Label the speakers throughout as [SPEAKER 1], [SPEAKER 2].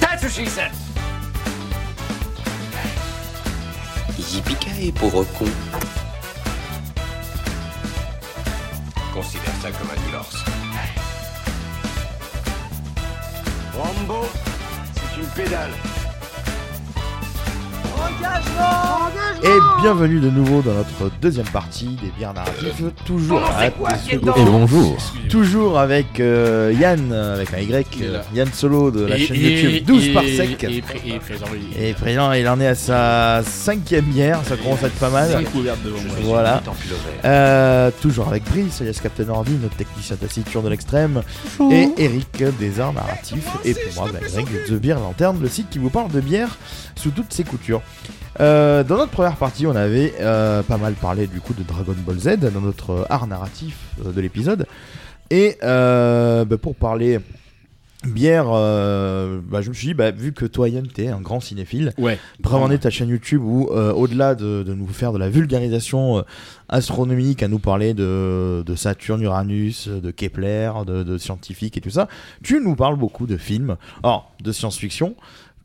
[SPEAKER 1] That's what she said
[SPEAKER 2] Yippee pauvre con.
[SPEAKER 3] Considère ça comme un divorce.
[SPEAKER 4] Rambo, c'est une pédale.
[SPEAKER 5] Engagement, engagement Et bienvenue de nouveau dans notre deuxième partie des bières narratifs, toujours
[SPEAKER 6] Comment
[SPEAKER 5] à
[SPEAKER 6] c'est quoi,
[SPEAKER 5] tes
[SPEAKER 6] qui est
[SPEAKER 5] secondes.
[SPEAKER 6] dans- Et bonjour.
[SPEAKER 5] Toujours avec euh, Yann, euh, avec un Y, euh, Yann Solo de la
[SPEAKER 7] Et-
[SPEAKER 5] chaîne
[SPEAKER 7] et-
[SPEAKER 5] YouTube 12
[SPEAKER 7] et-
[SPEAKER 5] par sec.
[SPEAKER 7] et- et- et présent, oui.
[SPEAKER 5] Et présent, il en est à sa cinquième bière, ça commence à être pas mal.
[SPEAKER 7] Cinq couvertes devant moi.
[SPEAKER 5] Voilà.
[SPEAKER 7] Je suis en pullover.
[SPEAKER 5] Euh, toujours avec Brice, alias Captain Ordi, notre technicien taciturne de l'extrême,
[SPEAKER 7] Bonjour.
[SPEAKER 5] et Eric des arts narratifs, et puis moi, avec Greg de Bière Lanterne, le site qui vous parle de bière sous toutes ses coutures. Euh, dans notre première partie, on avait euh, pas mal parlé du coup de Dragon Ball Z dans notre euh, art narratif euh, de l'épisode. Et euh, bah, pour parler bière, euh, bah, je me suis dit, bah, vu que toi, Yann, t'es un grand cinéphile,
[SPEAKER 7] Ouais.
[SPEAKER 5] preuve en est ta chaîne YouTube où, euh, au-delà de, de nous faire de la vulgarisation euh, astronomique, à nous parler de, de Saturne, Uranus, de Kepler, de, de scientifiques et tout ça, tu nous parles beaucoup de films, alors de science-fiction.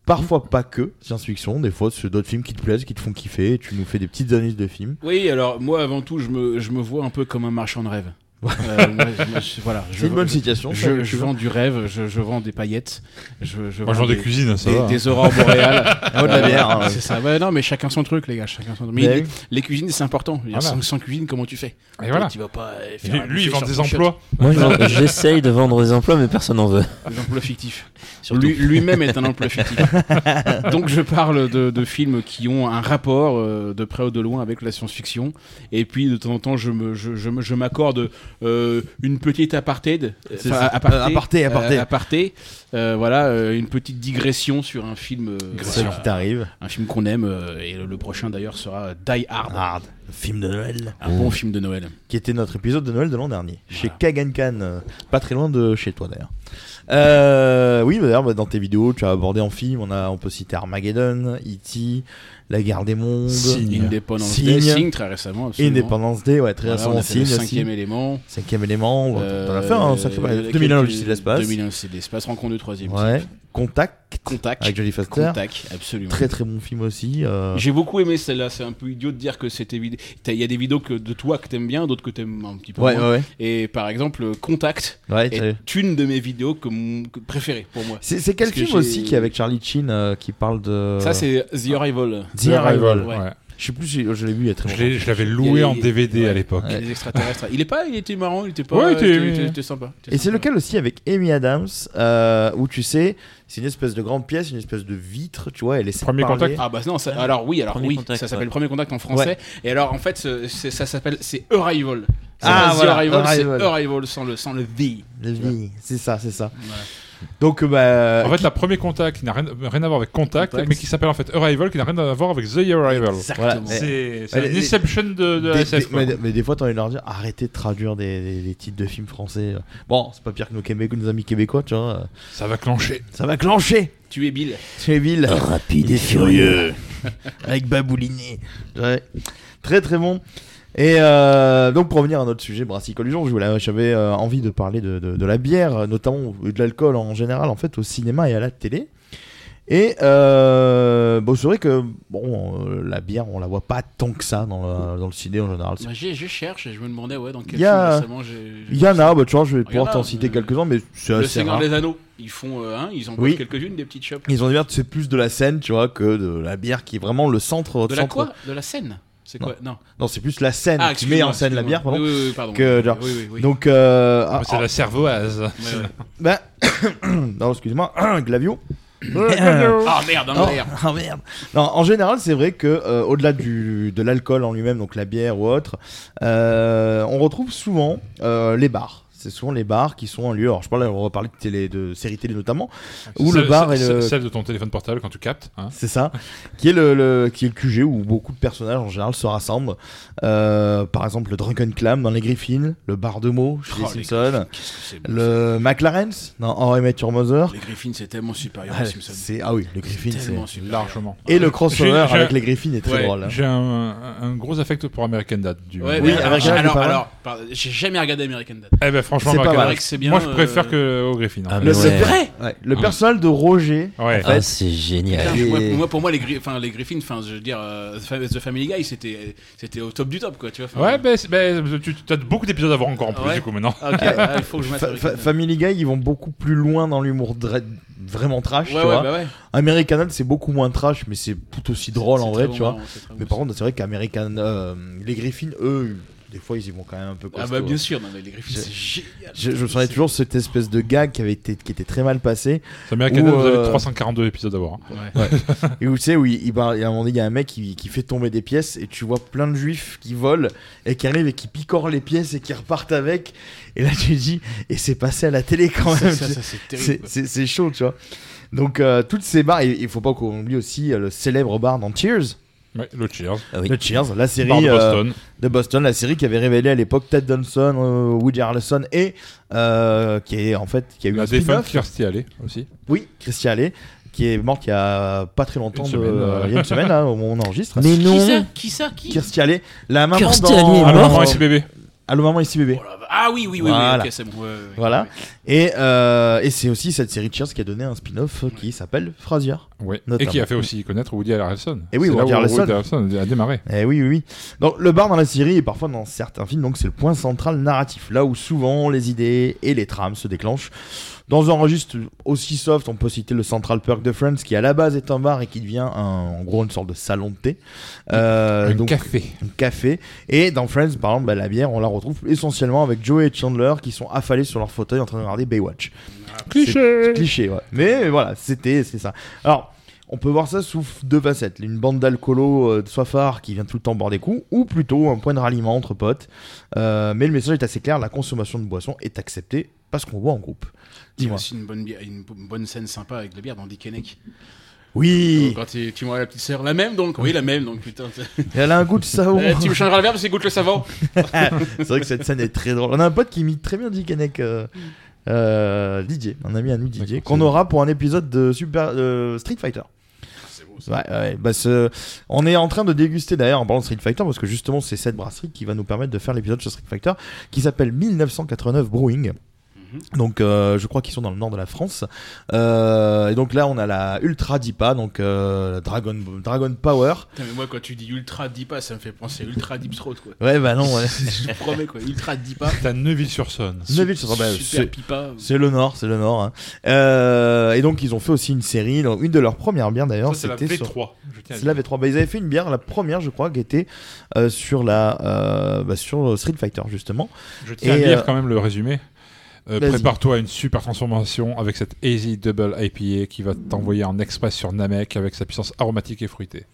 [SPEAKER 5] Parfois pas que science-fiction, des fois c'est d'autres films qui te plaisent, qui te font kiffer, et tu nous fais des petites analyses de films.
[SPEAKER 7] Oui, alors moi avant tout, je me, je me vois un peu comme un marchand de rêve. Euh, moi, je- moi, je- voilà,
[SPEAKER 5] C'est
[SPEAKER 7] je-
[SPEAKER 5] une bonne
[SPEAKER 7] je-
[SPEAKER 5] citation, ça,
[SPEAKER 7] Je,
[SPEAKER 5] tu
[SPEAKER 7] je
[SPEAKER 5] vois.
[SPEAKER 7] vends du rêve, je, je vends des paillettes, je, je
[SPEAKER 8] Moi, je vends
[SPEAKER 7] des,
[SPEAKER 8] des cuisines, ça
[SPEAKER 7] des,
[SPEAKER 8] va.
[SPEAKER 7] des aurores boréales. Euh,
[SPEAKER 8] Moi, de la bière, hein.
[SPEAKER 7] C'est ça. Ouais, non, mais chacun son truc, les gars. Chacun son truc. Mais
[SPEAKER 8] Ben
[SPEAKER 7] les,
[SPEAKER 8] oui.
[SPEAKER 7] les cuisines, c'est important. Je veux dire,
[SPEAKER 8] Voilà.
[SPEAKER 7] sans, sans cuisine, comment tu fais
[SPEAKER 8] Et voilà.
[SPEAKER 7] Tu vas pas euh,
[SPEAKER 8] Lui-
[SPEAKER 7] faire un
[SPEAKER 8] lui, il
[SPEAKER 7] buffet
[SPEAKER 8] vend
[SPEAKER 7] sur
[SPEAKER 8] des
[SPEAKER 7] ton
[SPEAKER 8] emplois.
[SPEAKER 7] shop.
[SPEAKER 9] Moi, j'en- j'essaye de vendre des emplois, mais personne n'en veut.
[SPEAKER 7] Des emplois fictifs.
[SPEAKER 9] Surtout.
[SPEAKER 7] Lui- Lui-même est un emploi fictif. Donc je parle de, de films qui ont un rapport euh, de près ou de loin avec la science-fiction. Et puis de temps en temps, je me- je- je me- je m'accorde euh, une petite aparté. de-
[SPEAKER 5] C'est
[SPEAKER 7] enfin,
[SPEAKER 5] ça.
[SPEAKER 7] aparté,
[SPEAKER 5] Euh, aparté, aparté.
[SPEAKER 7] euh, aparté. Euh, voilà, euh, une petite digression sur un film. euh,
[SPEAKER 5] Digression
[SPEAKER 7] voilà,
[SPEAKER 5] qui t'arrive.
[SPEAKER 7] Un film qu'on aime. euh, et le, le prochain d'ailleurs sera Die Hard.
[SPEAKER 5] film de Noël.
[SPEAKER 7] Un bon film de Noël.
[SPEAKER 5] Qui était notre épisode de Noël de l'an dernier, chez Kagankan, euh, pas très loin de chez toi d'ailleurs. Euh, oui, bah, d'ailleurs, bah, dans tes vidéos, tu as abordé en film, on, a, on peut citer Armageddon, E.T., La Guerre des Mondes,
[SPEAKER 7] Signe. Independence Day, Signe, très récemment, absolument.
[SPEAKER 5] Independance Day, ouais, très
[SPEAKER 7] Voilà, on
[SPEAKER 5] récemment,
[SPEAKER 7] a fait le
[SPEAKER 5] Signe. aussi.
[SPEAKER 7] cinquième élément.
[SPEAKER 5] Cinquième élément, ouais, Oh, t'en as fait un sacré
[SPEAKER 7] Euh,
[SPEAKER 5] paquet. 2001, l'Odyssée
[SPEAKER 7] l'Odyssée
[SPEAKER 5] de l'espace.
[SPEAKER 7] 2001, c'est de l'espace, rencontre du troisième.
[SPEAKER 5] Ouais.
[SPEAKER 7] type.
[SPEAKER 5] Contact.
[SPEAKER 7] Contact.
[SPEAKER 5] Avec Jodie Foster.
[SPEAKER 7] Contact, absolument.
[SPEAKER 5] Très très bon film aussi. euh,
[SPEAKER 7] J'ai beaucoup aimé celle-là, c'est un peu idiot de dire que c'était vide. T'as- Il y a des vidéos que de toi que t'aimes bien, d'autres que t'aimes un petit peu
[SPEAKER 5] Ouais,
[SPEAKER 7] moins.
[SPEAKER 5] ouais, ouais.
[SPEAKER 7] Et par exemple, euh, Contact
[SPEAKER 5] Ouais, t'as
[SPEAKER 7] est une de mes vidéos que mon- que- préférée pour moi.
[SPEAKER 5] C'est c'est quel
[SPEAKER 7] Parce que
[SPEAKER 5] film
[SPEAKER 7] j'ai-
[SPEAKER 5] aussi qui est avec Charlie Chin euh, qui parle de.
[SPEAKER 7] Ça, c'est The Arrival.
[SPEAKER 5] The Arrival,
[SPEAKER 7] Ouais.
[SPEAKER 5] ouais. Je sais plus, je, je l'ai vu il y a très
[SPEAKER 8] Je
[SPEAKER 5] longtemps.
[SPEAKER 8] l'ai- je l'avais loué en DVD à l'époque.
[SPEAKER 7] Il y a des extraterrestres. Il est pas, il était marrant, il était pas.
[SPEAKER 8] Ouais, il était-
[SPEAKER 7] était- était- était sympa.
[SPEAKER 5] Et c'est lequel aussi avec Amy Adams, euh, où tu sais, c'est une espèce de grande pièce, une espèce de vitre, tu vois, elle est
[SPEAKER 7] Ah bah non, ça- alors oui, alors
[SPEAKER 5] Premier
[SPEAKER 7] oui,
[SPEAKER 5] contact,
[SPEAKER 7] ça s'appelle
[SPEAKER 5] ouais.
[SPEAKER 7] Premier Contact en français.
[SPEAKER 5] Ouais.
[SPEAKER 7] Et alors en fait, ce- c'est- ça s'appelle c'est Arrival. C'est
[SPEAKER 5] Ah,
[SPEAKER 7] pas The
[SPEAKER 5] voilà,
[SPEAKER 7] Arrival,
[SPEAKER 5] Arrival.
[SPEAKER 7] c'est Arrival sans le sans le V.
[SPEAKER 5] c'est ça, c'est ça. Donc, bah.
[SPEAKER 8] En fait, la premier contact qui n'a rien, rien à voir avec contact,
[SPEAKER 5] Contact.
[SPEAKER 8] mais qui s'appelle en fait Arrival, qui n'a rien à voir avec The Arrival.
[SPEAKER 5] Voilà.
[SPEAKER 8] C'est
[SPEAKER 5] Mais-
[SPEAKER 8] c'est
[SPEAKER 5] mais-
[SPEAKER 8] une inception de, de
[SPEAKER 5] des- des-
[SPEAKER 8] SF. quoi.
[SPEAKER 5] mais, mais des fois, t'as envie de leur dire arrêtez de traduire des, des- des titres de films français. Bon, c'est pas pire que nos, Québécois, nos amis québécois, tu vois.
[SPEAKER 8] Ça va clencher.
[SPEAKER 5] Ça va clencher
[SPEAKER 7] Tu es Bill.
[SPEAKER 5] Tu es Bill.
[SPEAKER 7] Rapide
[SPEAKER 5] Il est
[SPEAKER 7] et furieux.
[SPEAKER 5] Avec Baboulini. Ouais. Très très bon. Et euh, donc pour revenir à notre sujet brassicole du jour, je voulais- j'avais euh, envie de parler de, de- de la bière, notamment et de l'alcool en général, en fait, au cinéma et à la télé. Et euh, bon, c'est vrai que bon, euh, la bière, on la voit pas tant que ça dans, la- dans le ciné en général.
[SPEAKER 7] Moi, Bah, j'ai- je cherche et je me demandais ouais dans quel
[SPEAKER 5] Il y, a,
[SPEAKER 7] film récemment j'ai- j'ai-
[SPEAKER 5] il y en a, bah, tu vois, je vais
[SPEAKER 7] Ah,
[SPEAKER 5] pouvoir
[SPEAKER 7] y en a,
[SPEAKER 5] t'en citer quelques-uns, mais c'est
[SPEAKER 7] Le
[SPEAKER 5] assez
[SPEAKER 7] Seigneur
[SPEAKER 5] rare.
[SPEAKER 7] des Anneaux, ils font euh, hein, ils en
[SPEAKER 5] Oui.
[SPEAKER 7] quelques-unes des petites shops.
[SPEAKER 5] Ils ont dire c'est plus de la scène, tu vois, que de la bière qui est vraiment le centre.
[SPEAKER 7] De la
[SPEAKER 5] centre-
[SPEAKER 7] quoi De la scène. C'est quoi Non.
[SPEAKER 5] Non, c'est plus la scène
[SPEAKER 7] Ah,
[SPEAKER 5] qui met en
[SPEAKER 7] excuse-moi,
[SPEAKER 5] scène la
[SPEAKER 7] excuse-moi.
[SPEAKER 5] bière, pardon.
[SPEAKER 7] Oui, oui, oui, pardon.
[SPEAKER 5] que, genre-
[SPEAKER 7] Oui, oui, oui.
[SPEAKER 5] Donc, euh, ah,
[SPEAKER 8] C'est
[SPEAKER 5] ah,
[SPEAKER 8] la cervoise.
[SPEAKER 5] Ben, non, excusez-moi, Glavio.
[SPEAKER 7] Ah, merde, hein,
[SPEAKER 5] Oh,
[SPEAKER 7] merde.
[SPEAKER 5] ah, merde. Non, en général, c'est vrai que euh, au-delà du de l'alcool en lui-même, donc la bière ou autre, euh, on retrouve souvent euh, les bars. C'est- C'est souvent les bars qui sont un lieu. Alors, je parle, on va parler de, télé, de séries télé notamment,
[SPEAKER 8] C'est
[SPEAKER 5] où le
[SPEAKER 8] celle-
[SPEAKER 5] bar est,
[SPEAKER 8] c'est-
[SPEAKER 5] le.
[SPEAKER 8] c'est Celle de ton téléphone portable quand tu captes. hein.
[SPEAKER 5] C'est ça, qui est le, le- qui est le QG où beaucoup de personnages en général se rassemblent. Euh, par exemple, le Drunken Clam dans les Griffins, le bar de mots chez
[SPEAKER 7] Oh,
[SPEAKER 5] les
[SPEAKER 7] les
[SPEAKER 5] Simpsons,
[SPEAKER 7] Griffins, qu'est-ce que c'est bon,
[SPEAKER 5] le McLaren's dans How I Met Your Mother.
[SPEAKER 7] Les Griffins, c'est tellement supérieur
[SPEAKER 5] Ah,
[SPEAKER 7] aux Simpsons.
[SPEAKER 5] c'est- ah oui, les Griffins,
[SPEAKER 7] tellement
[SPEAKER 5] c'est-
[SPEAKER 7] supérieur.
[SPEAKER 8] Largement.
[SPEAKER 5] Et le crossover
[SPEAKER 8] J'ai- j'ai-
[SPEAKER 5] avec les Griffins est très
[SPEAKER 8] ouais,
[SPEAKER 5] drôle. hein.
[SPEAKER 8] J'ai un, un gros affect pour American Dad. Du
[SPEAKER 7] Ouais,
[SPEAKER 5] Oui,
[SPEAKER 7] mais alors,
[SPEAKER 5] American Dad,
[SPEAKER 7] alors,
[SPEAKER 5] il est pas
[SPEAKER 7] alors, pardon, j'ai jamais regardé American Dad.
[SPEAKER 8] Eh ben franchement,
[SPEAKER 5] C'est pas mal.
[SPEAKER 8] American Dad,
[SPEAKER 7] C'est vrai que c'est
[SPEAKER 8] Moi, je
[SPEAKER 7] bien,
[SPEAKER 8] préfère
[SPEAKER 7] euh,
[SPEAKER 8] que au Griffin. en
[SPEAKER 9] Ah,
[SPEAKER 8] fait.
[SPEAKER 9] mais
[SPEAKER 5] Le,
[SPEAKER 9] ouais.
[SPEAKER 5] c'est vrai
[SPEAKER 8] Ouais.
[SPEAKER 5] Le
[SPEAKER 8] Ah.
[SPEAKER 5] personnage de Roger.
[SPEAKER 8] Ouais.
[SPEAKER 5] en
[SPEAKER 9] Ah,
[SPEAKER 5] fait,
[SPEAKER 9] c'est génial.
[SPEAKER 7] Putain,
[SPEAKER 5] Et-
[SPEAKER 7] moi, pour moi, pour moi, les, Gri- enfin, les Griffins, enfin, je veux dire, euh, The Family Guy, c'était, c'était au top du top, quoi, tu vois. enfin, euh,
[SPEAKER 8] Ouais, bah- ben, c'est- ben, tu as beaucoup d'épisodes à voir encore en plus
[SPEAKER 7] Ouais.
[SPEAKER 8] du coup maintenant.
[SPEAKER 7] ah, ok, ah, il faut que je
[SPEAKER 5] Fa-
[SPEAKER 7] m'attaque.
[SPEAKER 5] Fa- Family Guy, ils vont beaucoup plus loin dans l'humour dra- vraiment trash,
[SPEAKER 7] Ouais,
[SPEAKER 5] tu vois.
[SPEAKER 7] ouais, bah ouais.
[SPEAKER 5] American Dad, c'est beaucoup moins trash, mais c'est tout aussi drôle
[SPEAKER 7] C'est
[SPEAKER 5] en vrai,
[SPEAKER 7] très hein.
[SPEAKER 5] tu
[SPEAKER 7] bon,
[SPEAKER 5] vois.
[SPEAKER 7] c'est très
[SPEAKER 5] Mais
[SPEAKER 7] bon.
[SPEAKER 5] par contre, c'est vrai qu'American, euh, les Griffins, eux, des fois, ils y vont quand même un peu.
[SPEAKER 7] Ah
[SPEAKER 5] costaud,
[SPEAKER 7] bah bien
[SPEAKER 5] hein.
[SPEAKER 7] sûr, non, mais les Griffins,
[SPEAKER 5] Je-
[SPEAKER 7] c'est génial.
[SPEAKER 5] Je, je me souviens toujours de cette espèce de gag qui avait été, qui était très mal passé.
[SPEAKER 8] C'est American
[SPEAKER 5] Ou,
[SPEAKER 8] Dad, vous
[SPEAKER 5] euh,
[SPEAKER 8] avez 342 épisodes à voir. hein.
[SPEAKER 5] Et où tu sais, où il, il, bah, il y a un moment donné, il y a un mec qui, qui fait tomber des pièces et tu vois plein de juifs qui volent et qui arrivent et qui picorent les pièces et qui repartent avec. Et là, tu te dis, et c'est passé à la télé quand
[SPEAKER 7] Ça,
[SPEAKER 5] même.
[SPEAKER 7] ça, ça, c'est terrible.
[SPEAKER 5] C'est- C'est c'est chaud, tu vois. Donc, euh, toutes ces bars, et il faut pas qu'on oublie aussi euh, le célèbre bar dans Cheers.
[SPEAKER 8] Ouais, le Cheers.
[SPEAKER 9] Ah oui.
[SPEAKER 5] Le Cheers, la série
[SPEAKER 8] Bar de
[SPEAKER 5] euh,
[SPEAKER 8] Boston.
[SPEAKER 5] de Boston, la série qui avait révélé à l'époque Ted Danson, euh, Woody Harrelson et euh, qui est en fait qui a eu
[SPEAKER 8] la
[SPEAKER 5] un
[SPEAKER 8] défunte
[SPEAKER 5] spin-off.
[SPEAKER 8] Kirstie Alley aussi.
[SPEAKER 5] Oui, Christy Alley, qui est morte il y a pas très longtemps,
[SPEAKER 8] Une
[SPEAKER 5] de-
[SPEAKER 8] semaine, euh.
[SPEAKER 5] il y a une semaine là, au moment où on enregistre.
[SPEAKER 9] Mais
[SPEAKER 7] Qui ça
[SPEAKER 9] non.
[SPEAKER 7] Qui ça Qui
[SPEAKER 5] Kirstie Alley, la maman
[SPEAKER 9] Kirstie
[SPEAKER 5] dans...
[SPEAKER 9] Alley est
[SPEAKER 8] Ah,
[SPEAKER 9] morte.
[SPEAKER 5] euh,
[SPEAKER 8] maman et ses bébés.
[SPEAKER 5] Allô maman ici bébé.
[SPEAKER 7] Oh là là. Ah oui, oui, oui,
[SPEAKER 5] Voilà.
[SPEAKER 7] oui, ok, c'est bon. ouais, ouais, ouais.
[SPEAKER 5] Voilà. Et, euh, et c'est aussi cette série de Cheers qui a donné un spin-off qui s'appelle Frasier.
[SPEAKER 8] Ouais. Et
[SPEAKER 5] Notamment.
[SPEAKER 8] qui a fait aussi connaître Woody Harrelson.
[SPEAKER 5] Et oui,
[SPEAKER 8] C'est là
[SPEAKER 5] Woody
[SPEAKER 8] où
[SPEAKER 5] Harrelson.
[SPEAKER 8] Woody Harrelson a démarré.
[SPEAKER 5] Eh oui, oui, oui. Donc, le bar dans la série et parfois dans certains films, donc c'est le point central narratif, là où souvent les idées et les trames se déclenchent. Dans un registre aussi soft, on peut citer le Central Perk de Friends, qui à la base est un bar et qui devient un- en gros une sorte de salon de thé. Euh,
[SPEAKER 8] Un
[SPEAKER 5] donc,
[SPEAKER 8] café.
[SPEAKER 5] un café. Et dans Friends, par exemple, bah, la bière, on la retrouve essentiellement avec Joey et Chandler qui sont affalés sur leur fauteuil en train de regarder Baywatch. C'est- c'est
[SPEAKER 8] Cliché.
[SPEAKER 5] cliché, ouais. Mais voilà, c'était c'est ça. Alors, on peut voir ça sous f- deux facettes. Une bande d'alcoolos euh, de soifards qui vient tout le temps boire des coups, ou plutôt un point de ralliement entre potes. Euh, mais le message est assez clair, la consommation de boissons est acceptée parce qu'on boit en groupe.
[SPEAKER 7] Il y a
[SPEAKER 5] Dis-moi.
[SPEAKER 7] aussi une bonne, bière- une bo- bonne scène sympa avec la bière dans Dick Henneck.
[SPEAKER 5] Oui,
[SPEAKER 7] Donc, Quand tu tu vois la petite sœur, la même donc, oui, la même donc, putain. c'est-
[SPEAKER 5] elle a un goût de savon.
[SPEAKER 7] Eh, tu me changeras la bière parce qu'elle goûte le savon.
[SPEAKER 5] C'est vrai que cette scène est très drôle. On a un pote qui imite très bien Dick Henneck. Euh... euh, Didier, un ami à nous Didier,
[SPEAKER 8] D'accord,
[SPEAKER 5] qu'on
[SPEAKER 8] c'est-
[SPEAKER 5] aura pour un épisode de Super euh, Street Fighter. Ouais, ouais, bah ce- on est en train de déguster d'ailleurs en parlant de Street Fighter parce que justement c'est cette brasserie qui va nous permettre de faire l'épisode sur Street Fighter qui s'appelle 1989 Brewing. Donc euh, je crois qu'ils sont dans le nord de la France. Euh, et donc là on a la Ultra Dipa, donc euh, Dragon, Dragon Power.
[SPEAKER 7] Putain, mais moi quand tu dis ultra deep pas, ça me fait penser ultra deep throat quoi.
[SPEAKER 5] Ouais bah non, ouais.
[SPEAKER 7] Je te promets quoi, ultra deep pas.
[SPEAKER 8] T'as Neuville-sur-Saône.
[SPEAKER 5] Neuville, ça sera- bah, c'est-
[SPEAKER 7] Super pipa.
[SPEAKER 5] C'est le Nord, c'est le Nord. hein. Euh, et donc ils ont fait aussi une série, donc une de leurs premières bières d'ailleurs,
[SPEAKER 8] Ça, c'est la
[SPEAKER 5] c'était sur.
[SPEAKER 8] V3. je tiens à
[SPEAKER 5] C'est
[SPEAKER 8] dire.
[SPEAKER 5] la V3. Bah, ils avaient fait une bière, la première je crois, qui était euh, sur la euh, bah, sur Street Fighter justement.
[SPEAKER 8] Je tiens à
[SPEAKER 5] Et,
[SPEAKER 8] lire
[SPEAKER 5] euh,
[SPEAKER 8] quand même le résumé. Euh,
[SPEAKER 5] Vas-y.
[SPEAKER 8] Prépare-toi à une super transformation avec cette Easy Double IPA qui va t'envoyer en express sur Namek avec sa puissance aromatique et fruitée.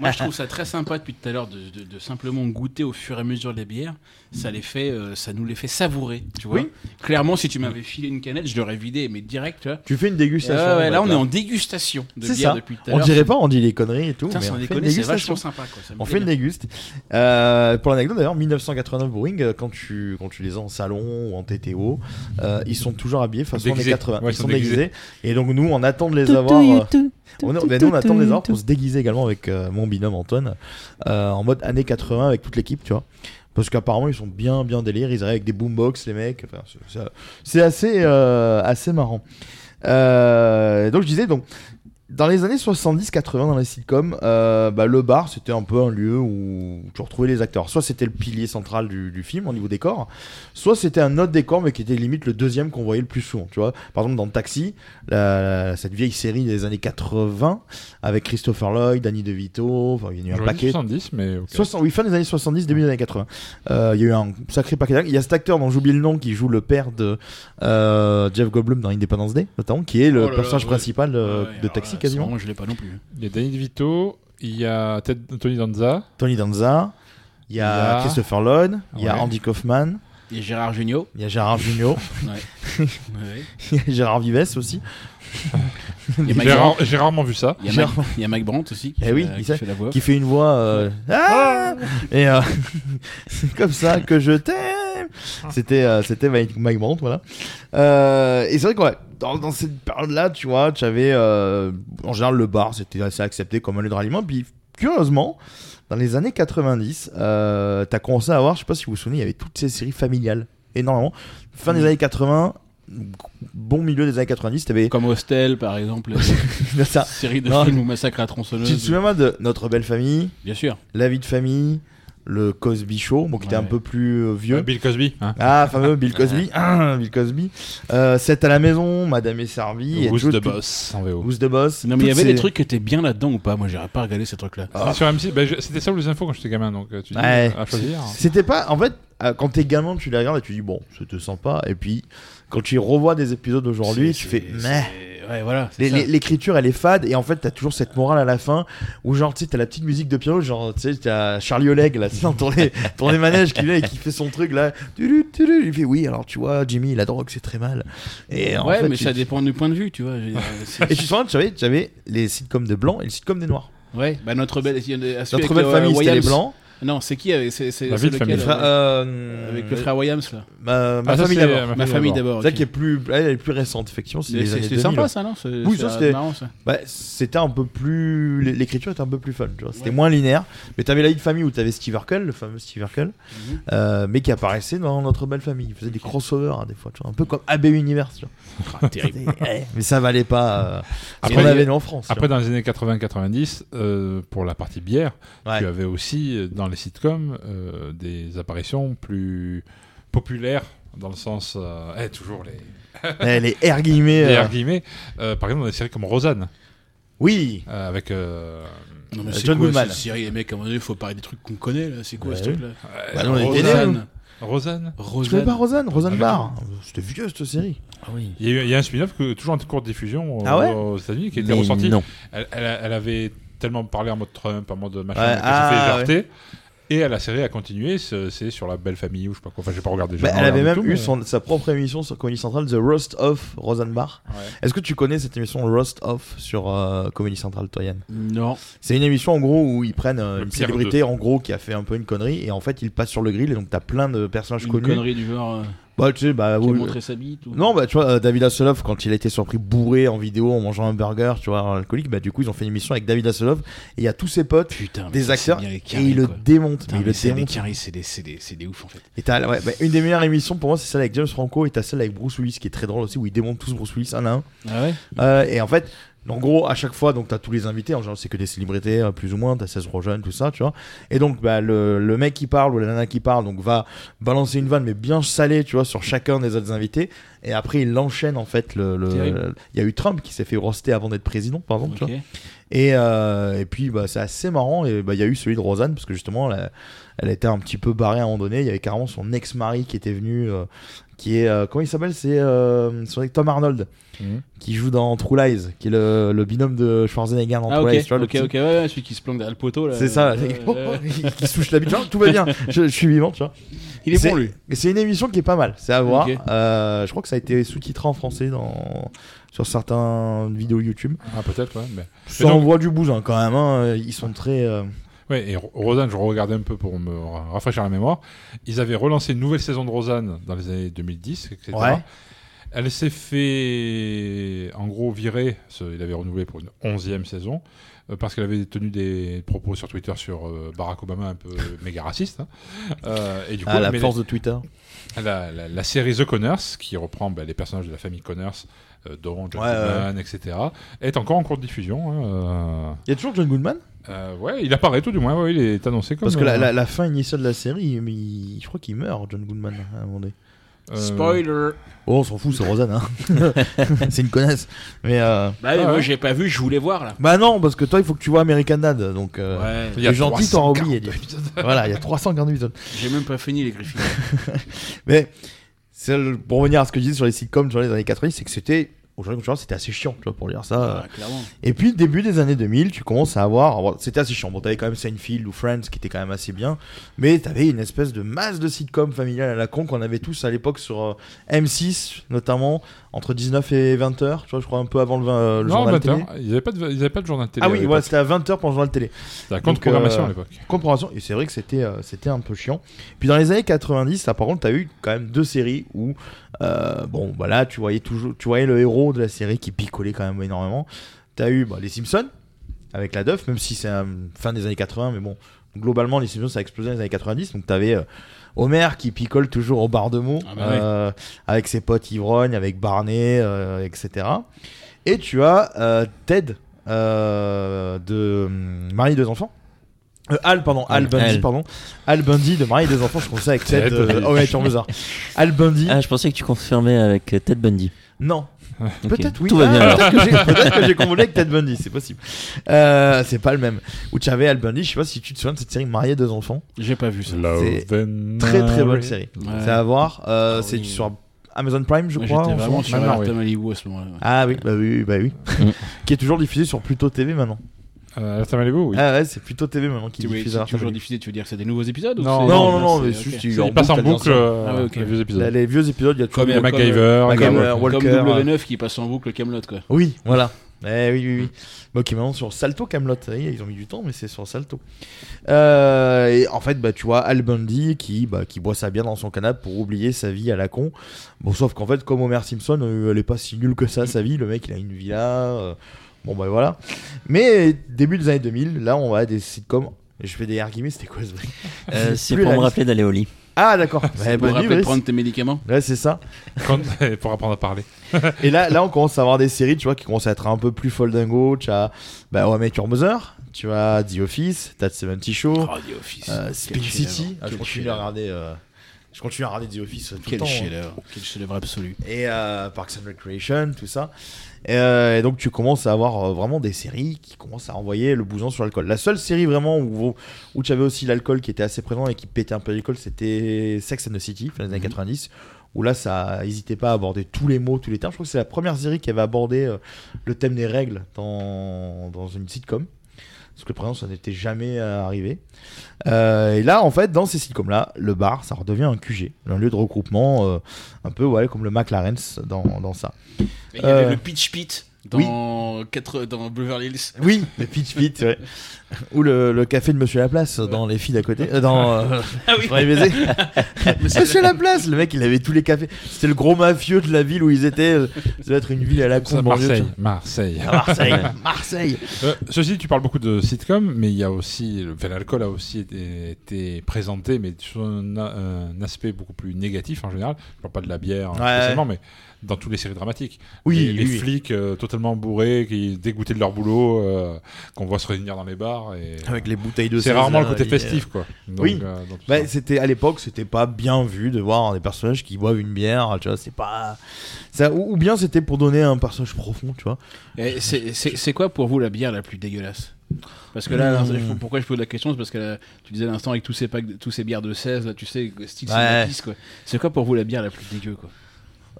[SPEAKER 7] Moi, je trouve ça très sympa depuis tout à l'heure de, de- de simplement goûter au fur et à mesure des bières. Ça les fait, euh, ça nous les fait savourer, tu vois.
[SPEAKER 5] Oui.
[SPEAKER 7] Clairement, si tu m'avais filé une canette, je l'aurais vidée, mais direct, tu vois.
[SPEAKER 5] Tu fais une
[SPEAKER 7] Et
[SPEAKER 5] dégustation.
[SPEAKER 7] ouais, ouais, là,
[SPEAKER 5] donc,
[SPEAKER 7] on est en dégustation de
[SPEAKER 5] C'est
[SPEAKER 7] bière
[SPEAKER 5] ça.
[SPEAKER 7] depuis tout à
[SPEAKER 5] On
[SPEAKER 7] l'heure.
[SPEAKER 5] dirait pas, on dit les conneries et tout.
[SPEAKER 7] Putain,
[SPEAKER 5] mais
[SPEAKER 7] sans
[SPEAKER 5] on fait une
[SPEAKER 7] déconner, c'est
[SPEAKER 5] dégustation.
[SPEAKER 7] vachement sympa, quoi. Ça me
[SPEAKER 5] On
[SPEAKER 7] plaît
[SPEAKER 5] fait une
[SPEAKER 7] bien.
[SPEAKER 5] déguste. Euh, pour l'anecdote d'ailleurs, 1989 Boeing, euh, quand tu, quand tu les as en salon ou en TTO, euh, ils sont toujours habillés façon années
[SPEAKER 8] Déguisés.
[SPEAKER 5] 80.
[SPEAKER 8] Ouais,
[SPEAKER 5] ils sont déguisés. Et donc nous, on attend de les avoir. euh, on, est- ben, nous, on attend de les avoir pour se déguiser également avec euh, mon binôme Antoine, euh, en mode années 80 avec toute l'équipe, tu vois. Parce qu'apparemment, ils sont bien, bien délire. Ils arrivent avec des boombox, les mecs. Enfin, c'est- c'est- c'est assez, euh, assez marrant. Euh, donc je disais, donc, dans les années 70-80, dans les sitcoms, euh, bah, le bar, c'était un peu un lieu où tu retrouvais les acteurs. Soit c'était le pilier central du, du film au niveau décor, soit c'était un autre décor, mais qui était limite le deuxième qu'on voyait le plus souvent. Tu vois Par exemple, dans Taxi, la- la- cette vieille série des années 80, avec Christopher Lloyd, Danny DeVito, enfin, il y en a eu un
[SPEAKER 8] J'aurais dit
[SPEAKER 5] paquet.
[SPEAKER 8] 70, mais ok.
[SPEAKER 5] 60, oui, fin des années 70, début des années 80. Euh, Il y a eu un sacré paquet d'actes. Il y a cet acteur dont j'oublie le nom qui joue le père de euh, Jeff Goldblum dans Independence Day, notamment, qui est le
[SPEAKER 7] Oh là là,
[SPEAKER 5] personnage
[SPEAKER 7] ouais.
[SPEAKER 5] principal euh,
[SPEAKER 7] Ouais,
[SPEAKER 5] de
[SPEAKER 7] alors
[SPEAKER 5] Taxi
[SPEAKER 7] là,
[SPEAKER 5] quasiment.
[SPEAKER 7] sûrement, je l'ai pas non plus.
[SPEAKER 8] Il y a Danny DeVito, il y a Ted- Tony Danza,
[SPEAKER 5] Tony Danza, il y a
[SPEAKER 8] Il y a-
[SPEAKER 5] Christopher Lloyd, il y a
[SPEAKER 8] Ouais.
[SPEAKER 5] Andy Kaufman,
[SPEAKER 7] Il y a Gérard Jugnot.
[SPEAKER 5] Il y a Gérard Jugnot.
[SPEAKER 7] ouais.
[SPEAKER 5] Il y a Gérard Vives aussi.
[SPEAKER 8] J'ai rarement vu ça.
[SPEAKER 7] Il y a, Mike, il y a Mike Brandt aussi qui,
[SPEAKER 5] Eh
[SPEAKER 7] fait,
[SPEAKER 5] oui,
[SPEAKER 7] la-
[SPEAKER 5] il
[SPEAKER 7] qui
[SPEAKER 5] sait-
[SPEAKER 7] fait la voix.
[SPEAKER 5] qui fait une voix. euh, Ah Et euh, c'est comme ça que je t'aime. C'était euh, c'était Mike Mike Brandt, voilà. Euh, et c'est vrai que ouais, dans, dans cette période-là, tu vois, tu avais euh, en général le bar, c'était assez accepté comme un lieu de ralliement. Puis curieusement, dans les années 90, euh, t'as commencé à avoir, je sais pas si vous vous souvenez, il y avait toutes ces séries familiales énormément. Fin des années 80. Bon milieu des années 90, t'avais.
[SPEAKER 7] Comme Hostel, par exemple.
[SPEAKER 5] ça.
[SPEAKER 7] Série de
[SPEAKER 5] Non,
[SPEAKER 7] films où massacre à la tronçonneuse.
[SPEAKER 5] tu te souviens pas de Notre Belle Famille
[SPEAKER 7] Bien sûr.
[SPEAKER 5] La Vie de Famille le Cosby Show, bon, qui était un
[SPEAKER 7] Ouais.
[SPEAKER 5] peu plus euh, vieux.
[SPEAKER 8] Euh, Bill Cosby. hein.
[SPEAKER 5] Ah, fameux Bill Cosby. Ah, Bill Cosby. Euh, 7 à la maison, Madame est servie.
[SPEAKER 8] Who's
[SPEAKER 5] tout-
[SPEAKER 8] the
[SPEAKER 5] tout-
[SPEAKER 8] boss en VO.
[SPEAKER 5] Who's the boss.
[SPEAKER 7] Non, mais il y
[SPEAKER 5] Toutes
[SPEAKER 7] avait
[SPEAKER 5] ces- Ah,
[SPEAKER 7] des trucs qui étaient bien là-dedans ou pas Moi, j'aurais pas regardé ces trucs-là.
[SPEAKER 8] C'est Sur M6, bah, je- c'était ça ou les infos quand j'étais gamin, donc euh, tu dis
[SPEAKER 5] Ouais.
[SPEAKER 8] à choisir.
[SPEAKER 7] hein.
[SPEAKER 5] C'était pas. En fait, euh, quand t'es gamin, tu les regardes et tu dis, bon, c'était sympa. Et puis, quand tu revois des épisodes aujourd'hui, tu fais, mais.
[SPEAKER 7] Ouais, voilà. c'est
[SPEAKER 5] Les-
[SPEAKER 7] ça.
[SPEAKER 5] les- L'écriture elle est fade et en fait t'as toujours cette morale à la fin où genre tu sais t'as la petite musique de piano genre tu sais t'as Charlie Oleg là tu sais dans ton, ton manège qui vient et qui fait son truc là Tudu, tudu. il fait oui alors tu vois Jimmy la drogue c'est très mal et en
[SPEAKER 7] ouais,
[SPEAKER 5] fait,
[SPEAKER 7] mais
[SPEAKER 5] tu-
[SPEAKER 7] ça dépend du point de vue, tu vois. je veux dire, c'est-
[SPEAKER 5] et tu te souviens tu savais tu savais les sitcoms de blancs et les sitcoms des noirs
[SPEAKER 7] Ouais, bah notre belle, il y en a- celui
[SPEAKER 5] notre
[SPEAKER 7] avec
[SPEAKER 5] belle
[SPEAKER 7] le-
[SPEAKER 5] famille c'était les
[SPEAKER 7] euh, Williams.
[SPEAKER 5] blancs
[SPEAKER 7] Non, c'est qui avec c'est c'est
[SPEAKER 8] La
[SPEAKER 7] c'est
[SPEAKER 8] vie de famille.
[SPEAKER 7] lequel,
[SPEAKER 5] Fra-
[SPEAKER 7] euh,
[SPEAKER 5] euh,
[SPEAKER 7] avec le frère Williams là.
[SPEAKER 5] ma, ma
[SPEAKER 8] Ah, ça,
[SPEAKER 5] famille
[SPEAKER 8] c'est-
[SPEAKER 5] d'abord
[SPEAKER 8] ma
[SPEAKER 7] Ma famille d'abord.
[SPEAKER 5] celle
[SPEAKER 7] euh, ok.
[SPEAKER 5] qui est plus elle est plus récente effectivement c'est
[SPEAKER 7] Mais
[SPEAKER 5] les
[SPEAKER 7] c'est-
[SPEAKER 5] années
[SPEAKER 7] C'était
[SPEAKER 5] 2000,
[SPEAKER 7] sympa
[SPEAKER 5] ouais.
[SPEAKER 7] ça, non C'est-
[SPEAKER 5] Oui, ça,
[SPEAKER 7] c'est
[SPEAKER 5] c'était-
[SPEAKER 7] marrant ça.
[SPEAKER 5] Bah, c'était un peu plus. l'é- L'écriture était un peu plus fun, tu vois. C'était
[SPEAKER 7] Ouais.
[SPEAKER 5] moins linéaire. Mais t'avais la vie de famille où t'avais Steve Urkel, le fameux Steve Urkel,
[SPEAKER 7] Mhm.
[SPEAKER 5] euh, mais qui apparaissait dans Notre Belle Famille. Il faisait des crossovers, hein, des fois, tu vois. Un peu comme AB Universe, tu vois. C'était- eh, mais ça valait pas. euh, ce
[SPEAKER 8] Ah, Après,
[SPEAKER 5] qu'on
[SPEAKER 8] il y a-
[SPEAKER 5] avait en France. tu
[SPEAKER 8] Après,
[SPEAKER 5] vois.
[SPEAKER 8] dans les années 80-90, euh, pour la partie bière,
[SPEAKER 5] Ouais.
[SPEAKER 8] tu avais aussi euh, dans les sitcoms euh, des apparitions plus populaires, dans le sens. euh, eh, toujours les.
[SPEAKER 5] Eh, les R guillemets.
[SPEAKER 8] les
[SPEAKER 5] euh,
[SPEAKER 8] R guillemets. Euh, par exemple, dans des séries comme Rosanne,
[SPEAKER 5] Oui.
[SPEAKER 8] euh, avec. euh,
[SPEAKER 7] Non, mais
[SPEAKER 5] Euh,
[SPEAKER 7] c'est
[SPEAKER 5] John
[SPEAKER 7] quoi,
[SPEAKER 5] Goodman.
[SPEAKER 7] cette série, les mecs, à un moment donné, faut parler des trucs qu'on connaît là. C'est quoi
[SPEAKER 5] Ouais.
[SPEAKER 7] ce truc là
[SPEAKER 5] Bah non, on était nés, nous.
[SPEAKER 7] Rosanne.
[SPEAKER 8] euh, Rosanne Ah,
[SPEAKER 5] Tu connais pas Rosanne
[SPEAKER 7] Rosanne.
[SPEAKER 5] Rosanne
[SPEAKER 8] Avec-
[SPEAKER 5] Barr C'était vieux cette série.
[SPEAKER 8] Il y a, eu- il y a un spin-off que- toujours en cours de diffusion euh,
[SPEAKER 5] Ah ouais
[SPEAKER 8] aux États-Unis qui était
[SPEAKER 9] Mais
[SPEAKER 8] ressorti.
[SPEAKER 9] non.
[SPEAKER 8] Elle, elle a- elle avait tellement parlé en mode Trump, en mode machin,
[SPEAKER 5] Ouais,
[SPEAKER 8] qu'elle
[SPEAKER 5] ah,
[SPEAKER 8] s'est fait jarter. Et euh, la série a continué, c'est c'est sur la belle famille ou je sais pas quoi. Enfin, j'ai pas regardé. j'ai
[SPEAKER 5] Bah,
[SPEAKER 8] pas
[SPEAKER 5] elle avait
[SPEAKER 8] regardé
[SPEAKER 5] même
[SPEAKER 8] tout,
[SPEAKER 5] eu
[SPEAKER 8] mais-
[SPEAKER 5] son- sa propre émission sur Comedy Central, The Roast of Rosanne Barr.
[SPEAKER 8] Ouais.
[SPEAKER 5] Est-ce que tu connais cette émission Roast of sur euh, Comedy Central, toi, Yann
[SPEAKER 7] Non.
[SPEAKER 5] C'est une émission en gros où ils prennent euh,
[SPEAKER 8] Le
[SPEAKER 5] une
[SPEAKER 8] pire
[SPEAKER 5] célébrité en gros qui a fait un peu une connerie et en fait ils passent sur le grill et donc t'as plein de personnages
[SPEAKER 7] Une
[SPEAKER 5] connus.
[SPEAKER 7] connerie du genre. euh,
[SPEAKER 5] Bah tu sais bah
[SPEAKER 7] qui a
[SPEAKER 5] oui.
[SPEAKER 7] montré sa bite ou-
[SPEAKER 5] Non bah tu vois euh, David Hasselhoff quand il a été surpris bourré en vidéo en mangeant un burger tu vois alcoolique bah du coup ils ont fait une émission avec David Hasselhoff et il y a tous ses potes
[SPEAKER 7] Putain, Ah, mais
[SPEAKER 5] des
[SPEAKER 7] ça, c'est
[SPEAKER 5] acteurs
[SPEAKER 7] bien les
[SPEAKER 5] et
[SPEAKER 7] carrés,
[SPEAKER 5] ils le
[SPEAKER 7] quoi.
[SPEAKER 5] démontent
[SPEAKER 7] Putain,
[SPEAKER 5] mais
[SPEAKER 7] mais
[SPEAKER 5] ils le
[SPEAKER 7] c'est des
[SPEAKER 5] démontent.
[SPEAKER 7] carrés, c'est des, c'est des, c'est des ouf en fait.
[SPEAKER 5] Et t'as- ouais, bah, une des meilleures émissions pour moi c'est celle avec James Franco et t'as celle avec Bruce Willis qui est très drôle aussi où ils démontent tous Bruce Willis un à un.
[SPEAKER 7] Ah ouais
[SPEAKER 5] Euh, et en fait, en gros, à chaque fois, donc t'as tous les invités, en général c'est que des célébrités, euh, plus ou moins, t'as 16 Rogen, tout ça, tu vois. Et donc, bah, le, le mec qui parle ou la nana qui parle, donc va balancer une vanne, mais bien salée, tu vois, sur chacun des autres invités. Et après, il l'enchaîne, en fait. le- le-
[SPEAKER 7] Terrible.
[SPEAKER 5] le- Il y a eu Trump qui s'est fait roaster avant d'être président, par exemple, tu
[SPEAKER 7] Ok.
[SPEAKER 5] vois. Et, euh, et puis, bah, c'est assez marrant. Et bah, il y a eu celui de Rosanne, parce que justement, elle, elle était un petit peu barrée à un moment donné. Il y avait carrément son ex-mari qui était venu, euh, qui est. euh, comment il s'appelle C'est euh, son- Tom Arnold,
[SPEAKER 8] Mhm.
[SPEAKER 5] qui joue dans True Lies, qui est le, le binôme de Schwarzenegger dans
[SPEAKER 7] Ah
[SPEAKER 5] True
[SPEAKER 7] ok,
[SPEAKER 5] Lies. tu vois, le
[SPEAKER 7] ok,
[SPEAKER 5] petit-
[SPEAKER 7] ok, ouais, ouais, celui qui se planque derrière le poteau là.
[SPEAKER 5] C'est ça,
[SPEAKER 7] Euh, euh,
[SPEAKER 5] qui, qui se touche la bite. Genre, tout va bien, je, je suis vivant, tu vois.
[SPEAKER 7] Il est
[SPEAKER 5] C'est-
[SPEAKER 7] bon lui.
[SPEAKER 5] Et c'est une émission qui est pas mal, c'est à voir.
[SPEAKER 7] Ok.
[SPEAKER 5] Euh, je crois que ça a été sous-titré en français dans, sur certaines vidéos YouTube.
[SPEAKER 8] Ah, peut-être, ouais. Mais...
[SPEAKER 5] Ça
[SPEAKER 8] donc-
[SPEAKER 5] envoie du bousin quand même, hein, ils sont très. euh,
[SPEAKER 8] Ouais, et Ro- Rosanne, je regardais un peu pour me ra- rafraîchir la mémoire. Ils avaient relancé une nouvelle saison de Rosanne dans les années 2010, etc.
[SPEAKER 5] Ouais.
[SPEAKER 8] Elle s'est fait, en gros, virer. ce- Il avait renouvelé pour une onzième saison euh, parce qu'elle avait tenu des propos sur Twitter sur euh, Barack Obama un peu méga raciste. hein. Euh, et du coup,
[SPEAKER 5] à la
[SPEAKER 8] mais-
[SPEAKER 5] force de Twitter.
[SPEAKER 8] la, la- la série The Conners, qui reprend bah, les personnages de la famille Conners, euh, dont John
[SPEAKER 5] Ouais,
[SPEAKER 8] Goodman, etc., est encore en cours de diffusion. hein,
[SPEAKER 5] Il y a toujours John Goodman
[SPEAKER 8] euh, euh, ouais, il apparaît tout du moins, ouais, il est annoncé comme.
[SPEAKER 5] Parce que la,
[SPEAKER 8] euh,
[SPEAKER 5] la- la fin initiale de la série, il- il- je crois qu'il meurt, John Goodman, à un moment donné.
[SPEAKER 8] euh,
[SPEAKER 7] Spoiler.
[SPEAKER 5] Oh, on s'en fout, c'est Rosanne, hein. c'est une connasse. Mais euh,
[SPEAKER 7] Bah oui,
[SPEAKER 8] Ah
[SPEAKER 7] moi
[SPEAKER 8] ouais.
[SPEAKER 7] j'ai pas vu, je voulais voir là.
[SPEAKER 5] bah non, parce que toi, il faut que tu vois American Dad, donc euh,
[SPEAKER 7] Ouais.
[SPEAKER 8] Il y a
[SPEAKER 5] les gentils t'auras oublié.
[SPEAKER 8] 340
[SPEAKER 5] dis. voilà, il y a 340 épisodes.
[SPEAKER 7] J'ai même pas fini les Griffins.
[SPEAKER 5] Mais c'est le- pour revenir à ce que je disais sur les sitcoms genre les années 90, c'est que c'était Aujourd'hui, genre, c'était assez chiant, tu vois, pour lire ça. Ah, et puis, début des années 2000, tu commences à avoir. Bon, c'était assez chiant. Bon, t'avais quand même Seinfeld ou Friends qui était quand même assez bien. Mais t'avais une espèce de masse de sitcoms familiales à la con qu'on avait tous à l'époque sur euh, M6, notamment, entre 19 et 20h. Tu vois, je crois un peu avant le, 20, euh, le
[SPEAKER 8] non,
[SPEAKER 5] journal
[SPEAKER 8] 20
[SPEAKER 5] télé.
[SPEAKER 8] Ils n'avaient pas, de- ils avaient pas de journal télé.
[SPEAKER 5] Ah
[SPEAKER 8] à
[SPEAKER 5] oui,
[SPEAKER 8] l'époque.
[SPEAKER 5] voilà, c'était à 20h pour le journal télé.
[SPEAKER 8] C'était un compte programmation à l'époque.
[SPEAKER 5] Compte programmation, et c'est vrai que c'était euh, c'était un peu chiant. Puis dans les années 90, là, par contre, t'as eu quand même deux séries où, euh, bon, voilà, tu voyais toujours, tu voyais le héros de la série qui picolait quand même énormément. T'as eu bah, les Simpsons avec la Duff, même si c'est euh, fin des années 80, mais bon, globalement, les Simpsons ça a explosé dans les années 90, donc t'avais euh, Homer qui picole toujours au bar de Meaux,
[SPEAKER 7] bah oui.
[SPEAKER 5] euh, avec ses potes ivrognes, avec Barney, euh, etc. Et tu as euh, Ted euh, de hum, Marie et deux enfants. Euh, Al, pardon, Al
[SPEAKER 9] Al.
[SPEAKER 5] Bundy,
[SPEAKER 9] Al.
[SPEAKER 5] pardon. Al Bundy de Marie et deux enfants, je pensais avec Ted.
[SPEAKER 9] Ted
[SPEAKER 5] euh,
[SPEAKER 9] Bundy.
[SPEAKER 5] oh, ouais, tu en veux ça. Al Bundy.
[SPEAKER 9] Ah, je pensais que tu confirmais avec euh, Ted Bundy.
[SPEAKER 5] Non.
[SPEAKER 9] Ok.
[SPEAKER 5] Peut-être oui.
[SPEAKER 9] Tout va
[SPEAKER 5] Ah,
[SPEAKER 9] bien alors.
[SPEAKER 5] peut-être que j'ai- Peut-être que j'ai confondu avec Ted Bundy, c'est possible. Euh, c'est pas le même. Ou tu avais Al Bundy, je sais pas si tu te souviens de cette série Marié deux enfants.
[SPEAKER 7] J'ai pas vu ça.
[SPEAKER 5] C'est
[SPEAKER 8] and
[SPEAKER 5] très très bonne
[SPEAKER 8] Married.
[SPEAKER 5] série.
[SPEAKER 7] Ouais.
[SPEAKER 5] C'est à voir. Euh, c'est
[SPEAKER 7] oui.
[SPEAKER 5] sur Amazon Prime, je
[SPEAKER 7] Moi,
[SPEAKER 5] crois.
[SPEAKER 7] j'étais
[SPEAKER 5] en ce
[SPEAKER 7] vraiment
[SPEAKER 5] moment.
[SPEAKER 7] sur
[SPEAKER 5] Maintenant, Ah oui.
[SPEAKER 7] Artem Aliou à ce moment-là. ouais.
[SPEAKER 5] Ah oui, bah oui, bah oui. qui est toujours diffusé sur Pluto TV maintenant.
[SPEAKER 8] Euh, Artem Malibu, oui.
[SPEAKER 5] Ah ouais, c'est Pluto TV maintenant qui
[SPEAKER 7] Tu veux-
[SPEAKER 5] diffuse
[SPEAKER 7] c'est
[SPEAKER 5] Artem
[SPEAKER 7] toujours
[SPEAKER 5] Aliou.
[SPEAKER 7] diffusé, tu veux dire que c'est des nouveaux épisodes ou
[SPEAKER 8] Non,
[SPEAKER 7] c'est-
[SPEAKER 5] Non, non, non, mais
[SPEAKER 7] c'est- ok.
[SPEAKER 5] juste,
[SPEAKER 8] Il,
[SPEAKER 5] il en
[SPEAKER 8] passe en
[SPEAKER 5] boucle,
[SPEAKER 8] boucle
[SPEAKER 5] elle
[SPEAKER 8] euh,
[SPEAKER 7] Ah ouais, ok.
[SPEAKER 8] les vieux épisodes.
[SPEAKER 5] Là, les vieux épisodes, il y a toujours
[SPEAKER 7] Comme-
[SPEAKER 5] des-
[SPEAKER 7] comme-
[SPEAKER 8] MacGyver, euh,
[SPEAKER 7] comme-
[SPEAKER 5] MacGyver,
[SPEAKER 7] comme
[SPEAKER 5] euh, Walker,
[SPEAKER 7] W9 qui passe en boucle Camelot quoi.
[SPEAKER 5] Oui, voilà. Eh oui, oui, oui. Bah, ok, maintenant sur Salto Camelot, ils ont mis du temps, mais c'est sur Salto. Euh, et en fait, bah, tu vois Al Bundy qui, bah, qui boit sa bière dans son canapé pour oublier sa vie à la con. Bon, sauf qu'en fait, comme Homer Simpson, euh, elle est pas si nulle que ça, sa vie. Le mec, il a une villa. euh, bon, bah voilà. Mais début des années 2000, là, on va à des sitcoms. Je fais des air guillemets, c'était quoi ce truc
[SPEAKER 9] Euh,
[SPEAKER 5] C'est
[SPEAKER 9] c'est
[SPEAKER 5] plus
[SPEAKER 9] pour me
[SPEAKER 5] réaliste.
[SPEAKER 9] rappeler d'aller au lit.
[SPEAKER 5] Ah, d'accord. Bah,
[SPEAKER 7] C'est pour
[SPEAKER 5] bonne
[SPEAKER 7] rappeler de
[SPEAKER 5] nuit,
[SPEAKER 7] prendre tes médicaments.
[SPEAKER 5] Ouais, c'est ça.
[SPEAKER 8] Quand- pour apprendre à parler.
[SPEAKER 5] Et là, là, on commence à avoir des séries, tu vois, qui commencent à être un peu plus foldingo. Tu as bah, How I Met Your Mother, tu as The Office, That 70 Show,
[SPEAKER 7] Oh, The Office.
[SPEAKER 5] euh, Spin
[SPEAKER 7] Quel chef-d'œuvre.
[SPEAKER 5] City. Ah, je
[SPEAKER 7] Quel
[SPEAKER 5] continue à
[SPEAKER 7] chef-d'œuvre.
[SPEAKER 5] regarder. euh, je continue à regarder The Office euh, tout le
[SPEAKER 7] Quel
[SPEAKER 5] temps.
[SPEAKER 7] chef-d'œuvre. Quel chef-d'œuvre absolu.
[SPEAKER 5] Et euh, Parks and Recreation, tout ça. Et, euh, et donc, tu commences à avoir euh, vraiment des séries qui commencent à envoyer le bouson sur l'alcool. La seule série vraiment où, où tu avais aussi l'alcool qui était assez présent et qui pétait un peu l'alcool, c'était Sex and the City, fin des années 90, où là, ça n'hésitait pas à aborder tous les mots, tous les termes. Je crois que c'est la première série qui avait abordé euh, le thème des règles dans, dans une sitcom. Parce que présent, ça n'était jamais euh, arrivé. Euh, et là, en fait, dans ces sitcoms-là, le bar, ça redevient un QG, un lieu de regroupement, euh, un peu ouais, comme le McLaren's dans, dans ça.
[SPEAKER 7] Et Il y avait
[SPEAKER 5] Euh,
[SPEAKER 7] le pitch pit dans, quatre- dans Beverly Hills.
[SPEAKER 5] Oui, le Pitch Pit, ouais. Ou le, le café de Monsieur Laplace dans Les filles d'à côté. euh, dans, euh,
[SPEAKER 7] Ah oui.
[SPEAKER 5] dans les baisers. Monsieur Laplace, le mec, il avait tous les cafés. C'était le gros mafieux de la ville où ils étaient. Ça doit être une ville à la con.
[SPEAKER 8] Ça,
[SPEAKER 5] banlieue,
[SPEAKER 8] Marseille.
[SPEAKER 5] tu
[SPEAKER 8] Marseille.
[SPEAKER 5] vois. À Marseille, Marseille.
[SPEAKER 8] Euh, ceci, dit, tu parles beaucoup de sitcom, mais il y a aussi, le- enfin, l'alcool a aussi été, été présenté, mais sur un, a- un aspect beaucoup plus négatif en général. Je parle pas de la bière hein,
[SPEAKER 5] Ouais.
[SPEAKER 8] spécialement, mais dans toutes les séries dramatiques.
[SPEAKER 5] Oui,
[SPEAKER 8] les, les
[SPEAKER 5] oui, oui.
[SPEAKER 8] flics euh, totalement bourrés, qui dégoûtés de leur boulot, euh, qu'on voit se réunir dans les bars. Et...
[SPEAKER 5] Avec les bouteilles de
[SPEAKER 8] C'est
[SPEAKER 5] seize,
[SPEAKER 8] rarement le
[SPEAKER 5] là,
[SPEAKER 8] côté
[SPEAKER 5] et, euh,
[SPEAKER 8] festif, quoi. Donc,
[SPEAKER 5] oui.
[SPEAKER 8] euh, dans tout
[SPEAKER 5] Bah,
[SPEAKER 8] ça.
[SPEAKER 5] c'était à l'époque, c'était pas bien vu de voir des personnages qui boivent une bière, tu vois, c'est pas ça ou, ou bien c'était pour donner un personnage profond, tu vois.
[SPEAKER 7] Et C'est c'est- c'est quoi pour vous la bière la plus dégueulasse parce que là,
[SPEAKER 5] Mmh.
[SPEAKER 7] je sais pas pourquoi je pose la question, c'est parce que là, tu disais à l'instant avec tous ces packs, tous ces bières de 16, là, tu sais, style c'est
[SPEAKER 5] Ouais.
[SPEAKER 7] la pisse, quoi. C'est quoi pour vous la bière la plus dégueu, quoi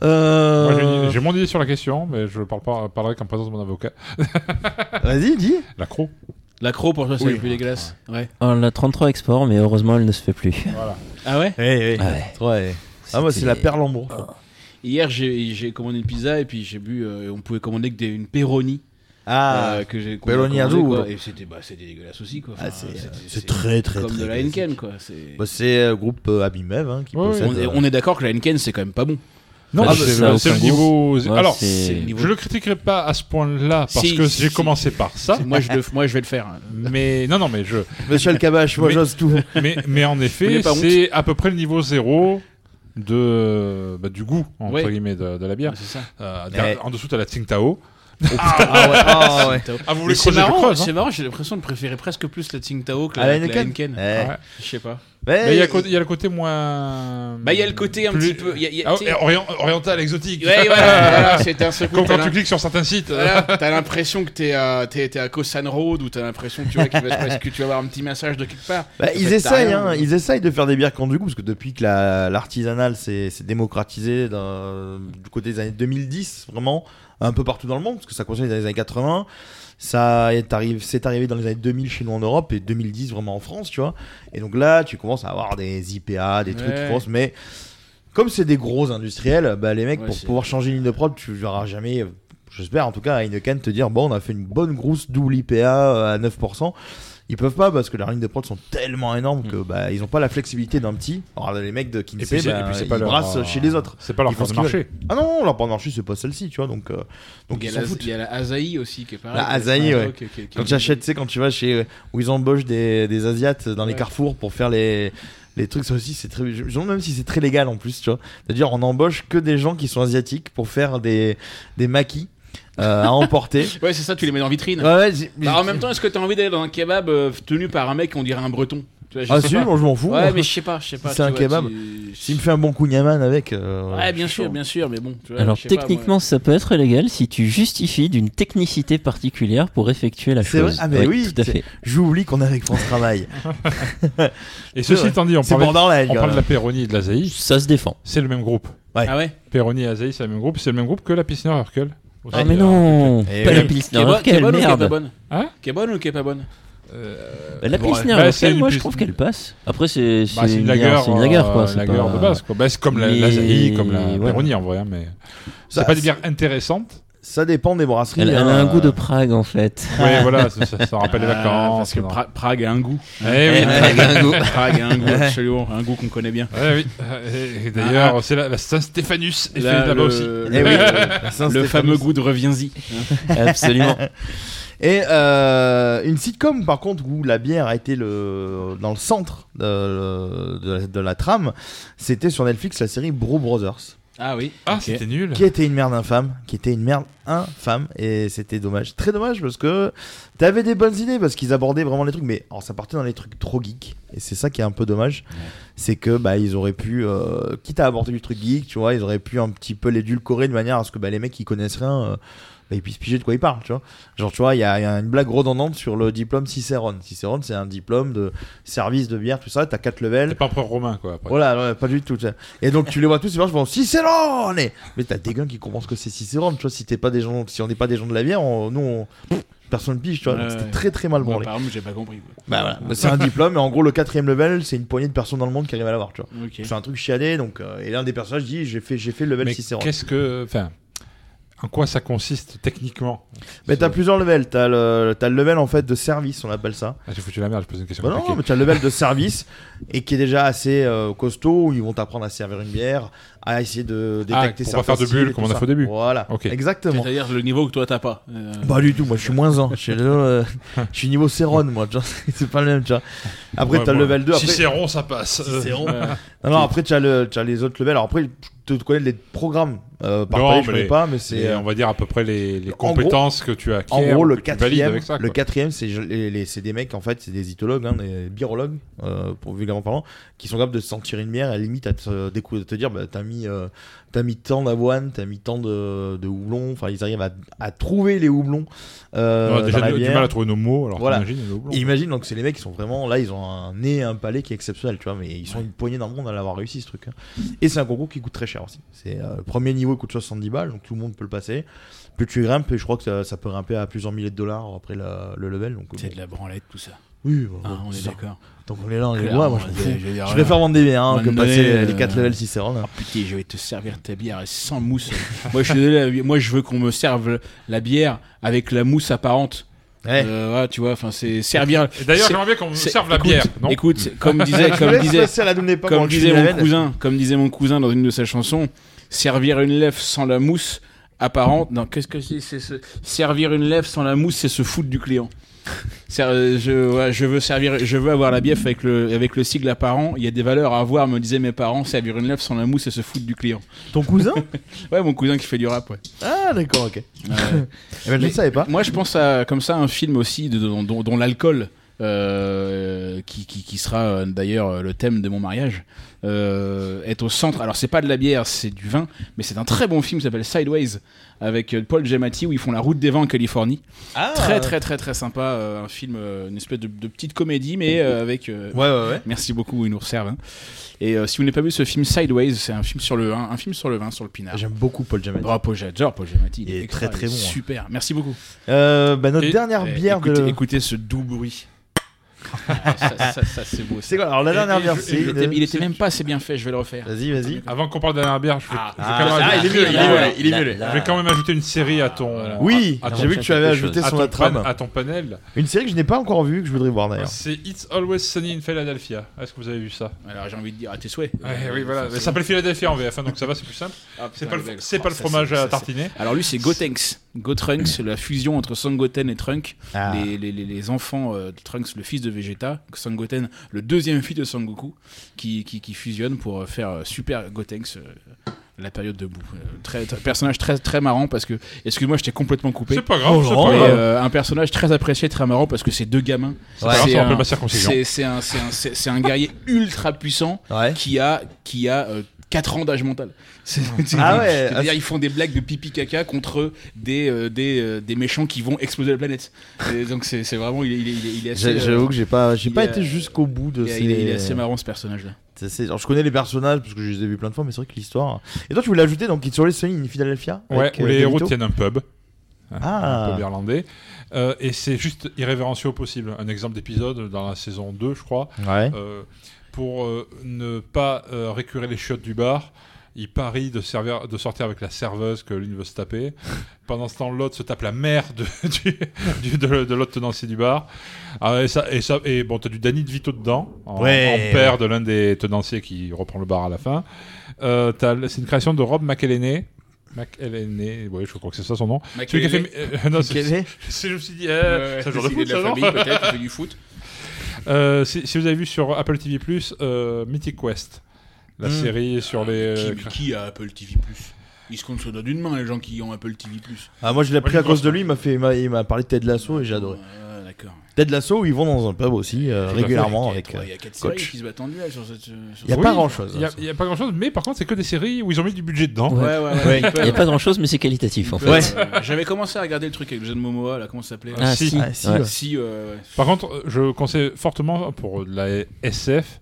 [SPEAKER 5] Euh,
[SPEAKER 8] Moi, j'ai une idée- j'ai mon idée sur la question, mais je parle pas, parlerai qu'en présence de mon avocat.
[SPEAKER 5] Vas-y, dis.
[SPEAKER 8] L'accro.
[SPEAKER 7] L'acro pour toi, c'est
[SPEAKER 5] Oui.
[SPEAKER 7] la plus dégueulasse. Ouais.
[SPEAKER 9] Oh, la 33 export, mais heureusement, elle ne se fait plus.
[SPEAKER 7] Ah ouais
[SPEAKER 5] Eh, eh,
[SPEAKER 9] Ah ouais.
[SPEAKER 5] ouais. Ah moi c'est
[SPEAKER 9] C'était-
[SPEAKER 5] la perle en bois.
[SPEAKER 7] Hier, j'ai j'ai commandé une pizza et puis j'ai bu. euh, on pouvait commander que des, une pepperoni.
[SPEAKER 5] Ah,
[SPEAKER 7] euh, que j'ai
[SPEAKER 5] pepperoni
[SPEAKER 7] commandé,
[SPEAKER 5] azul.
[SPEAKER 7] quoi. Et c'était bah, c'était dégueulasse aussi, quoi.
[SPEAKER 5] Ah,
[SPEAKER 7] Enfin,
[SPEAKER 5] c'est,
[SPEAKER 7] c'était-
[SPEAKER 5] c'est très très
[SPEAKER 7] euh, comme
[SPEAKER 5] très
[SPEAKER 7] de la
[SPEAKER 5] classique.
[SPEAKER 7] Henken, quoi. C'est-
[SPEAKER 5] Bah, c'est euh, groupe euh, Abimev hein, qui
[SPEAKER 8] Ouais,
[SPEAKER 5] possède.
[SPEAKER 7] on est,
[SPEAKER 5] euh,
[SPEAKER 7] on est d'accord que la Henken, c'est quand même pas bon.
[SPEAKER 8] Non,
[SPEAKER 9] Ah,
[SPEAKER 8] c'est
[SPEAKER 9] bah, ça,
[SPEAKER 8] c'est
[SPEAKER 9] aucun
[SPEAKER 8] le niveau.
[SPEAKER 9] Ouais,
[SPEAKER 8] Alors,
[SPEAKER 9] c'est-
[SPEAKER 7] le niveau-
[SPEAKER 8] je le critiquerai pas à ce point-là parce
[SPEAKER 7] Si,
[SPEAKER 8] que
[SPEAKER 7] si,
[SPEAKER 8] j'ai
[SPEAKER 7] si.
[SPEAKER 8] commencé par ça.
[SPEAKER 7] moi, je le, moi, je vais le faire. hein.
[SPEAKER 8] Mais non, non, mais je.
[SPEAKER 5] Monsieur le cabache, moi
[SPEAKER 8] Mais-
[SPEAKER 5] j'ose tout.
[SPEAKER 8] Mais, mais en
[SPEAKER 7] n'ayez
[SPEAKER 8] effet,
[SPEAKER 7] pas honte.
[SPEAKER 8] c'est à peu près le niveau zéro de bah, du goût entre
[SPEAKER 7] Ouais.
[SPEAKER 8] guillemets de, de la bière.
[SPEAKER 7] C'est ça.
[SPEAKER 8] Euh,
[SPEAKER 5] Ouais.
[SPEAKER 8] der- En dessous, t'as la Tsingtao.
[SPEAKER 5] Ah ouais, ah ouais.
[SPEAKER 8] Ah, vous
[SPEAKER 7] Mais
[SPEAKER 8] voulez
[SPEAKER 7] C'est
[SPEAKER 8] creuser je
[SPEAKER 7] marrant,
[SPEAKER 8] creuse, hein.
[SPEAKER 7] c'est marrant, j'ai l'impression de préférer presque plus la Tsingtao que
[SPEAKER 5] À
[SPEAKER 7] la,
[SPEAKER 5] la
[SPEAKER 7] que la
[SPEAKER 5] Henken.
[SPEAKER 7] Henken.
[SPEAKER 5] Eh.
[SPEAKER 7] Je sais pas.
[SPEAKER 8] Mais il y, a co- il y a le côté moins.
[SPEAKER 7] Bah, il y a le côté un
[SPEAKER 8] Plus-
[SPEAKER 7] petit peu. il y a- il y a-
[SPEAKER 8] Ah,
[SPEAKER 7] tu sais-
[SPEAKER 8] orient- oriental, exotique.
[SPEAKER 7] Ouais, voilà, voilà, c'est un second.
[SPEAKER 8] Comme quand tu cliques sur certains sites. euh,
[SPEAKER 7] Voilà, t'as l'impression que t'es à, t'es, t'es à Koh San Road ou t'as l'impression que tu, vois, qu'il va se passer- que tu vas avoir un petit message de quelque part.
[SPEAKER 5] Bah,
[SPEAKER 7] En fait,
[SPEAKER 5] ils
[SPEAKER 7] t'as
[SPEAKER 5] essayent,
[SPEAKER 7] rien.
[SPEAKER 5] hein, ils essayent de faire des bières qui ont du goût, parce que depuis que la- l'artisanal s'est s'est démocratisé dans- du côté des années 2010, vraiment, un peu partout dans le monde, parce que ça continue dans les années 80, ça est arrivé, c'est arrivé dans les années 2000 chez nous en Europe et 2010 vraiment en France, tu vois. Et donc là, tu commences à avoir des IPA, des trucs
[SPEAKER 7] Ouais.
[SPEAKER 5] qui commencent, mais comme c'est des gros industriels, bah, les mecs,
[SPEAKER 7] Ouais,
[SPEAKER 5] pour
[SPEAKER 7] c'est-
[SPEAKER 5] pouvoir changer une ligne de prod, tu verras jamais, euh, j'espère en tout cas, à Heineken te dire bon, on a fait une bonne grosse double IPA euh, à 9%. Ils peuvent pas parce que leurs lignes de prod sont tellement énormes
[SPEAKER 7] Hmm.
[SPEAKER 5] que bah, ils ont pas la flexibilité d'un petit. Alors les mecs de
[SPEAKER 8] Et
[SPEAKER 5] Kinsey,
[SPEAKER 8] puis c'est-
[SPEAKER 5] bah,
[SPEAKER 8] et puis c'est
[SPEAKER 5] ils
[SPEAKER 8] pas leur-
[SPEAKER 5] brassent chez les autres.
[SPEAKER 8] c'est pas leur
[SPEAKER 5] Ils font
[SPEAKER 8] part de
[SPEAKER 5] ce qu'ils
[SPEAKER 8] marché.
[SPEAKER 5] veulent. Ah non, leur part de marché, c'est pas celle-ci, tu vois. Donc, euh, donc
[SPEAKER 7] Il y,
[SPEAKER 5] ils
[SPEAKER 7] a
[SPEAKER 5] s'en
[SPEAKER 7] la-
[SPEAKER 5] foutent.
[SPEAKER 7] il y a la Asahi aussi qui est pareil.
[SPEAKER 5] La Asahi,
[SPEAKER 7] Ah,
[SPEAKER 5] ouais.
[SPEAKER 7] ok, ok, ok.
[SPEAKER 5] Quand tu achètes, tu sais, quand tu vas chez où ils embauchent des, des Asiates dans les
[SPEAKER 7] Ouais.
[SPEAKER 5] carrefours pour faire les, les trucs, ça aussi, c'est très. Je me demande même si c'est très légal en plus, tu vois. C'est-à-dire, on embauche que des gens qui sont asiatiques pour faire des, des maquis euh, à emporter.
[SPEAKER 7] Ouais, c'est ça, tu les mets dans vitrine.
[SPEAKER 5] Ouais, ouais, j'ai-
[SPEAKER 7] Bah, en même temps, est-ce que t'as envie d'aller dans un kebab euh, tenu par un mec, on dirait un breton Tu vois, je
[SPEAKER 5] Ah
[SPEAKER 7] sais
[SPEAKER 5] si,
[SPEAKER 7] pas.
[SPEAKER 5] bon, je m'en fous.
[SPEAKER 7] Ouais, mais je sais pas, je sais pas.
[SPEAKER 5] C'est un
[SPEAKER 7] tu vois,
[SPEAKER 5] kebab.
[SPEAKER 7] tu-
[SPEAKER 5] S'il me fait un bon kunyaman avec. euh,
[SPEAKER 7] Ouais, bien sûr, bien sûr, mais bon. tu vois,
[SPEAKER 9] Alors
[SPEAKER 7] je sais pas,
[SPEAKER 9] techniquement, ça peut être légal si tu justifies d'une technicité particulière pour effectuer la
[SPEAKER 5] C'est vrai
[SPEAKER 9] chose.
[SPEAKER 5] Ah mais
[SPEAKER 9] Ouais,
[SPEAKER 5] oui,
[SPEAKER 9] tout à
[SPEAKER 5] c'est-
[SPEAKER 9] fait.
[SPEAKER 5] j'oublie qu'on est avec France Travail.
[SPEAKER 8] Et ceci étant dit, on
[SPEAKER 5] C'est
[SPEAKER 8] parle,
[SPEAKER 5] bordel, là, les
[SPEAKER 8] on
[SPEAKER 5] gars.
[SPEAKER 8] parle de la Peroni et de la Zaï.
[SPEAKER 9] Ça se défend.
[SPEAKER 8] C'est le même groupe.
[SPEAKER 5] Ouais.
[SPEAKER 7] Ah ouais
[SPEAKER 8] Peroni et Azaï, c'est le même groupe. C'est le même groupe que la Pilsner Urkel.
[SPEAKER 9] Ah mais non,
[SPEAKER 5] Eh
[SPEAKER 9] pas
[SPEAKER 5] oui.
[SPEAKER 9] la
[SPEAKER 7] Qui
[SPEAKER 9] Pilsner
[SPEAKER 7] est bonne- qui est
[SPEAKER 9] Urkel,
[SPEAKER 7] bonne ou qui est pas
[SPEAKER 9] merde.
[SPEAKER 7] bonne
[SPEAKER 8] Hein
[SPEAKER 7] Qui est bonne ou qui est pas bonne
[SPEAKER 9] Bah, la
[SPEAKER 8] Bon,
[SPEAKER 9] Pilsner
[SPEAKER 8] bah, c'est
[SPEAKER 9] Urkel,
[SPEAKER 8] une
[SPEAKER 9] moi je
[SPEAKER 8] Pilsner.
[SPEAKER 9] trouve qu'elle passe. Après c'est
[SPEAKER 8] Bah, c'est une
[SPEAKER 9] bière,
[SPEAKER 8] lagueur.
[SPEAKER 9] c'est une lagueur quoi.
[SPEAKER 8] euh,
[SPEAKER 9] c'est
[SPEAKER 8] lagueur
[SPEAKER 9] pas-
[SPEAKER 8] de base. quoi. Bah, c'est comme la,
[SPEAKER 9] Mais-
[SPEAKER 8] la Zaï, comme la
[SPEAKER 9] voilà.
[SPEAKER 8] Peroni en vrai. hein, Mais
[SPEAKER 5] Ça-
[SPEAKER 8] c'est pas des bières intéressantes.
[SPEAKER 5] Ça dépend des brasseries.
[SPEAKER 9] Elle, elle a
[SPEAKER 5] hein.
[SPEAKER 9] un goût de Prague en fait.
[SPEAKER 8] Ouais, voilà, ça, ça- ça rappelle les
[SPEAKER 7] Ah,
[SPEAKER 8] vacances.
[SPEAKER 7] Parce que
[SPEAKER 5] Oh,
[SPEAKER 8] non.
[SPEAKER 7] Pra- Prague a un goût.
[SPEAKER 8] Eh oui.
[SPEAKER 9] Elle a un goût.
[SPEAKER 7] Prague a un goût, absolument. Un goût qu'on connaît bien.
[SPEAKER 8] Ouais, oui. Et- et D'ailleurs, c'est la, la Saint-Stéphanus est
[SPEAKER 7] Là,
[SPEAKER 8] faite là-bas
[SPEAKER 7] le-
[SPEAKER 8] aussi.
[SPEAKER 5] Eh oui,
[SPEAKER 7] le-
[SPEAKER 5] Saint-Stéphane.
[SPEAKER 7] Le fameux goût de reviens-y.
[SPEAKER 9] Absolument.
[SPEAKER 5] Et euh, une sitcom, par contre, où la bière a été le, dans le centre euh, de, de la- de la trame, c'était sur Netflix la série Bro Brothers,
[SPEAKER 7] Ah oui.
[SPEAKER 8] Ah,
[SPEAKER 7] Ok.
[SPEAKER 8] c'était nul.
[SPEAKER 5] qui était une merde infâme, qui était une merde infâme, et c'était dommage, très dommage, parce que t'avais des bonnes idées, parce qu'ils abordaient vraiment les trucs, mais alors, ça partait dans les trucs trop geeks, et c'est ça qui est un peu dommage, c'est que bah ils auraient pu, euh, quitte à aborder du truc geek, tu vois, ils auraient pu un petit peu l'édulcorer de manière à ce que bah, les mecs qui connaissent rien. euh, bah, ils puissent piger de quoi ils parlent, tu vois. Genre, tu vois, il y, a il y a une blague redondante sur le diplôme Cicérone. Cicérone, c'est un diplôme de service de bière, tout ça. T'as quatre levels.
[SPEAKER 8] C'est pas empereur romain, quoi. après.
[SPEAKER 5] Voilà, ouais, Oh pas du tout. ça. Et donc tu les vois tous, c'est marrant, je pense Cicérone et- Mais t'as des gars qui comprennent ce que c'est Cicérone, tu vois, si t'es pas des gens, si on n'est pas des gens de la bière, on- nous on- pff, personne pige, tu vois. donc
[SPEAKER 7] Ouais,
[SPEAKER 5] C'était
[SPEAKER 7] ouais.
[SPEAKER 5] très très mal
[SPEAKER 7] Moi,
[SPEAKER 5] branlé.
[SPEAKER 7] par exemple, j'ai pas compris. quoi.
[SPEAKER 5] Bah voilà, Mais c'est un diplôme, et en gros le quatrième level, c'est une poignée de personnes dans le monde qui arrivent à l'avoir, tu vois.
[SPEAKER 7] Ok.
[SPEAKER 5] C'est un truc chiadé, donc euh, et l'un des personnages dit j'ai fait j'ai fait le level
[SPEAKER 8] Mais
[SPEAKER 5] Cicérone.
[SPEAKER 8] qu'est-ce que. Enfin, en quoi ça consiste techniquement
[SPEAKER 5] Mais t'as
[SPEAKER 8] C'est-
[SPEAKER 5] plusieurs levels, t'as le t'as le level en fait de service, on appelle ça.
[SPEAKER 8] Ah, j'ai foutu la merde, je pose une question.
[SPEAKER 5] Bah non,
[SPEAKER 8] compliquée.
[SPEAKER 5] mais tu as le level de service et qui est déjà assez euh, costaud où ils vont t'apprendre à servir une bière, à essayer de
[SPEAKER 8] Ah,
[SPEAKER 5] détecter
[SPEAKER 8] pour
[SPEAKER 5] certains
[SPEAKER 8] pas faire de
[SPEAKER 5] styles
[SPEAKER 8] bulles
[SPEAKER 5] et
[SPEAKER 8] comme
[SPEAKER 5] tout
[SPEAKER 8] on a
[SPEAKER 5] ça.
[SPEAKER 8] fait au début.
[SPEAKER 5] Voilà,
[SPEAKER 8] Ok.
[SPEAKER 5] exactement.
[SPEAKER 7] C'est-à-dire le niveau que toi t'as pas. Euh,
[SPEAKER 5] Pas du tout, moi je suis moins 1. Je suis, euh, je suis niveau Cérone, moi, tu vois, c'est pas le même, tu vois. Après,
[SPEAKER 8] Ouais,
[SPEAKER 5] t'as le
[SPEAKER 8] bon,
[SPEAKER 5] level 2. Après,
[SPEAKER 8] Cicéron, ça passe.
[SPEAKER 5] Cicéron.
[SPEAKER 8] Euh,
[SPEAKER 5] non, non, après, t'as le, t'as les autres levels. Alors après, je te connais les programmes. Euh, par
[SPEAKER 8] Non,
[SPEAKER 5] palais, je
[SPEAKER 8] mais
[SPEAKER 5] connais
[SPEAKER 8] les-
[SPEAKER 5] pas, mais c'est.
[SPEAKER 8] Et
[SPEAKER 5] euh,
[SPEAKER 8] on va dire à peu près les, les
[SPEAKER 5] en
[SPEAKER 8] compétences que tu acquiers.
[SPEAKER 5] En gros,
[SPEAKER 8] ou
[SPEAKER 5] le
[SPEAKER 8] que euh, tu valides
[SPEAKER 5] quatrième,
[SPEAKER 8] avec ça,
[SPEAKER 5] le
[SPEAKER 8] quoi.
[SPEAKER 5] quatrième, c'est je- les- les- c'est des mecs en fait, c'est des itologues, hein, des birologues, euh, pour vulgairement parlant, qui sont capables de sentir une bière et à la limite à te, décou- te dire, bah, t'as mis, euh, t'as mis tant d'avoine, t'as mis tant de, de houblon. Enfin, ils arrivent à, à trouver les houblons. euh,
[SPEAKER 8] On a
[SPEAKER 5] dans
[SPEAKER 8] déjà
[SPEAKER 5] la
[SPEAKER 8] du, du
[SPEAKER 5] bière.
[SPEAKER 8] mal à trouver nos mots, alors
[SPEAKER 5] Voilà.
[SPEAKER 8] t'imagines, le houblon.
[SPEAKER 5] Et imagine donc c'est les mecs qui sont vraiment là, ils ont un nez, un palais qui est exceptionnel, tu vois, mais ils sont une poignée dans le monde à l'avoir réussi ce truc. hein. Et c'est un concours qui coûte très cher aussi. C'est euh, le premier niveau il coûte 70 balles, donc tout le monde peut le passer. Plus tu grimpes, et je crois que ça, ça peut grimper à plusieurs milliers de dollars après la- le level. Donc euh,
[SPEAKER 7] C'est de la branlette, tout ça.
[SPEAKER 5] oui, bah,
[SPEAKER 7] Ah, on
[SPEAKER 5] c'est
[SPEAKER 7] est
[SPEAKER 5] ça.
[SPEAKER 7] d'accord.
[SPEAKER 5] Donc on est là, on est
[SPEAKER 7] Clairement,
[SPEAKER 5] loin, moi je,
[SPEAKER 7] je
[SPEAKER 5] préfère-
[SPEAKER 7] vais- je vais dire,
[SPEAKER 5] je préfère vendre des bières hein,
[SPEAKER 7] moment
[SPEAKER 5] que
[SPEAKER 7] donné,
[SPEAKER 5] passer les-
[SPEAKER 7] euh,
[SPEAKER 5] les 4 levels Cicéron.
[SPEAKER 7] Oh putain, je vais te servir ta bière sans mousse. moi, je suis désolé, moi, je veux qu'on me serve la bière avec la mousse apparente.
[SPEAKER 5] Ouais.
[SPEAKER 7] Euh, voilà, tu vois, enfin, c'est servir.
[SPEAKER 8] Et D'ailleurs,
[SPEAKER 7] c'est-
[SPEAKER 8] j'aimerais bien qu'on me
[SPEAKER 7] c'est-
[SPEAKER 8] serve la
[SPEAKER 7] écoute,
[SPEAKER 8] bière. Non
[SPEAKER 7] Écoute, c'est- comme disait, comme disait,
[SPEAKER 5] la donnait pas
[SPEAKER 7] comme disait mon cousin, comme disait mon cousin dans une de ses chansons, servir une lèvre sans la mousse apparente. Non, qu'est-ce que c'est c'est ce- Servir une lèvre sans la mousse, c'est se foutre du client. C'est- euh, Je, ouais, je veux servir, je veux avoir la bief avec le avec le sigle apparent. Il y a des valeurs à avoir, me disaient mes parents. Servir une lèvre sans la mousse, c'est se foutre du client.
[SPEAKER 5] Ton cousin
[SPEAKER 7] Ouais, mon cousin qui fait du rap. Ouais.
[SPEAKER 5] Ah d'accord, ok. Eh ben, je
[SPEAKER 7] Mais-
[SPEAKER 5] ne savais pas.
[SPEAKER 7] Moi, je pense à comme ça un film aussi de- dont, dont- dont l'alcool euh, qui, qui, qui, sera euh, d'ailleurs le thème de mon mariage, euh, est au centre. Alors, c'est pas de la bière, c'est du vin, mais c'est un très bon film qui s'appelle Sideways avec euh, Paul Giamatti où ils font la route des vins en Californie. Ah, très, très, très, très sympa. euh, un film, une espèce de, de petite comédie, mais
[SPEAKER 5] Oh.
[SPEAKER 7] euh, avec.
[SPEAKER 5] ouais, ouais, ouais.
[SPEAKER 7] Merci beaucoup, ils nous resservent. Hein. Et si vous n'avez pas vu ce film Sideways, c'est un film sur le vin, un film sur le vin, sur le pinard.
[SPEAKER 5] J'aime beaucoup Paul Giamatti.
[SPEAKER 7] Oh, Paul, j'adore Paul Giamatti.
[SPEAKER 5] Il, il est extra, très, très bon.
[SPEAKER 7] Super. Hein. Merci beaucoup.
[SPEAKER 5] Bah, notre Et, dernière
[SPEAKER 8] eh,
[SPEAKER 5] bière
[SPEAKER 7] écoutez,
[SPEAKER 5] de.
[SPEAKER 7] Écoutez ce doux bruit. Ah, ça, ça, ça c'est beau.
[SPEAKER 5] C'est quoi Alors la dernière bière, c'est.
[SPEAKER 7] Il, était, il était même pas assez bien fait, je vais le refaire.
[SPEAKER 5] Vas-y, vas-y.
[SPEAKER 8] Avant qu'on parle de la dernière bière, je vais.
[SPEAKER 5] Ah,
[SPEAKER 8] je
[SPEAKER 5] vais ah, ah il est mieux, il est mieux, il est mieux.
[SPEAKER 8] Je vais quand même ajouter une série à ton. Voilà.
[SPEAKER 5] Oui, j'ai vu que tu avais ajouté
[SPEAKER 8] Ah,
[SPEAKER 5] sur la trame.
[SPEAKER 8] À ton panel.
[SPEAKER 5] Une série que je n'ai pas encore vue, que je voudrais voir d'ailleurs.
[SPEAKER 8] C'est It's Always Sunny in Philadelphia. Est-ce que vous avez vu ça
[SPEAKER 7] Alors j'ai envie de dire à tes souhaits.
[SPEAKER 8] Ouais, oui, voilà. Ça s'appelle Philadelphia en VF, donc ça va, c'est plus simple.
[SPEAKER 7] Ah,
[SPEAKER 8] C'est pas le fromage à tartiner.
[SPEAKER 7] Alors lui, c'est Gotenks. Gotrunks, la fusion entre Sangoten et Trunk.
[SPEAKER 5] Ah.
[SPEAKER 7] Les enfants euh, de Trunks, le fils de Vegeta, Sangoten, le deuxième fils de Sangoku, qui, qui, qui fusionne pour euh, faire Super Gotenks. Euh, la période debout. Euh, très, très, personnage très très marrant parce que excuse-moi, je t'ai complètement coupé.
[SPEAKER 8] C'est pas grave. Oh,
[SPEAKER 7] pas
[SPEAKER 8] grave.
[SPEAKER 7] Euh, un personnage très apprécié, très marrant parce que c'est deux gamins.
[SPEAKER 8] Ouais. C'est un, c'est
[SPEAKER 7] un, un, un, guerrier ultra puissant ouais. qui a qui a 4 ans d'âge mental.
[SPEAKER 5] Eh. Ah ouais,
[SPEAKER 7] C'est-à-dire ils font des blagues de pipi caca contre des, euh, des, euh, des méchants qui vont exploser la planète. Et donc c'est vraiment il est, il est, il est assez. euh,
[SPEAKER 5] J'avoue que j'ai pas j'ai pas été jusqu'au bout de.
[SPEAKER 7] Il,
[SPEAKER 5] ces...
[SPEAKER 7] il est assez marrant ce personnage-là.
[SPEAKER 5] Alors, je connais les personnages parce que je les ai vus plein de fois, mais c'est vrai que l'histoire. Et toi, tu voulais ajouter donc It's Always Sunny in Philadelphia
[SPEAKER 8] Ouais, où euh, les héros tiennent un pub.
[SPEAKER 5] Ah.
[SPEAKER 8] Un pub irlandais. et c'est juste irrévérencieux au possible. Un exemple d'épisode dans la saison 2, je crois.
[SPEAKER 5] Ouais
[SPEAKER 8] pour euh, ne pas euh, récurer les chiottes du bar. Il parie de, servir, de sortir avec la serveuse que l'une veut se taper. Pendant ce temps, l'autre se tape la mère de, du, de, de l'autre tenancier du bar. Ah, et, ça, et, ça, et bon, t'as du Danny de Vito dedans, en,
[SPEAKER 5] ouais.
[SPEAKER 8] en père de l'un des tenanciers qui reprend le bar à la fin. Euh, c'est une création de Rob McElhenney, McElhenney, ouais, je crois que c'est ça son nom.
[SPEAKER 7] McElhenney.
[SPEAKER 8] Celui qui a fait. Euh, non, c'est, je me suis dit, euh, ça joue de foot,
[SPEAKER 7] de la
[SPEAKER 8] ça,
[SPEAKER 7] famille, peut-être, fait du foot.
[SPEAKER 8] Euh, si, si, vous avez vu sur Apple TV, euh, Mythic Quest,
[SPEAKER 7] Hmm.
[SPEAKER 8] la mmh. série sur les.
[SPEAKER 7] Ah,
[SPEAKER 8] euh,
[SPEAKER 7] Qui, qui a Apple TV ils se comptent sur d'une main les gens qui ont Apple TV+.
[SPEAKER 5] Ah moi je l'ai pris à cause de lui, il m'a fait, il m'a parlé de Ted Lasso et j'ai adoré.
[SPEAKER 7] Ah, d'accord.
[SPEAKER 5] Ted Lasso, ils vont dans un pub aussi euh, régulièrement euh,
[SPEAKER 7] il y a, avec. Il y a 4 séries qui se battent en duel sur cette. euh, Sur
[SPEAKER 5] il n'y a
[SPEAKER 7] cette...
[SPEAKER 5] pas grand chose.
[SPEAKER 8] Il n'y a, a, pas grand chose, mais par contre, c'est que des séries où ils ont mis du budget dedans.
[SPEAKER 7] Ouais, ouais, ouais, ouais.
[SPEAKER 9] Il n'y a pas grand chose, mais c'est qualitatif en fait. Ouais.
[SPEAKER 7] Euh, J'avais commencé à regarder le truc avec John Momoa, là, comment ça s'appelait
[SPEAKER 9] ah, si.
[SPEAKER 5] Ah, si, ouais.
[SPEAKER 7] si euh,
[SPEAKER 8] Par contre, je conseille fortement pour de la SF.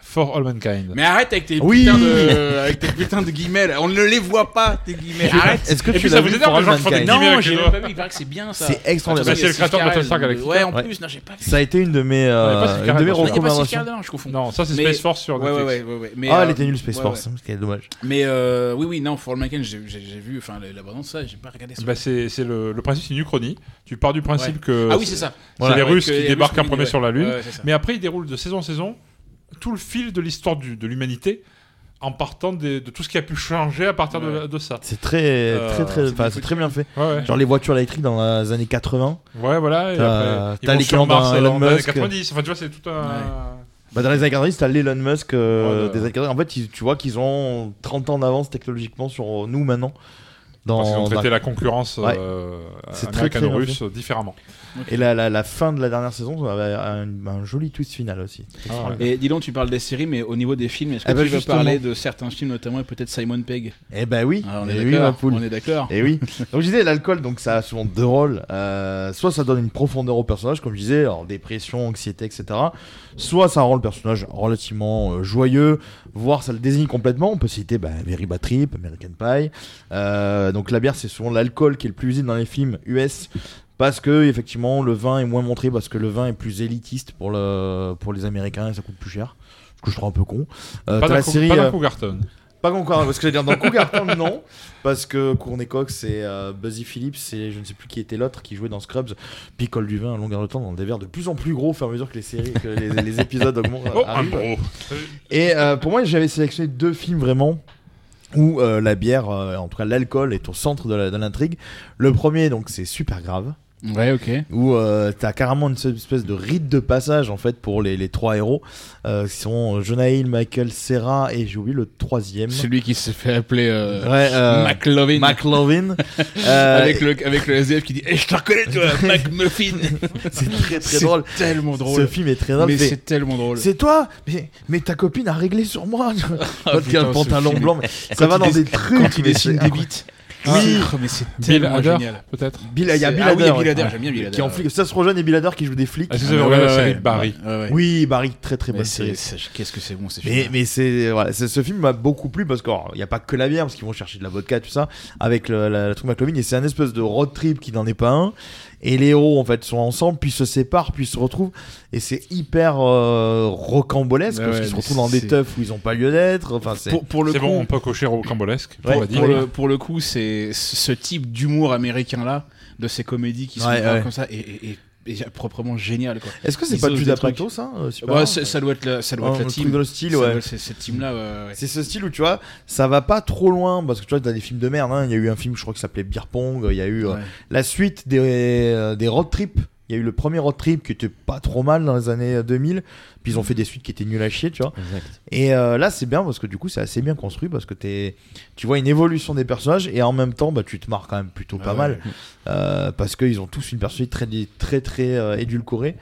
[SPEAKER 8] For All Mankind.
[SPEAKER 7] Mais arrête avec tes, oui putains, de, euh, avec tes putains de guillemets, là. on ne les voit pas, tes guillemets. Arrête.
[SPEAKER 5] Est-ce que
[SPEAKER 8] Et
[SPEAKER 5] tu
[SPEAKER 8] ça vous énerve les gens qui font des
[SPEAKER 7] Non,
[SPEAKER 8] guillemets avec
[SPEAKER 7] j'ai
[SPEAKER 8] les
[SPEAKER 7] même
[SPEAKER 8] doigts
[SPEAKER 7] pas vu, il paraît que c'est bien ça.
[SPEAKER 5] C'est extraordinaire.
[SPEAKER 8] C'est le créateur de Battlestar Galactica.
[SPEAKER 7] Ouais, en plus, non, j'ai pas vu.
[SPEAKER 5] Bah, Ça a été une de mes,
[SPEAKER 8] Ouais, pas
[SPEAKER 5] euh,
[SPEAKER 8] Steve
[SPEAKER 5] une de
[SPEAKER 8] Carell,
[SPEAKER 5] mes
[SPEAKER 8] non, c'est-
[SPEAKER 7] Il n'y a pas six
[SPEAKER 5] recommandations.
[SPEAKER 7] quarts d'heure, je confonds.
[SPEAKER 8] Non, ça c'est
[SPEAKER 7] Mais-
[SPEAKER 8] Space Force sur
[SPEAKER 7] Ouais, ouais,
[SPEAKER 8] Netflix.
[SPEAKER 7] ouais, ouais, ouais. Mais,
[SPEAKER 5] Ah,
[SPEAKER 7] euh,
[SPEAKER 5] elle était nulle Space
[SPEAKER 7] ouais,
[SPEAKER 5] Force,
[SPEAKER 7] ouais.
[SPEAKER 5] c'est ce qui est dommage.
[SPEAKER 7] Mais euh, oui, oui, non, For All Mankind, j'ai j'ai- j'ai vu, enfin, l'abondance, ça, j'ai pas regardé ça.
[SPEAKER 8] Bah, c'est c'est le, le principe, c'est une uchronie. Tu pars du principe
[SPEAKER 7] Ouais.
[SPEAKER 8] que.
[SPEAKER 7] Ah oui, c'est ça.
[SPEAKER 8] C'est
[SPEAKER 7] Voilà.
[SPEAKER 8] les
[SPEAKER 7] Avec,
[SPEAKER 8] Russes
[SPEAKER 7] euh,
[SPEAKER 8] qui
[SPEAKER 7] les
[SPEAKER 8] débarquent
[SPEAKER 7] Russes
[SPEAKER 8] en premier
[SPEAKER 7] ouais.
[SPEAKER 8] sur la Lune.
[SPEAKER 7] Ouais, ouais, c'est ça.
[SPEAKER 8] mais après, ils déroulent de saison en saison tout le fil de l'histoire du- de l'humanité en partant des- de tout ce qui a pu changer à partir de, de ça.
[SPEAKER 5] C'est très,
[SPEAKER 8] Euh,
[SPEAKER 5] très, très,
[SPEAKER 8] c'est
[SPEAKER 5] enfin, c'est très bien fait.
[SPEAKER 8] Ouais, ouais.
[SPEAKER 5] Genre les voitures électriques dans les années 80.
[SPEAKER 8] Ouais, voilà. Et
[SPEAKER 5] T'as-
[SPEAKER 8] après, ils
[SPEAKER 5] t'as
[SPEAKER 8] vont
[SPEAKER 5] les
[SPEAKER 8] sur
[SPEAKER 5] clients
[SPEAKER 8] Mars euh,
[SPEAKER 5] d'un
[SPEAKER 8] dans-
[SPEAKER 5] Elon
[SPEAKER 8] dans les années
[SPEAKER 5] Musk.
[SPEAKER 8] 90. Enfin, tu vois, c'est tout un.
[SPEAKER 5] Bah, dans les années 90, t'as l'Elon Musk euh,
[SPEAKER 8] Ouais, de-
[SPEAKER 5] des années 80. En fait, ils- tu vois qu'ils ont 30 ans d'avance technologiquement sur nous maintenant. Dans,
[SPEAKER 8] Parce qu'ils ont traité
[SPEAKER 5] dans-
[SPEAKER 8] la concurrence
[SPEAKER 5] Ouais.
[SPEAKER 8] euh,
[SPEAKER 5] C'est très, très
[SPEAKER 8] américano-russe différemment.
[SPEAKER 5] Et la, la, la fin de la dernière saison avait un, un joli twist final aussi.
[SPEAKER 8] Ah, ouais.
[SPEAKER 7] Et dis donc, tu parles des séries, mais au niveau des films, est-ce que
[SPEAKER 5] Ah bah
[SPEAKER 7] tu veux
[SPEAKER 5] justement.
[SPEAKER 7] parler de certains films, notamment et peut-être Simon Pegg
[SPEAKER 5] Eh ben oui,
[SPEAKER 7] Ah, On
[SPEAKER 5] Eh
[SPEAKER 7] est
[SPEAKER 5] oui, ma
[SPEAKER 7] d'accord.
[SPEAKER 5] poule.
[SPEAKER 7] on est d'accord.
[SPEAKER 5] Et Eh oui. Donc je disais, l'alcool, donc ça a souvent deux rôles. Euh, soit ça donne une profondeur au personnage, comme je disais, en dépression, anxiété, etc. Soit ça rend le personnage relativement euh, joyeux, voire ça le désigne complètement. On peut citer bah, Mary Batrip, American Pie. Euh, donc la bière, c'est souvent l'alcool qui est le plus visible dans les films US. Parce que effectivement le vin est moins montré parce que le vin est plus élitiste pour le pour les Américains et ça coûte plus cher. Ce que je trouve un peu con. Euh,
[SPEAKER 8] Pas
[SPEAKER 5] t'as
[SPEAKER 8] d'un
[SPEAKER 5] la
[SPEAKER 8] coup-
[SPEAKER 5] série,
[SPEAKER 8] pas
[SPEAKER 5] euh,
[SPEAKER 8] d'un Cougarton.
[SPEAKER 5] pas encore, parce que j'allais dire dans Cougarton, non. Parce que Courtney Cox et euh, Buzzy Phillips et je ne sais plus qui était l'autre qui jouait dans Scrubs, picole du vin à longueur de temps dans des verres de plus en plus gros au fur et à mesure que les séries, que les, les épisodes augmentent.
[SPEAKER 8] Oh, un
[SPEAKER 5] arrivent.
[SPEAKER 8] gros.
[SPEAKER 5] Et euh, pour moi, j'avais sélectionné deux films vraiment où euh, la bière, euh, en tout cas l'alcool, est au centre de la- de l'intrigue. Le premier, donc, c'est super grave.
[SPEAKER 7] Ouais, ok.
[SPEAKER 5] Où euh, t'as carrément une espèce de rite de passage en fait pour les, les trois héros. Euh, qui sont Jonah Hill, Michael Serra et j'ai oublié le troisième.
[SPEAKER 7] Celui qui s'est fait appeler euh,
[SPEAKER 5] ouais,
[SPEAKER 7] McLovin. Euh,
[SPEAKER 5] McLovin. Euh,
[SPEAKER 7] avec, le, avec le SDF qui dit eh, Je te reconnais, toi, McMuffin.
[SPEAKER 5] c'est très très drôle.
[SPEAKER 7] tellement drôle.
[SPEAKER 5] Ce film est très drôle.
[SPEAKER 7] Mais c'est tellement drôle.
[SPEAKER 5] C'est toi mais, mais ta copine a réglé sur moi. ah, putain, un pantalon blanc. Mais ça va dans des trucs.
[SPEAKER 7] Quand il dessine des bites.
[SPEAKER 5] Oui,
[SPEAKER 7] mais Ah, c'est tellement génial.
[SPEAKER 8] Peut-être.
[SPEAKER 5] Bill, il y a Bill
[SPEAKER 7] ah oui,
[SPEAKER 5] Hader,
[SPEAKER 7] Bill
[SPEAKER 5] ouais.
[SPEAKER 7] Hader, j'aime bien Bill Hader, Ah,
[SPEAKER 5] Qui en
[SPEAKER 7] ouais.
[SPEAKER 5] flic. Ça se rejoint et Bill Hader qui joue des flics.
[SPEAKER 8] Ah, si vous avez regardé la série de Barry.
[SPEAKER 5] Oui, Barry, très très bonne
[SPEAKER 7] Mais
[SPEAKER 5] série.
[SPEAKER 7] c'est- c'est- Qu'est-ce que c'est bon, c'est
[SPEAKER 5] Mais, mais c'est voilà, c'est- ce film m'a beaucoup plu parce qu'il n'y a pas que la bière parce qu'ils vont chercher de la vodka tout ça avec le, la, la truc McLovin et c'est un espèce de road trip qui n'en est pas un et les héros en fait sont ensemble puis se séparent puis se retrouvent et c'est hyper euh, rocambolesque
[SPEAKER 7] Ouais,
[SPEAKER 5] parce
[SPEAKER 7] ouais,
[SPEAKER 5] qu'ils se
[SPEAKER 7] mais
[SPEAKER 5] retrouvent dans des
[SPEAKER 7] c'est-
[SPEAKER 5] teufs où ils n'ont pas lieu d'être enfin c'est
[SPEAKER 7] pour, pour le
[SPEAKER 8] C'est
[SPEAKER 7] coup,
[SPEAKER 8] bon, on peut cocher au cambolesque.
[SPEAKER 5] Ouais,
[SPEAKER 8] on va dire.
[SPEAKER 7] pour, le, pour le coup, c'est ce type d'humour américain là, de ces comédies qui sont
[SPEAKER 5] Ouais,
[SPEAKER 7] vraiment
[SPEAKER 5] ouais.
[SPEAKER 7] comme ça, et, et- et- et proprement génial quoi.
[SPEAKER 5] est-ce que c'est
[SPEAKER 7] Ils
[SPEAKER 5] pas
[SPEAKER 7] osent
[SPEAKER 5] du
[SPEAKER 7] des
[SPEAKER 5] Pato ça euh, Super
[SPEAKER 7] Ouais,
[SPEAKER 5] Art
[SPEAKER 7] c'est- ça doit être la, ça doit
[SPEAKER 5] Un
[SPEAKER 7] être la
[SPEAKER 5] truc
[SPEAKER 7] team.
[SPEAKER 5] dans hein, Oh, le style,
[SPEAKER 7] Ça
[SPEAKER 5] ouais.
[SPEAKER 7] doit être ce- cette team là. Ouais, ouais.
[SPEAKER 5] C'est ce style où tu vois, ça va pas trop loin parce que tu vois, t'as des films de merde. hein. Il y a eu un film, je crois, qui s'appelait Beer Pong. Il y a eu euh,
[SPEAKER 7] Ouais.
[SPEAKER 5] la suite des, euh, des road trips. Il y a eu le premier road trip qui était pas trop mal dans les années 2000. Puis ils ont fait des suites qui étaient nulles à chier, tu vois.
[SPEAKER 9] Exact.
[SPEAKER 5] Et euh, là, c'est bien parce que du coup, c'est assez bien construit parce que t'es, tu vois une évolution des personnages et en même temps, bah, tu te marres quand même plutôt pas
[SPEAKER 7] Ah ouais.
[SPEAKER 5] mal Euh, parce qu'ils ont tous une personnalité très, très, très euh, édulcorée.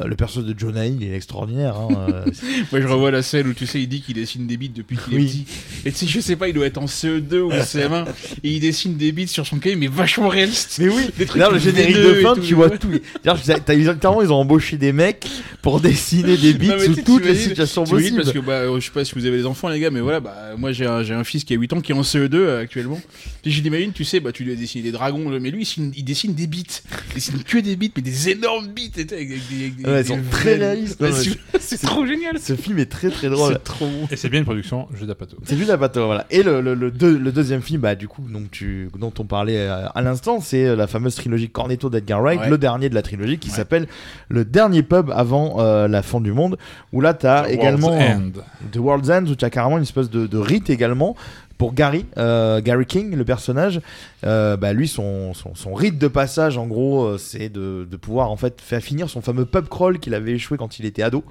[SPEAKER 5] Euh, le personnage de Jonah Hill, il est extraordinaire. hein. Euh,
[SPEAKER 7] Moi, je revois la scène où tu sais, il dit qu'il dessine des bites depuis qu'il
[SPEAKER 5] Oui.
[SPEAKER 7] est petit. Et tu sais, je sais pas, il doit être en CE2 ou CM1 et il dessine des bites sur son cahier, mais vachement réaliste.
[SPEAKER 5] Mais oui,
[SPEAKER 7] Des trucs
[SPEAKER 5] d'ailleurs le générique de
[SPEAKER 7] veineux et
[SPEAKER 5] fin,
[SPEAKER 7] tout,
[SPEAKER 5] tu vois
[SPEAKER 7] ouais.
[SPEAKER 5] tout. D'ailleurs, je- t'as- ils- clairement, ils ont embauché des mecs pour dessiner des beats
[SPEAKER 7] Non, mais tu
[SPEAKER 5] sous
[SPEAKER 7] sais,
[SPEAKER 5] toutes les
[SPEAKER 7] t'imagines-
[SPEAKER 5] situations
[SPEAKER 7] t'imagines
[SPEAKER 5] possibles.
[SPEAKER 7] Parce que bah, euh, je sais pas si vous avez des enfants, les gars, mais voilà, bah, moi j'ai un, j'ai un fils qui a 8 ans qui est en CE2 euh, actuellement. Puis je l'imagine, tu sais, bah, tu lui as dessiné des dragons, mais lui il dessine, il dessine des bites. Il dessine que des bites, mais des énormes bites. et tout, avec des- avec des- avec des-
[SPEAKER 5] Ouais, ils sont
[SPEAKER 7] des-
[SPEAKER 5] très réalistes,
[SPEAKER 7] Ouais,
[SPEAKER 5] non, mais
[SPEAKER 7] c'est- C'est trop génial.
[SPEAKER 5] Ce film est très très drôle.
[SPEAKER 7] trop
[SPEAKER 8] Et c'est bien une production jeu d'Apato.
[SPEAKER 5] C'est juste la patte, voilà. Et le, le, le deux- le deuxième film, bah, du coup, donc, tu, dont on parlait euh, à l'instant, c'est euh, la fameuse trilogie Cornetto d'Edgar Wright,
[SPEAKER 7] Ouais.
[SPEAKER 5] le dernier de la trilogie qui
[SPEAKER 7] Ouais.
[SPEAKER 5] s'appelle Le dernier pub avant euh, la fin du monde, où là, t'as Ah, également.
[SPEAKER 7] Eh.
[SPEAKER 8] World's End.
[SPEAKER 5] The World's End où tu as carrément une espèce de, de rite également pour Gary, euh, Gary King, le personnage, euh, bah lui son, son, son rite de passage en gros euh, c'est de, de pouvoir en fait faire finir son fameux pub crawl qu'il avait échoué quand il était ado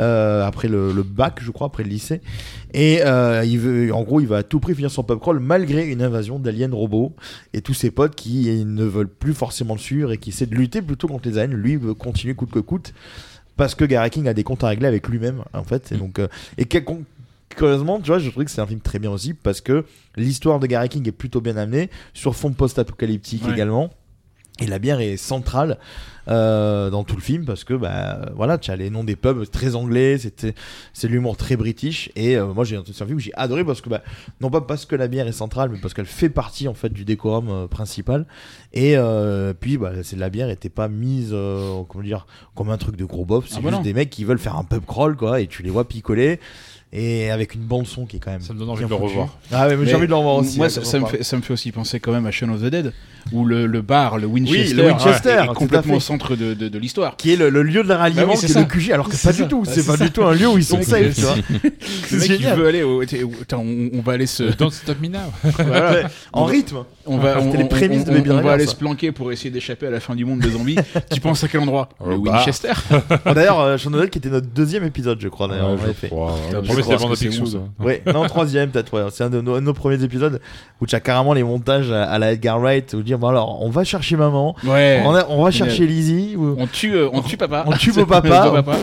[SPEAKER 5] euh, après le, le bac je crois après le lycée et euh, il veut en gros il va à tout prix finir son pub crawl malgré une invasion d'aliens robots et tous ses potes qui ne veulent plus forcément le suivre et qui essaient de lutter plutôt contre les aliens lui veut continuer coûte que coûte parce que Gary King a des comptes à régler avec lui-même en fait et donc euh, et quel- con- curieusement tu vois je trouve que c'est un film très bien aussi parce que l'histoire de Gary King est plutôt bien amenée sur fond post-apocalyptique
[SPEAKER 7] Ouais.
[SPEAKER 5] également et la bière est centrale euh, dans tout le film parce que bah voilà tu as les noms des pubs très anglais c'était c'est de l'humour très british et euh, moi j'ai un interview que j'ai adoré parce que bah, non pas parce que la bière est centrale mais parce qu'elle fait partie en fait du décorum euh, principal et euh, puis bah c'est la bière était pas mise euh, comment dire comme un truc de gros bof c'est
[SPEAKER 7] Ah bah
[SPEAKER 5] juste
[SPEAKER 7] non.
[SPEAKER 5] des mecs qui veulent faire un pub crawl quoi et tu les vois picoler et avec une bande son qui est quand même
[SPEAKER 8] Ça me donne envie
[SPEAKER 5] bien
[SPEAKER 8] de le
[SPEAKER 5] foutue.
[SPEAKER 8] revoir.
[SPEAKER 5] ah ouais mais j'ai
[SPEAKER 7] Mais
[SPEAKER 5] envie de le revoir aussi
[SPEAKER 7] Moi,
[SPEAKER 5] ouais,
[SPEAKER 7] ça,
[SPEAKER 5] quand
[SPEAKER 7] ça
[SPEAKER 5] on
[SPEAKER 7] me
[SPEAKER 5] parle.
[SPEAKER 7] fait, ça me fait aussi penser quand même à Shaun of the Dead, où le, le bar, le Winchester, ah,
[SPEAKER 5] le Winchester,
[SPEAKER 7] est-
[SPEAKER 5] tout
[SPEAKER 7] est
[SPEAKER 5] à
[SPEAKER 7] complètement
[SPEAKER 5] fait.
[SPEAKER 7] au centre de, de, de l'histoire.
[SPEAKER 5] qui est le, le lieu de la ralliement
[SPEAKER 7] Bah oui,
[SPEAKER 5] qui
[SPEAKER 7] c'est
[SPEAKER 5] est
[SPEAKER 7] ça.
[SPEAKER 5] le QG alors que
[SPEAKER 7] C'est
[SPEAKER 5] pas
[SPEAKER 7] ça.
[SPEAKER 5] du tout
[SPEAKER 7] Bah,
[SPEAKER 5] c'est
[SPEAKER 7] c'est
[SPEAKER 5] pas
[SPEAKER 7] ça.
[SPEAKER 5] du tout un lieu où ils sont
[SPEAKER 7] mec,
[SPEAKER 5] safe
[SPEAKER 7] il-
[SPEAKER 5] tu vois
[SPEAKER 7] Le
[SPEAKER 5] c'est
[SPEAKER 7] mec, il
[SPEAKER 5] génial
[SPEAKER 7] veut aller au. t'es- Attends, on, on va aller se.
[SPEAKER 8] Don't Stop Me Now.
[SPEAKER 7] Voilà.
[SPEAKER 5] en rythme
[SPEAKER 7] On va,
[SPEAKER 5] C'était
[SPEAKER 7] on,
[SPEAKER 5] les
[SPEAKER 7] on-
[SPEAKER 5] prémices de
[SPEAKER 7] on-
[SPEAKER 5] Baby
[SPEAKER 7] on
[SPEAKER 5] Driver,
[SPEAKER 7] va aller
[SPEAKER 5] ça.
[SPEAKER 7] se planquer pour essayer d'échapper à la fin du monde des zombies. tu penses à quel endroit Bah, Le
[SPEAKER 8] Au bar.
[SPEAKER 7] Winchester.
[SPEAKER 5] Ah, d'ailleurs euh, Shaun of the Dead qui était notre deuxième épisode je crois d'ailleurs on
[SPEAKER 8] Ouais,
[SPEAKER 5] l'avait
[SPEAKER 8] je
[SPEAKER 5] fait
[SPEAKER 8] crois. Le
[SPEAKER 7] Ah, je
[SPEAKER 8] premier,
[SPEAKER 7] crois
[SPEAKER 8] c'était Band
[SPEAKER 7] que c'est
[SPEAKER 8] Epic
[SPEAKER 7] bon,
[SPEAKER 8] Sous.
[SPEAKER 7] ça.
[SPEAKER 5] Ouais, non, troisième peut-être, ouais. C'est un de nos, un de nos premiers épisodes où tu as carrément les montages à, à la Edgar Wright où dire, bon alors, on va chercher maman,
[SPEAKER 7] Ouais.
[SPEAKER 5] on, a- on va
[SPEAKER 7] Génial.
[SPEAKER 5] chercher Lizzie, ou...
[SPEAKER 7] On tue, euh, on tue papa.
[SPEAKER 5] on tue
[SPEAKER 7] C'est-
[SPEAKER 5] beau papa.
[SPEAKER 7] beau papa.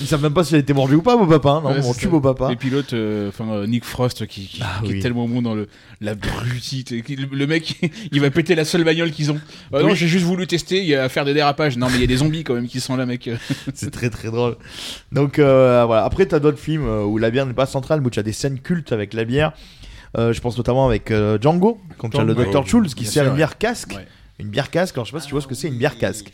[SPEAKER 5] ils savent même pas si elle était mordue ou pas, beau papa, hein, non,
[SPEAKER 7] Ouais,
[SPEAKER 5] on
[SPEAKER 7] c'est
[SPEAKER 5] tue
[SPEAKER 7] ça.
[SPEAKER 5] beau papa.
[SPEAKER 7] Les pilotes, euh, enfin euh, Nick Frost qui, qui,
[SPEAKER 5] Ah
[SPEAKER 7] qui
[SPEAKER 5] oui.
[SPEAKER 7] est tellement bon dans le la brutite. et qui- Le, le mec, il va péter la seule bagnole qu'ils ont. Ah Non,
[SPEAKER 5] Oui.
[SPEAKER 7] j'ai juste voulu tester. Il y a à faire des dérapages. Non, mais il y a des zombies quand même qui sont là, mec.
[SPEAKER 5] C'est très très drôle. Donc euh, voilà, après t'as d'autres films euh, où la bière n'est pas centrale, mais où tu as des scènes cultes avec la bière. Euh, je pense notamment avec euh, Django, quand tu as le
[SPEAKER 8] Django.
[SPEAKER 5] Dr. Schultz qui
[SPEAKER 7] Bien
[SPEAKER 5] sert
[SPEAKER 7] sûr,
[SPEAKER 5] une
[SPEAKER 7] ouais.
[SPEAKER 5] bière casque.
[SPEAKER 7] Ouais.
[SPEAKER 5] Une bière casque, alors je sais pas si tu vois ce que c'est une bière casque.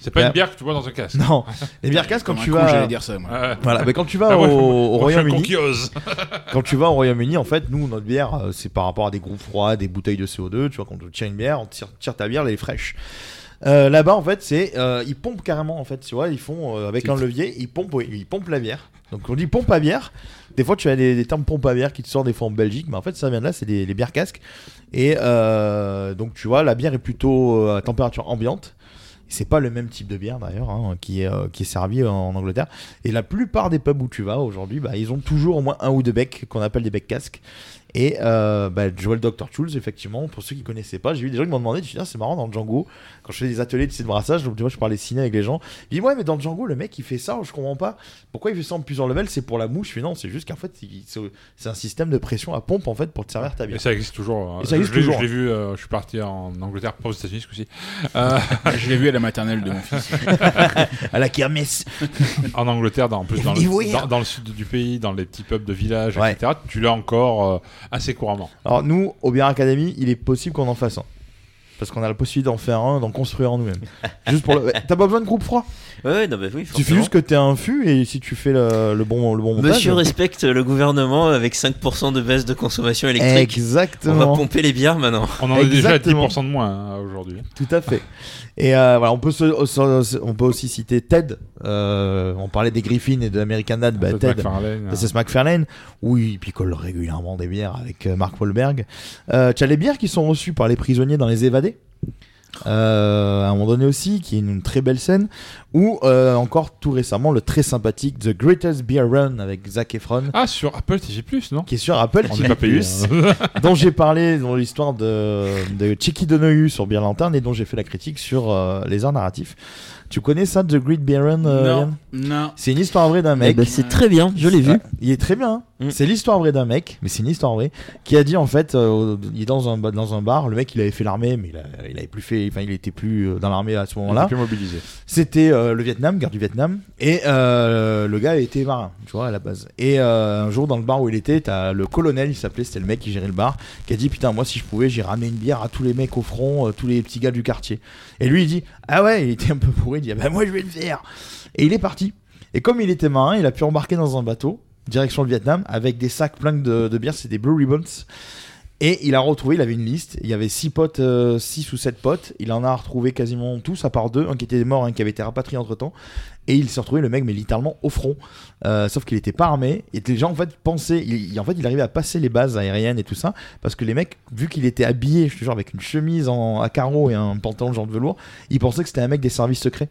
[SPEAKER 8] C'est pas
[SPEAKER 5] Ouais.
[SPEAKER 8] une bière que tu bois dans un casque.
[SPEAKER 5] Non, les bières casques quand
[SPEAKER 7] Comme un
[SPEAKER 5] tu
[SPEAKER 7] con,
[SPEAKER 5] vas
[SPEAKER 7] j'allais dire ça. Moi.
[SPEAKER 8] Ah,
[SPEAKER 5] voilà, mais quand tu vas
[SPEAKER 8] Ah, moi,
[SPEAKER 5] au,
[SPEAKER 8] je-
[SPEAKER 5] au
[SPEAKER 8] moi, je suis un
[SPEAKER 5] Royaume-Uni,
[SPEAKER 8] conquillose.
[SPEAKER 5] quand tu vas au Royaume-Uni, en fait, nous, notre bière, euh, c'est par rapport à des groupes froids, des bouteilles de CO2. Tu vois, quand on tire une bière, on tire, tire ta bière, elle est fraîche. Euh, Là-bas, en fait, c'est euh, ils pompent carrément, en fait, tu vois, ils font euh, avec un levier, ils pompent, ils pompent la bière. Donc on dit pompe à bière. Des fois, tu as des, des termes pompe à bière qui te sortent des fois en Belgique, mais en fait, ça vient de là, c'est les, les bières casques. Et euh, donc, tu vois, la bière est plutôt euh, à température ambiante. C'est pas le même type de bière d'ailleurs hein, qui, est, euh, qui est servi en, en Angleterre. Et la plupart des pubs où tu vas aujourd'hui, bah, ils ont toujours au moins un ou deux becs qu'on appelle des becs casques. Et euh, bah, Joel Dr. Tools, effectivement, pour ceux qui connaissaient pas, j'ai eu des gens qui m'ont demandé, tu dis, c'est marrant dans Django, quand je fais des ateliers de site de brassage, donc, tu vois, je parlais ciné avec les gens. Ils disent, ouais, mais dans Django, le mec il fait ça, je comprends pas. Pourquoi il fait ça en plusieurs levels C'est pour la mouche, mais non, c'est juste qu'en fait, il- c'est c'est un système de pression à pompe en fait pour te servir ta bière.
[SPEAKER 8] Et ça existe toujours. hein.
[SPEAKER 5] Et ça existe
[SPEAKER 8] je l'ai-
[SPEAKER 5] toujours.
[SPEAKER 8] Je l'ai vu, euh, je suis parti en Angleterre, pas aux États-Unis ce coup-ci. Euh,
[SPEAKER 7] Je l'ai vu à la maternelle de mon fils.
[SPEAKER 5] à la kermesse.
[SPEAKER 8] en Angleterre, dans, en plus, dans le,
[SPEAKER 5] Anywhere.
[SPEAKER 8] dans, dans le sud du pays, dans les petits pubs de village,
[SPEAKER 5] Ouais.
[SPEAKER 8] etc., tu l'as encore euh, assez couramment.
[SPEAKER 5] Alors nous, au Bière Academy, il est possible qu'on en fasse un. Parce qu'on a la possibilité d'en faire un, d'en construire un nous-mêmes. juste pour le... Ouais, T'as pas besoin de groupe froid.
[SPEAKER 10] Ouais, non, mais oui,
[SPEAKER 5] Tu fais
[SPEAKER 10] forcément.
[SPEAKER 5] juste que t'es un fût et si tu fais le, le bon le bon montage.
[SPEAKER 10] Monsieur respecte le gouvernement avec 5% de baisse de consommation électrique.
[SPEAKER 5] Exactement.
[SPEAKER 10] On va pomper les bières maintenant.
[SPEAKER 8] On en est déjà à
[SPEAKER 5] Exactement.
[SPEAKER 8] 10% de moins hein, aujourd'hui.
[SPEAKER 5] Tout à fait. Et euh, voilà, on peut, se- se- on peut aussi citer Ted. Euh, on parlait des Griffins et de l'American Dad.
[SPEAKER 10] Ah,
[SPEAKER 5] Bah,
[SPEAKER 8] Seth
[SPEAKER 5] Ted,
[SPEAKER 8] MacFarlane,
[SPEAKER 5] c'est Seth MacFarlane, où il picole régulièrement des bières avec euh, Mark Wahlberg. Euh, tu as les bières qui sont reçues par les prisonniers dans Les Évadés. Euh, à un moment donné aussi, qui est une très belle scène, ou euh, encore tout récemment le très sympathique The Greatest Beer Run avec Zac Efron.
[SPEAKER 8] Ah, sur Apple TV, non
[SPEAKER 5] Qui est sur Apple
[SPEAKER 8] On
[SPEAKER 5] TV+,
[SPEAKER 8] n'est pas payé, hein.
[SPEAKER 5] dont j'ai parlé dans l'histoire de, de Chicky Donohue sur Beer Lantern et dont j'ai fait la critique sur euh, les arts narratifs. Tu connais ça, The Great Beer Run euh,
[SPEAKER 7] Non,
[SPEAKER 5] Yann
[SPEAKER 7] non.
[SPEAKER 5] C'est une histoire vraie d'un mec.
[SPEAKER 9] ben, c'est très bien, je l'ai vu. Mm.
[SPEAKER 5] Ouais, Il est très bien. hein. C'est l'histoire vraie d'un mec, mais c'est une histoire vraie, qui a dit en fait, euh, il est dans un, ba- dans un bar, le mec il avait fait l'armée, mais il, a- il avait plus fait, enfin il était plus euh, dans l'armée à ce moment-là.
[SPEAKER 8] était plus mobilisé.
[SPEAKER 5] C'était euh, le Vietnam, guerre du Vietnam, et euh, le gars était marin, tu vois, à la base. Et euh, un jour dans le bar où il était, t'as le colonel, il s'appelait, c'était le mec qui gérait le bar, qui a dit putain moi si je pouvais, j'ai ramené une bière à tous les mecs au front, euh, tous les petits gars du quartier. Et lui il dit ah ouais, il était un peu bourré, il dit ah bah moi je vais le faire. Et il est parti. Et comme il était marin, il a pu embarquer dans un bateau, direction le Vietnam, avec des sacs pleins de, de bière, c'est des Blue Ribbons. Et il a retrouvé, il avait une liste, il y avait 6 potes, 6 ou 7 potes, il en a retrouvé quasiment tous, à part deux, un qui était mort, un qui avait été rapatrié entre temps, et il s'est retrouvé le mec, mais littéralement au front, Euh, sauf qu'il était pas armé, et les gens en fait pensaient, il, il- en fait il arrivait à passer les bases aériennes et tout ça, parce que les mecs, vu qu'il était habillé, je te jure, avec une chemise en, à carreaux et un pantalon genre de velours, ils pensaient que c'était un mec des services secrets.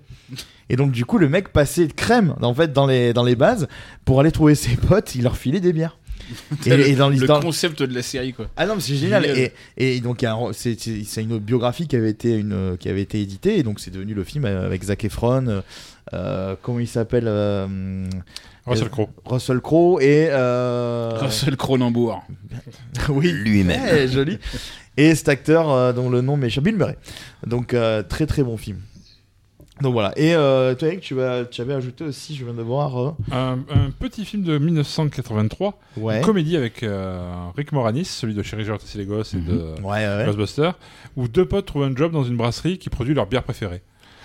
[SPEAKER 5] Et donc du coup le mec passait de crème en fait dans les, dans les bases pour aller trouver ses potes, il leur filait des bières. Et, et dans
[SPEAKER 7] le
[SPEAKER 5] l'histoire
[SPEAKER 7] concept de la série, quoi.
[SPEAKER 5] ah non, mais c'est génial. Et, et donc, il y a un- c'est c'est- c'est une biographie qui avait été, une, qui avait été éditée, et donc c'est devenu le film avec Zac Efron. euh, comment il s'appelle euh,
[SPEAKER 8] Russell
[SPEAKER 5] euh,
[SPEAKER 8] Crowe.
[SPEAKER 5] Russell Crowe et. euh,
[SPEAKER 7] Russell Cronenbourg.
[SPEAKER 5] oui. Lui-même. joli. Et cet acteur euh, dont le nom m'échappe, Bill Murray. Donc, euh, très très bon film. Donc voilà. Et euh, toi, Eric, tu, vas, tu avais ajouté aussi, je viens de voir. euh,
[SPEAKER 8] Un, un petit film de 1983,
[SPEAKER 5] Ouais.
[SPEAKER 8] une comédie avec euh, Rick Moranis, celui de Chez Richard et les Gosses et
[SPEAKER 5] Mhm.
[SPEAKER 8] de
[SPEAKER 5] Ouais, ouais.
[SPEAKER 8] Ghostbusters, où deux potes trouvent un job dans une brasserie qui produit leur bière préférée.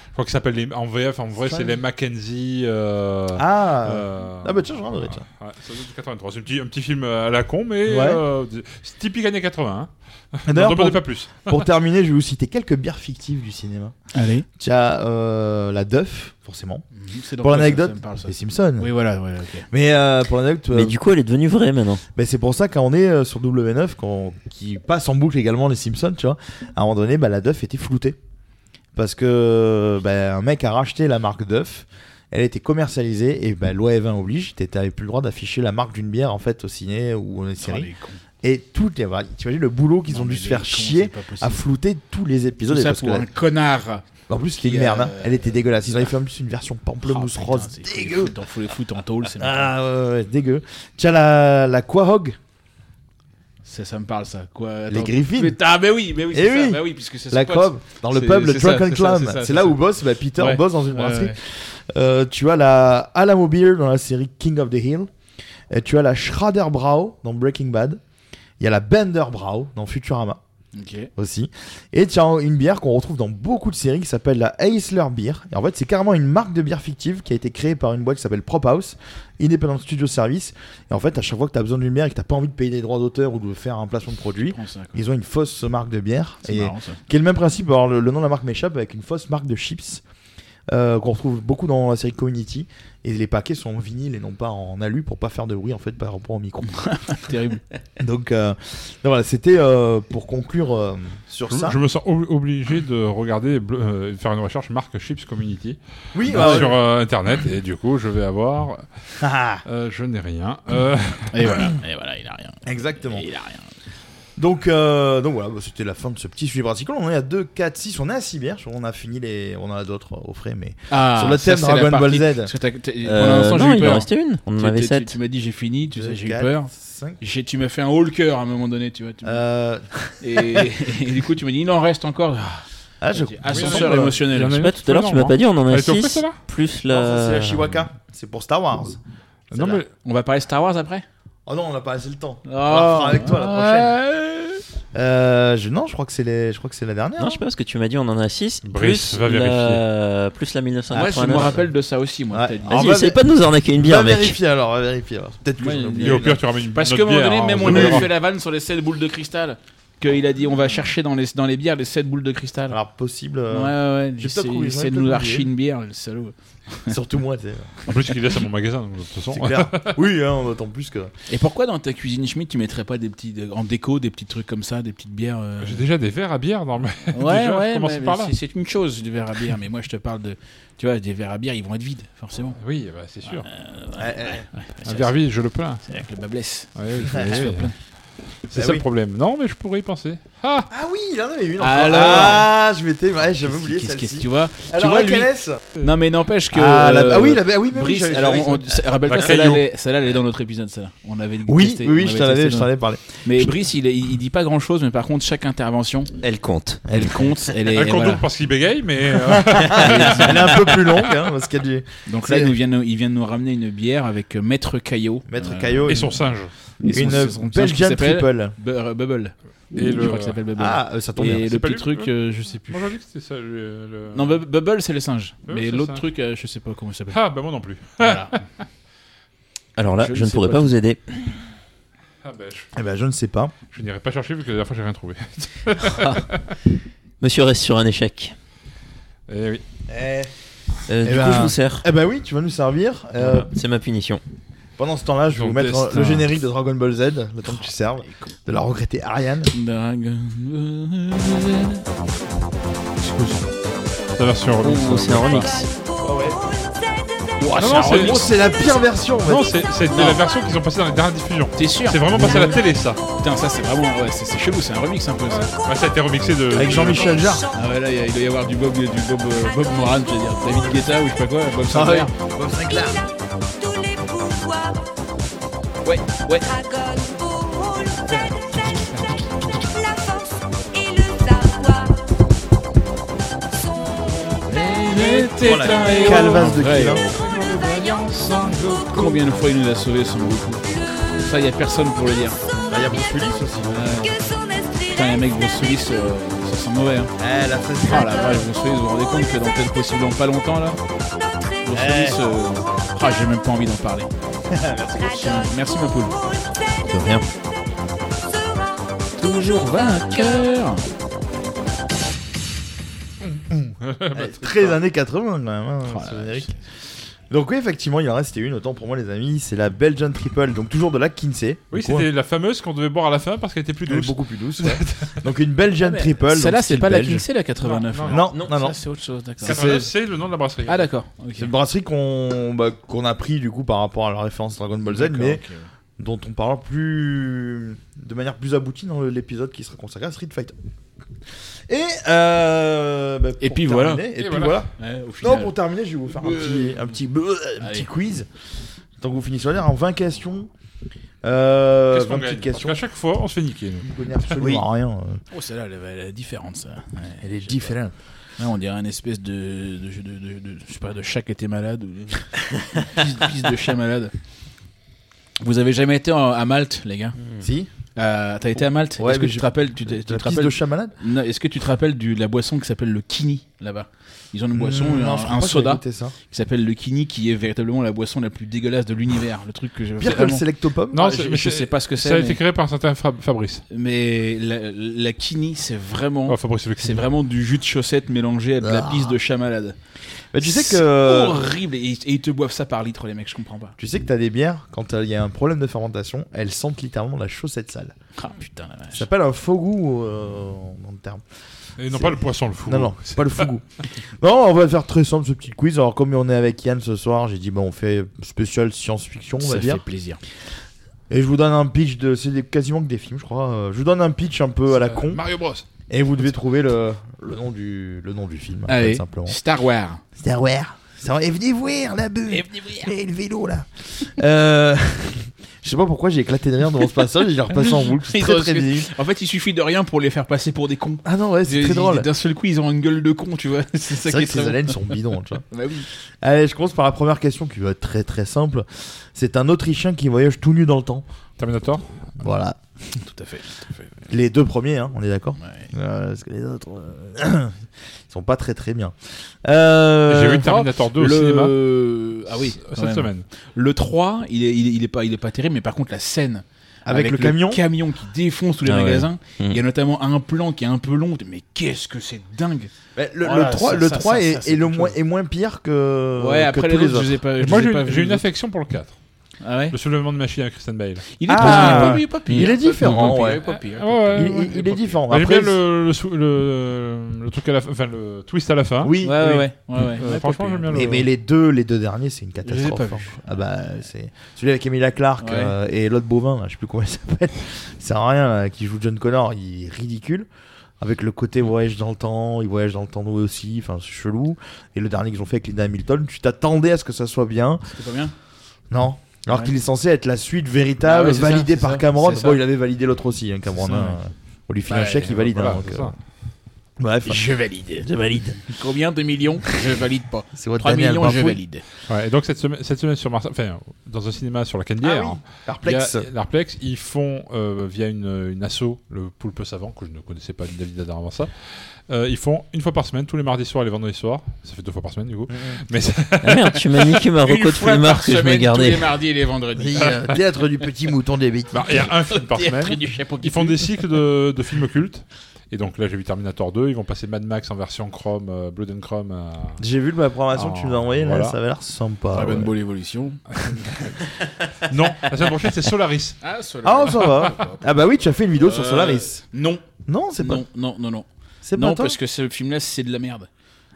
[SPEAKER 8] Je crois que ça s'appelle les- en VF, en vrai,
[SPEAKER 5] Ça,
[SPEAKER 8] c'est
[SPEAKER 5] oui.
[SPEAKER 8] les Mackenzie. euh,
[SPEAKER 5] Ah.
[SPEAKER 8] euh,
[SPEAKER 5] Ah bah tiens, je regarderai, tiens.
[SPEAKER 8] ouais, ça date de 83. C'est un petit, un petit film à la con, mais
[SPEAKER 5] Ouais.
[SPEAKER 8] euh, c'est typique années 80. Hein.
[SPEAKER 5] Et
[SPEAKER 8] N'en
[SPEAKER 5] d'ailleurs,
[SPEAKER 8] demandez
[SPEAKER 5] pour-
[SPEAKER 8] pas plus.
[SPEAKER 5] pour terminer, je vais vous citer quelques bières fictives du cinéma.
[SPEAKER 7] Allez.
[SPEAKER 5] Tu as euh, la Duff, forcément.
[SPEAKER 7] c'est dans
[SPEAKER 5] Pour
[SPEAKER 7] quoi ça,
[SPEAKER 5] l'anecdote,
[SPEAKER 7] ça me parle, ça
[SPEAKER 5] les Simpsons.
[SPEAKER 7] Oui, voilà, voilà, ok.
[SPEAKER 5] Mais euh, pour l'anecdote.
[SPEAKER 9] Mais du coup, elle est devenue vraie maintenant.
[SPEAKER 5] Ben, c'est pour ça qu'on est euh, sur W9, qu'on- qui passe en boucle également les Simpsons, tu vois. À un moment donné, bah, la Duff était floutée. Parce que ben, un mec a racheté la marque Duff. Elle était commercialisée et ben, loi E20 oblige, tu n'avais plus le droit d'afficher la marque d'une bière en fait au ciné ou en série.
[SPEAKER 7] Oh, les cons.
[SPEAKER 5] et toutes les. voilà, Tu imagines le boulot qu'ils ont dû se faire chier à flouter tous les épisodes.
[SPEAKER 7] Tout ça
[SPEAKER 5] parce
[SPEAKER 7] pour
[SPEAKER 5] que
[SPEAKER 7] un connard.
[SPEAKER 5] En plus, c'était
[SPEAKER 7] Qui,
[SPEAKER 5] une merde. hein.
[SPEAKER 7] euh,
[SPEAKER 5] Elle était dégueulasse. Ils ont fait en plus une version pamplemousse rose
[SPEAKER 7] Ah, Dégueu. T'en fous les foutre en tôle, c'est
[SPEAKER 5] Ah ouais, ouais, dégueu. Tiens, la, la Quahog.
[SPEAKER 7] Ça, ça me parle, ça. Quoi,
[SPEAKER 5] Les
[SPEAKER 7] attends.
[SPEAKER 5] Griffins.
[SPEAKER 7] Mais- Ah, mais oui, mais oui,
[SPEAKER 5] Eh
[SPEAKER 7] c'est
[SPEAKER 5] oui.
[SPEAKER 7] ça. Bah oui, puisque c'est
[SPEAKER 5] La
[SPEAKER 7] son
[SPEAKER 5] Quahog.
[SPEAKER 7] pote.
[SPEAKER 5] Dans le
[SPEAKER 7] C'est-
[SPEAKER 5] pub, le
[SPEAKER 7] c'est ça,
[SPEAKER 5] Drunken
[SPEAKER 7] c'est ça,
[SPEAKER 5] Clam.
[SPEAKER 7] ça,
[SPEAKER 5] C'est là
[SPEAKER 7] ça.
[SPEAKER 5] où bosse, bah, Peter
[SPEAKER 7] Ouais.
[SPEAKER 5] bosse dans une
[SPEAKER 7] Ouais,
[SPEAKER 5] brasserie.
[SPEAKER 7] ouais.
[SPEAKER 5] Euh, tu as la Alamo Beer dans la série King of the Hill. Et tu as la Schrader Brau dans Breaking Bad. Il y a la Bender Brau dans Futurama.
[SPEAKER 7] Ok.
[SPEAKER 5] aussi. Et tiens, une bière qu'on retrouve dans beaucoup de séries qui s'appelle la Eisler Beer. Et en fait, c'est carrément une marque de bière fictive qui a été créée par une boîte qui s'appelle Prop House, Independent Studio Service. Et en fait, à chaque fois que tu as besoin d'une bière et que tu pas envie de payer des droits d'auteur ou de faire un placement de produit,
[SPEAKER 7] ça, quoi.
[SPEAKER 5] ils ont une fausse marque de bière.
[SPEAKER 7] C'est
[SPEAKER 5] Et
[SPEAKER 7] marrant, ça.
[SPEAKER 5] qui est le même principe. Alors, le, le nom de la marque m'échappe avec une fausse marque de chips. euh, qu'on retrouve beaucoup dans la série Community et les paquets sont en vinyle et non pas en alu pour pas faire de bruit en fait par rapport au micro.
[SPEAKER 7] Terrible.
[SPEAKER 5] Donc, euh, donc voilà, c'était euh, pour conclure euh, sur
[SPEAKER 8] je,
[SPEAKER 5] ça.
[SPEAKER 8] je me sens ob- obligé de regarder, bleu- euh, faire une recherche marque Chips Community
[SPEAKER 5] Oui,
[SPEAKER 8] euh,
[SPEAKER 5] ah ouais. Ah,
[SPEAKER 8] sur euh, internet et du coup je vais avoir. Euh, je n'ai rien. Euh,
[SPEAKER 7] Et voilà, et voilà, il a rien.
[SPEAKER 5] ah, Exactement.
[SPEAKER 7] Il a rien.
[SPEAKER 5] Donc, euh, donc voilà, bah, c'était la fin de ce petit suivi article. On est à 2, 4, 6, on est à 6 bières. Je crois qu'on a fini les. On en a d'autres euh, au frais, mais. sur le
[SPEAKER 7] Ah,
[SPEAKER 5] thème
[SPEAKER 7] ça, c'est la
[SPEAKER 5] Dragon Ball
[SPEAKER 7] partie-
[SPEAKER 5] Z.
[SPEAKER 7] parce que t'as- t'as- pour
[SPEAKER 9] Euh,
[SPEAKER 7] l'instant, j'ai
[SPEAKER 9] non,
[SPEAKER 7] eu
[SPEAKER 9] il
[SPEAKER 7] peur.
[SPEAKER 9] en restait une. On en
[SPEAKER 7] Tu-
[SPEAKER 9] avait
[SPEAKER 7] tu- Tu,
[SPEAKER 9] sept.
[SPEAKER 7] tu m'as dit j'ai fini, tu
[SPEAKER 5] Deux,
[SPEAKER 7] sais, j'ai eu
[SPEAKER 5] quatre, Ah.
[SPEAKER 7] peur.
[SPEAKER 5] cinq. Euh,
[SPEAKER 7] J'ai- Tu m'as fait un haut le cœur à un moment donné, tu vois. tu- et, et du coup, tu m'as dit il en reste encore.
[SPEAKER 5] Ah, je-
[SPEAKER 7] Ok, Ascenseur
[SPEAKER 5] Oui, oui,
[SPEAKER 7] émotionnel.
[SPEAKER 5] il y en a
[SPEAKER 9] Je sais
[SPEAKER 5] une
[SPEAKER 9] pas,
[SPEAKER 5] autre
[SPEAKER 9] tout à l'heure,
[SPEAKER 5] tout à
[SPEAKER 9] tu m'as
[SPEAKER 5] l'heure,
[SPEAKER 9] pas dit, on en
[SPEAKER 5] non
[SPEAKER 9] a
[SPEAKER 5] Elle était au prix,
[SPEAKER 9] 6.
[SPEAKER 5] celle-là
[SPEAKER 9] Plus
[SPEAKER 5] Non, ça, euh, c'est
[SPEAKER 9] la.
[SPEAKER 5] la Chihuahua. C'est pour Star Wars.
[SPEAKER 7] Non, mais on va parler Star Wars après Oh.
[SPEAKER 5] Oh non, on n'a pas assez le temps.
[SPEAKER 7] On
[SPEAKER 5] va faire avec toi la prochaine.
[SPEAKER 7] prochaine.
[SPEAKER 5] Euh, je, non, je crois que c'est les, je crois que c'est la dernière. hein.
[SPEAKER 9] Non, je sais pas, parce que tu m'as dit, on en a 6.
[SPEAKER 5] Brice,
[SPEAKER 9] plus
[SPEAKER 5] va
[SPEAKER 9] la... Plus la
[SPEAKER 7] Moi,
[SPEAKER 9] 1989.
[SPEAKER 7] je me rappelle de ça aussi, moi. t'as
[SPEAKER 5] Ah,
[SPEAKER 7] dit.
[SPEAKER 9] Vas-y, essaye pas de nous arnaquer une bière,
[SPEAKER 5] va
[SPEAKER 9] mec.
[SPEAKER 5] vérifier alors, va vérifier alors. Peut-être que
[SPEAKER 7] Ouais,
[SPEAKER 5] je l'ai
[SPEAKER 7] il-
[SPEAKER 5] oublié.
[SPEAKER 7] Parce qu'à un moment
[SPEAKER 5] hein,
[SPEAKER 7] donné, même on avait fait la vanne sur les 7 boules de cristal. Qu'il a dit, on va chercher dans les, dans les bières les 7 boules de cristal.
[SPEAKER 5] Alors, possible. euh,
[SPEAKER 7] Ouais, ouais,
[SPEAKER 5] Ah, J'ai
[SPEAKER 7] il
[SPEAKER 5] peut-être
[SPEAKER 7] essaie-
[SPEAKER 5] oublié,
[SPEAKER 7] il
[SPEAKER 5] j'en ai
[SPEAKER 7] essaie de
[SPEAKER 5] peut-être
[SPEAKER 7] nous
[SPEAKER 5] oublié.
[SPEAKER 7] archer une bière, le salaud.
[SPEAKER 5] Surtout moi, tu sais.
[SPEAKER 8] En plus, il est à mon magasin, donc, de toute façon.
[SPEAKER 5] C'est clair. oui, hein, d'autant plus que.
[SPEAKER 7] Et pourquoi dans ta cuisine Schmidt, tu mettrais pas des petits, des- en déco, des petits trucs comme ça, des petites bières euh,
[SPEAKER 8] J'ai déjà des verres à bière dans ma-
[SPEAKER 7] Ouais,
[SPEAKER 8] déjà, je
[SPEAKER 7] ouais,
[SPEAKER 8] commence
[SPEAKER 7] mais-
[SPEAKER 8] par
[SPEAKER 7] mais
[SPEAKER 8] là.
[SPEAKER 7] c'est- c'est une chose, du verre à bière, mais moi je te parle de. Tu vois, des verres à bière, ils vont être vides, forcément.
[SPEAKER 8] Oui, bah, c'est sûr.
[SPEAKER 7] Un
[SPEAKER 8] verre vide, je le plains.
[SPEAKER 7] C'est avec le bas blesse.
[SPEAKER 8] Ouais, oui,
[SPEAKER 7] Je
[SPEAKER 8] oui,
[SPEAKER 7] le
[SPEAKER 8] oui.
[SPEAKER 7] plains.
[SPEAKER 8] C'est
[SPEAKER 5] Bah
[SPEAKER 8] ça
[SPEAKER 5] oui.
[SPEAKER 8] le problème. Non, mais je pourrais y penser.
[SPEAKER 5] Ah, oui, il y en avait une. encore.
[SPEAKER 7] Alors.
[SPEAKER 5] ah, je m'étais, ouais, j'avais oublié
[SPEAKER 7] Qu'est-ce
[SPEAKER 5] celle-ci.
[SPEAKER 7] qu'est-ce que tu vois
[SPEAKER 5] Alors,
[SPEAKER 7] tu vois,
[SPEAKER 5] la Canesse
[SPEAKER 7] Non, mais n'empêche que.
[SPEAKER 5] Ah, la-
[SPEAKER 7] euh,
[SPEAKER 5] ah oui, la- ah oui, mais oui,
[SPEAKER 7] Brice,
[SPEAKER 5] j'avais-
[SPEAKER 7] alors,
[SPEAKER 5] j'avais-
[SPEAKER 7] on- on- c'est- rappelle-toi,
[SPEAKER 5] La
[SPEAKER 7] celle-là,
[SPEAKER 5] Caillou.
[SPEAKER 7] elle est- celle-là, elle est dans notre épisode, celle-là. On avait
[SPEAKER 5] Oui,
[SPEAKER 7] testé-
[SPEAKER 5] oui,
[SPEAKER 7] on
[SPEAKER 5] oui,
[SPEAKER 7] avait
[SPEAKER 5] je t'en avais-
[SPEAKER 7] testé
[SPEAKER 5] je
[SPEAKER 7] dans-
[SPEAKER 5] t'en avais parlé.
[SPEAKER 7] Mais
[SPEAKER 5] Je-
[SPEAKER 7] Brice, il, est- il dit pas grand-chose, mais par contre, chaque intervention.
[SPEAKER 10] Elle compte.
[SPEAKER 7] Elle compte. Elle, est,
[SPEAKER 8] Elle compte
[SPEAKER 7] voilà.
[SPEAKER 8] donc parce qu'il bégaye, mais. euh,
[SPEAKER 7] Ah,
[SPEAKER 5] Elle est un peu plus longue, hein, parce qu'il y a du.
[SPEAKER 7] Donc là, il, nous vient, nous- il vient de nous ramener une bière avec euh, Maître Caillot.
[SPEAKER 5] Maître Caillot, Et une- son singe.
[SPEAKER 7] Et Euh, son-
[SPEAKER 5] une
[SPEAKER 7] son singe qui
[SPEAKER 5] Belgian
[SPEAKER 7] s'appelle
[SPEAKER 5] Triple.
[SPEAKER 7] Bu- euh, Bubble.
[SPEAKER 8] Et
[SPEAKER 7] je
[SPEAKER 8] le-
[SPEAKER 7] crois que ça s'appelle Bubble.
[SPEAKER 5] Ah, euh, ça tombe
[SPEAKER 7] Et
[SPEAKER 5] bien.
[SPEAKER 7] le
[SPEAKER 5] C'est pas
[SPEAKER 7] petit
[SPEAKER 5] lui,
[SPEAKER 7] truc,
[SPEAKER 5] le-
[SPEAKER 7] euh, je sais plus.
[SPEAKER 8] Moi, j'ai vu que c'était ça. le- le-
[SPEAKER 7] Non, bah, Bu- Bubble, c'est le singe.
[SPEAKER 8] Bubble,
[SPEAKER 7] mais
[SPEAKER 8] c'est le
[SPEAKER 7] l'autre
[SPEAKER 8] singe.
[SPEAKER 7] truc, euh, je sais pas comment il s'appelle.
[SPEAKER 8] Ah, bah moi non plus.
[SPEAKER 7] Voilà.
[SPEAKER 9] Alors là, je, ne
[SPEAKER 7] sais
[SPEAKER 9] pourrais pas vous aider.
[SPEAKER 8] Ah, bah, je,
[SPEAKER 5] Eh ben, je ne sais pas.
[SPEAKER 8] je n'irai pas chercher vu que la dernière fois, j'ai rien trouvé.
[SPEAKER 9] Monsieur reste sur un échec.
[SPEAKER 8] Eh oui.
[SPEAKER 5] Eh.
[SPEAKER 9] Euh,
[SPEAKER 5] Eh
[SPEAKER 9] du
[SPEAKER 5] ben-
[SPEAKER 9] coup, je vous sers.
[SPEAKER 5] Eh ben oui, tu vas nous servir. euh,
[SPEAKER 7] Ah.
[SPEAKER 9] Voilà, C'est ma punition.
[SPEAKER 5] Pendant ce temps-là, je vais
[SPEAKER 9] Dans
[SPEAKER 5] vous
[SPEAKER 9] le
[SPEAKER 5] mettre
[SPEAKER 9] test,
[SPEAKER 5] le
[SPEAKER 9] hein.
[SPEAKER 5] générique de Dragon Ball Z, le temps que tu serves, de la regrettée Ariane.
[SPEAKER 7] Ah, Dragon Ball
[SPEAKER 8] La version remix.
[SPEAKER 9] Oh, c'est un remix.
[SPEAKER 7] Oh Ouah,
[SPEAKER 8] Non,
[SPEAKER 7] c'est
[SPEAKER 8] non,
[SPEAKER 7] un
[SPEAKER 8] c'est-
[SPEAKER 7] remix.
[SPEAKER 5] c'est la pire version. en fait.
[SPEAKER 8] Non, c'est c'est la version qu'ils ont passée dans les dernières diffusions.
[SPEAKER 7] T'es sûr
[SPEAKER 8] C'est vraiment passé à la télé, ça.
[SPEAKER 7] Putain, ça c'est vraiment. euh, Ouais, c'est c'est chelou, c'est un remix un peu ça.
[SPEAKER 8] Ouais, ça a été remixé de.
[SPEAKER 5] Avec Jean-Michel Jarre.
[SPEAKER 7] Ah ouais, là, il doit y avoir du Bob, du Bob, euh, Bob Moran, je veux dire, David Guetta ou je sais pas quoi, Bob
[SPEAKER 5] Ah
[SPEAKER 7] Sinclair.
[SPEAKER 5] oui.
[SPEAKER 7] Ouais, ouais.
[SPEAKER 5] Oh la calvasse de
[SPEAKER 7] Ouais.
[SPEAKER 5] Kevin.
[SPEAKER 7] Combien de fois il nous a sauvé son Goku Ça, il a personne pour le dire.
[SPEAKER 5] Ah, il y a Bruce Willis aussi.
[SPEAKER 7] Ouais. Putain, les mecs, Bruce Willis, euh, ça sent mauvais. Hein.
[SPEAKER 5] Eh, la phrase.
[SPEAKER 7] Ah la vache, Bruce Willis, vous vous rendez compte que dans peut-être possiblement pas longtemps là Bruce
[SPEAKER 5] Eh.
[SPEAKER 7] Willis, euh, ah, j'ai même pas envie d'en parler. Merci, merci ma poule.
[SPEAKER 9] De rien.
[SPEAKER 7] Toujours vainqueur.
[SPEAKER 5] Ouais, Très années 80 quand même, hein, ce générique. Donc oui, effectivement, il en restait une, autant pour moi les amis, c'est la Belgian Triple, donc toujours de la Kinsey.
[SPEAKER 8] Oui,
[SPEAKER 5] Du coup,
[SPEAKER 8] c'était la fameuse qu'on devait boire à la fin parce qu'elle était plus
[SPEAKER 5] Elle est
[SPEAKER 8] douce.
[SPEAKER 5] beaucoup plus douce. ouais. donc une Belgian Triple.
[SPEAKER 7] Ah, Celle-là,
[SPEAKER 5] donc
[SPEAKER 7] c'est
[SPEAKER 5] style
[SPEAKER 7] pas la
[SPEAKER 5] belge.
[SPEAKER 7] Kinsey, la 89.
[SPEAKER 5] Non,
[SPEAKER 7] là.
[SPEAKER 5] non, non, non.
[SPEAKER 7] Ça, c'est autre chose, d'accord.
[SPEAKER 8] 89, c'est le nom de la brasserie.
[SPEAKER 7] Ah, d'accord. ok.
[SPEAKER 5] C'est une brasserie qu'on bah, qu'on a pris du coup par rapport à la référence Dragon Ball Z,
[SPEAKER 7] D'accord,
[SPEAKER 5] mais euh,
[SPEAKER 7] ok, ouais.
[SPEAKER 5] dont on parlera plus de manière plus aboutie dans le- l'épisode qui sera consacré à Street Fighter. Et euh, bah,
[SPEAKER 7] Et
[SPEAKER 5] pour
[SPEAKER 7] puis voilà.
[SPEAKER 5] terminer- Et, puis
[SPEAKER 7] Et voilà.
[SPEAKER 5] voilà.
[SPEAKER 7] Ouais, au final.
[SPEAKER 5] Non, pour terminer, je vais vous faire un petit un petit, un petit
[SPEAKER 7] Allez.
[SPEAKER 5] quiz. Tant que vous finissez l'air en 20 questions. Euh,
[SPEAKER 8] Qu'est-ce qu'on
[SPEAKER 5] 20 petites
[SPEAKER 8] gagne Parce
[SPEAKER 5] questions.
[SPEAKER 8] qu'à chaque fois, on se fait niquer. nous.
[SPEAKER 5] Je connais absolument rien. euh.
[SPEAKER 7] Oh, celle-là, elle, elle est différente, ça. Ouais,
[SPEAKER 5] Elle est
[SPEAKER 7] je sais
[SPEAKER 5] différente.
[SPEAKER 7] pas. Là, on dirait un espèce de, de, jeu de, de- de- je sais pas, de chat qui était malade ou de pisse- pisse de chat malade. Vous avez jamais été en- à Malte, les gars
[SPEAKER 5] Si
[SPEAKER 7] Euh, T'as été à Malte.
[SPEAKER 5] Mm. Ouais,
[SPEAKER 7] Est-ce que
[SPEAKER 5] mais
[SPEAKER 7] tu
[SPEAKER 5] je-
[SPEAKER 7] te rappelles Hmm. tu, te-
[SPEAKER 5] la
[SPEAKER 7] tu te
[SPEAKER 5] piste
[SPEAKER 7] rappelles
[SPEAKER 5] de Shyamalan
[SPEAKER 7] Non, Est-ce que tu te rappelles du- de la boisson qui s'appelle le kini là-bas Ils ont une boisson,
[SPEAKER 5] Mm, non, je crois
[SPEAKER 7] un, un
[SPEAKER 5] pas que j'avais
[SPEAKER 7] soda
[SPEAKER 5] goûté ça.
[SPEAKER 7] qui s'appelle le kini, qui est véritablement la boisson la plus dégueulasse de l'univers. Le truc que j'ai
[SPEAKER 5] Pire que
[SPEAKER 7] vraiment-
[SPEAKER 5] le Selectopop
[SPEAKER 7] Non,
[SPEAKER 5] Ah,
[SPEAKER 7] je,
[SPEAKER 5] mais
[SPEAKER 7] je
[SPEAKER 5] c'est-
[SPEAKER 7] sais pas ce que c'est.
[SPEAKER 5] ça a été
[SPEAKER 7] mais-
[SPEAKER 8] créé par un certain Fab- Fabrice.
[SPEAKER 7] mais la, la kini, c'est vraiment,
[SPEAKER 8] Oh, Fabrice Luchini.
[SPEAKER 7] c'est vraiment du jus de chaussette mélangé à de la
[SPEAKER 5] Ah.
[SPEAKER 7] pisse de chat malade.
[SPEAKER 5] Bah, tu sais
[SPEAKER 7] C'est
[SPEAKER 5] que-
[SPEAKER 7] horrible et, ils- et ils te boivent ça par litre, les mecs. Je comprends pas.
[SPEAKER 5] Tu sais que t'as des bières, quand euh, il y a un problème de fermentation, elles sentent littéralement la chaussette sale.
[SPEAKER 7] Ah putain la vache.
[SPEAKER 5] Ça s'appelle un faux goût euh, en termes.
[SPEAKER 8] Et non
[SPEAKER 5] C'est-
[SPEAKER 8] pas le poisson, le faux
[SPEAKER 5] Non,
[SPEAKER 8] goût.
[SPEAKER 5] non, c'est pas le faux goût. Non, on va faire très simple ce petit quiz. Alors, comme on est avec Yann ce soir, j'ai dit, bon, on fait spécial science-fiction, on
[SPEAKER 7] Ça
[SPEAKER 5] va dire.
[SPEAKER 7] fait plaisir.
[SPEAKER 5] Et je vous donne un pitch de. C'est des- quasiment que des films, je crois. Euh, Je vous donne un pitch un peu à la con.
[SPEAKER 8] Mario Bros.
[SPEAKER 5] Et vous devez trouver le, le nom, du, le nom du film, en
[SPEAKER 7] Allez,
[SPEAKER 5] fait, simplement.
[SPEAKER 7] Star Wars.
[SPEAKER 5] Star Wars. Ça, et venez voir la bulle. Et le vélo, là. Euh, Je sais pas pourquoi j'ai éclaté de rire devant ce passage, j'ai repassé en boucle. C'est
[SPEAKER 7] Ils
[SPEAKER 5] très
[SPEAKER 7] ont-
[SPEAKER 5] très visible.
[SPEAKER 7] En fait, il suffit de rien pour les faire passer pour des cons.
[SPEAKER 5] Ah non, ouais, c'est
[SPEAKER 7] Ils-
[SPEAKER 5] très
[SPEAKER 7] ils-
[SPEAKER 5] drôle.
[SPEAKER 7] D'un seul coup, ils ont une gueule de con, tu vois. C'est
[SPEAKER 5] C'est
[SPEAKER 7] ça qui
[SPEAKER 5] vrai
[SPEAKER 7] est
[SPEAKER 5] que
[SPEAKER 7] très
[SPEAKER 5] ces
[SPEAKER 7] bon.
[SPEAKER 5] haleines sont bidons, tu vois.
[SPEAKER 7] Bah oui.
[SPEAKER 5] Allez, je commence par la première question qui va être très très simple. C'est un Autrichien qui voyage tout nu dans le temps.
[SPEAKER 8] Terminator
[SPEAKER 5] Voilà.
[SPEAKER 7] Tout à fait.
[SPEAKER 5] Les deux premiers, hein, on est d'accord Euh, Parce que les autres, euh, ils sont pas très très bien. Euh,
[SPEAKER 8] J'ai vu Terminator 2 au
[SPEAKER 7] le-
[SPEAKER 8] cinéma.
[SPEAKER 7] Ah oui,
[SPEAKER 8] Cette
[SPEAKER 7] quand même.
[SPEAKER 8] semaine.
[SPEAKER 7] Le 3, il est, il, est, il est pas, il est pas terrible, mais par contre, la scène.
[SPEAKER 5] Avec le camion
[SPEAKER 7] camion qui défonce tous les
[SPEAKER 5] Ah ouais.
[SPEAKER 7] magasins.
[SPEAKER 5] Mm.
[SPEAKER 7] Il y a notamment un plan qui est un peu long. Mais qu'est-ce que c'est dingue!
[SPEAKER 5] Le,
[SPEAKER 7] Voilà,
[SPEAKER 5] le 3,
[SPEAKER 7] ça-
[SPEAKER 5] le
[SPEAKER 7] ça-
[SPEAKER 5] 3
[SPEAKER 7] ça-
[SPEAKER 5] est,
[SPEAKER 7] ça, c'est
[SPEAKER 5] est le
[SPEAKER 7] quelque
[SPEAKER 5] moins,
[SPEAKER 7] chose.
[SPEAKER 5] est moins pire que.
[SPEAKER 7] Ouais, après
[SPEAKER 5] Euh, que
[SPEAKER 7] les
[SPEAKER 5] tous
[SPEAKER 7] autres, je les ai pas- je
[SPEAKER 8] Moi,
[SPEAKER 7] les ai
[SPEAKER 8] j'ai
[SPEAKER 7] pas
[SPEAKER 8] une-
[SPEAKER 7] vus,
[SPEAKER 8] j'ai
[SPEAKER 7] les
[SPEAKER 8] une
[SPEAKER 7] autres.
[SPEAKER 8] affection pour le 4.
[SPEAKER 7] Ah ouais
[SPEAKER 8] Le soulèvement de machine à Kristen Bale.
[SPEAKER 7] Il est
[SPEAKER 5] Ah.
[SPEAKER 7] pas- il est pas pire,
[SPEAKER 5] Il
[SPEAKER 7] il
[SPEAKER 5] est
[SPEAKER 7] est pas pire,
[SPEAKER 5] différent,
[SPEAKER 7] il est
[SPEAKER 5] ouais.
[SPEAKER 7] pas pire, il est pas pire.
[SPEAKER 5] Il-
[SPEAKER 8] ouais,
[SPEAKER 5] il- Il est différent.
[SPEAKER 8] J'aime bien
[SPEAKER 5] Après,
[SPEAKER 8] le, le sou- le- le truc à la fin, enfin le twist à la fin.
[SPEAKER 5] Oui,
[SPEAKER 7] Ouais,
[SPEAKER 5] oui.
[SPEAKER 7] ouais, ouais, ouais, ouais.
[SPEAKER 8] Euh,
[SPEAKER 7] Ah, Ouais,
[SPEAKER 8] franchement,
[SPEAKER 7] pas
[SPEAKER 8] j'aime bien
[SPEAKER 5] Mais,
[SPEAKER 8] le.
[SPEAKER 5] mais les deux, les deux derniers, c'est une
[SPEAKER 7] les ai pas
[SPEAKER 5] catastrophe.
[SPEAKER 7] vus.
[SPEAKER 5] hein. Ah bah c'est celui avec Emilia Clarke
[SPEAKER 7] Ouais.
[SPEAKER 5] euh, et l'autre bovin, là, je sais plus comment il s'appelle. C'est un rien là, qui joue John Connor, il est ridicule. Avec le côté voyage dans le temps, il voyage dans le temps nous aussi, enfin c'est chelou. Et le dernier qu'ils ont fait avec Linda Hamilton, tu t'attendais à ce que ça soit bien.
[SPEAKER 7] C'était pas bien?
[SPEAKER 5] Non. Alors
[SPEAKER 7] Ouais.
[SPEAKER 5] qu'il est censé être la suite véritable,
[SPEAKER 7] Ah ouais, c'est ça,
[SPEAKER 5] validée
[SPEAKER 7] c'est
[SPEAKER 5] par
[SPEAKER 7] ça,
[SPEAKER 5] Cameron.
[SPEAKER 7] c'est ça.
[SPEAKER 5] Bon, il avait validé l'autre aussi, hein, Cameron.
[SPEAKER 7] C'est ça,
[SPEAKER 5] hein.
[SPEAKER 7] ouais.
[SPEAKER 5] On lui file un
[SPEAKER 7] Ouais,
[SPEAKER 5] chèque, il valide.
[SPEAKER 7] voilà,
[SPEAKER 5] hein, donc,
[SPEAKER 7] c'est
[SPEAKER 5] euh,
[SPEAKER 7] ça.
[SPEAKER 5] Bref.
[SPEAKER 7] Je valide.
[SPEAKER 5] Je valide.
[SPEAKER 7] Combien de millions Je valide pas.
[SPEAKER 5] C'est votre
[SPEAKER 7] 3
[SPEAKER 5] dernier
[SPEAKER 7] millions,
[SPEAKER 5] Albin
[SPEAKER 7] je
[SPEAKER 5] Fouet.
[SPEAKER 7] valide.
[SPEAKER 5] euh.
[SPEAKER 8] Ouais, et donc cette semaine, cette semaine sur Marseille, enfin dans un cinéma sur la
[SPEAKER 5] Ah oui,
[SPEAKER 8] Candière, il y a-
[SPEAKER 5] l'Arplex.
[SPEAKER 8] l'Arplex, ils font euh, via une, une asso, le Poulpe Savant, que je ne connaissais pas David Dada avant ça, euh, ils font une fois par semaine, tous les mardis soirs et les vendredis soirs, ça fait deux fois par semaine du coup. Mais ça-
[SPEAKER 9] Ah merde, tu m'as niqué ma reco de flemmard que je me
[SPEAKER 7] Tous
[SPEAKER 9] gardais.
[SPEAKER 7] les mardis et les vendredis.
[SPEAKER 5] euh, théâtre du petit mouton des bêtises.
[SPEAKER 8] Bah, Il y a un film par
[SPEAKER 7] Théâtre
[SPEAKER 8] semaine.
[SPEAKER 7] du chapeau qui
[SPEAKER 8] Ils font
[SPEAKER 7] pue.
[SPEAKER 8] des cycles de, de films occultes. Et donc là, j'ai vu Terminator 2. Ils vont passer Mad Max en version Chrome, euh, Blood and Chrome. euh. à-
[SPEAKER 5] J'ai vu la programmation que tu nous as envoyée, là,
[SPEAKER 8] voilà.
[SPEAKER 5] ça avait l'air sympa.
[SPEAKER 7] Dragon
[SPEAKER 5] Ah, ouais.
[SPEAKER 7] Ball Evolution.
[SPEAKER 8] Non, la semaine prochaine, c'est Solaris.
[SPEAKER 7] Ah,
[SPEAKER 5] Ah, ça va. Ah, bah oui, tu as fait une vidéo sur
[SPEAKER 7] Euh,
[SPEAKER 5] Solaris.
[SPEAKER 7] Non.
[SPEAKER 5] Non, c'est pas-
[SPEAKER 7] Non, non, non. non.
[SPEAKER 5] C'est pas
[SPEAKER 7] Non,
[SPEAKER 5] toi
[SPEAKER 7] parce que ce film-là, c'est de la merde.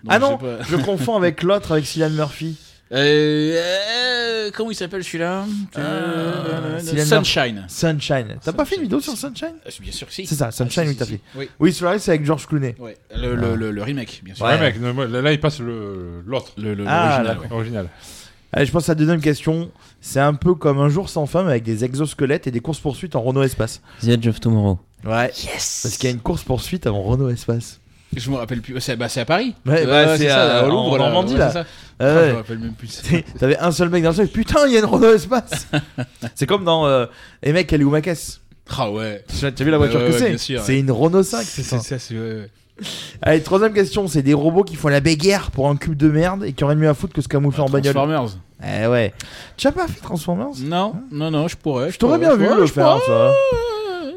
[SPEAKER 7] Donc,
[SPEAKER 5] ah
[SPEAKER 7] je sais
[SPEAKER 5] non,
[SPEAKER 7] pas.
[SPEAKER 5] je confonds avec l'autre, avec Cillian Murphy.
[SPEAKER 7] Euh, euh, comment il s'appelle celui-là Euh,
[SPEAKER 5] Cillian
[SPEAKER 7] Sunshine.
[SPEAKER 5] Murphy. Sunshine. T'as pas fait une vidéo sur Sunshine
[SPEAKER 7] Ah, Bien sûr que si.
[SPEAKER 5] C'est ça, Sunshine,
[SPEAKER 7] Ah, si,
[SPEAKER 5] oui, t'as
[SPEAKER 7] si,
[SPEAKER 5] fait.
[SPEAKER 7] si. Oui.
[SPEAKER 5] Oui, Solaris, c'est avec George Clooney.
[SPEAKER 7] Ouais, le,
[SPEAKER 5] Ah.
[SPEAKER 7] le, le, le remake, bien sûr.
[SPEAKER 8] Ouais, mec, non, moi, là, il passe le- l'autre.
[SPEAKER 7] Le, le,
[SPEAKER 5] Ah,
[SPEAKER 7] l'original,
[SPEAKER 5] d'accord.
[SPEAKER 7] ouais.
[SPEAKER 8] Original.
[SPEAKER 5] Allez, je pense à la deuxième question. C'est un peu comme un jour sans fin, mais avec des exosquelettes et des courses-poursuites en Renault Espace.
[SPEAKER 9] The Edge of Tomorrow.
[SPEAKER 5] Ouais. Parce qu'il y a une course-poursuite avant Renault Espace.
[SPEAKER 7] Je me rappelle plus. C'est bah, c'est à Paris
[SPEAKER 5] Ouais, bah, c'est à-
[SPEAKER 7] au Louvre,
[SPEAKER 5] en
[SPEAKER 7] là.
[SPEAKER 5] Normandie,
[SPEAKER 7] Ouais,
[SPEAKER 5] là.
[SPEAKER 7] c'est ça.
[SPEAKER 5] Ouais,
[SPEAKER 7] Ah, Je
[SPEAKER 5] ouais.
[SPEAKER 7] me rappelle même plus.
[SPEAKER 5] T'sais, T'avais un seul mec dans le sol, putain, il y a une Renault Espace C'est comme dans euh, Les mecs, elle est où ma caisse
[SPEAKER 7] Ah ouais.
[SPEAKER 5] T'as vu la voiture
[SPEAKER 7] Euh, Ouais,
[SPEAKER 5] que
[SPEAKER 7] ouais,
[SPEAKER 5] c'est
[SPEAKER 7] bien sûr,
[SPEAKER 5] C'est
[SPEAKER 7] ouais.
[SPEAKER 5] une Renault 5, c'est ça.
[SPEAKER 7] C'est ça, c'est. ouais, ouais.
[SPEAKER 5] Allez, troisième question, c'est des robots qui font la béguerre pour un cube de merde et qui auraient mieux à foutre que se camoufler en bagnole.
[SPEAKER 7] Ah, Transformers.
[SPEAKER 5] Eh ouais. Tu as pas fait Transformers
[SPEAKER 7] Non, non, non, je pourrais.
[SPEAKER 5] Hein Je t'aurais bien
[SPEAKER 7] pourrais,
[SPEAKER 5] vu
[SPEAKER 7] je
[SPEAKER 5] le
[SPEAKER 7] pourrais,
[SPEAKER 5] faire, ça.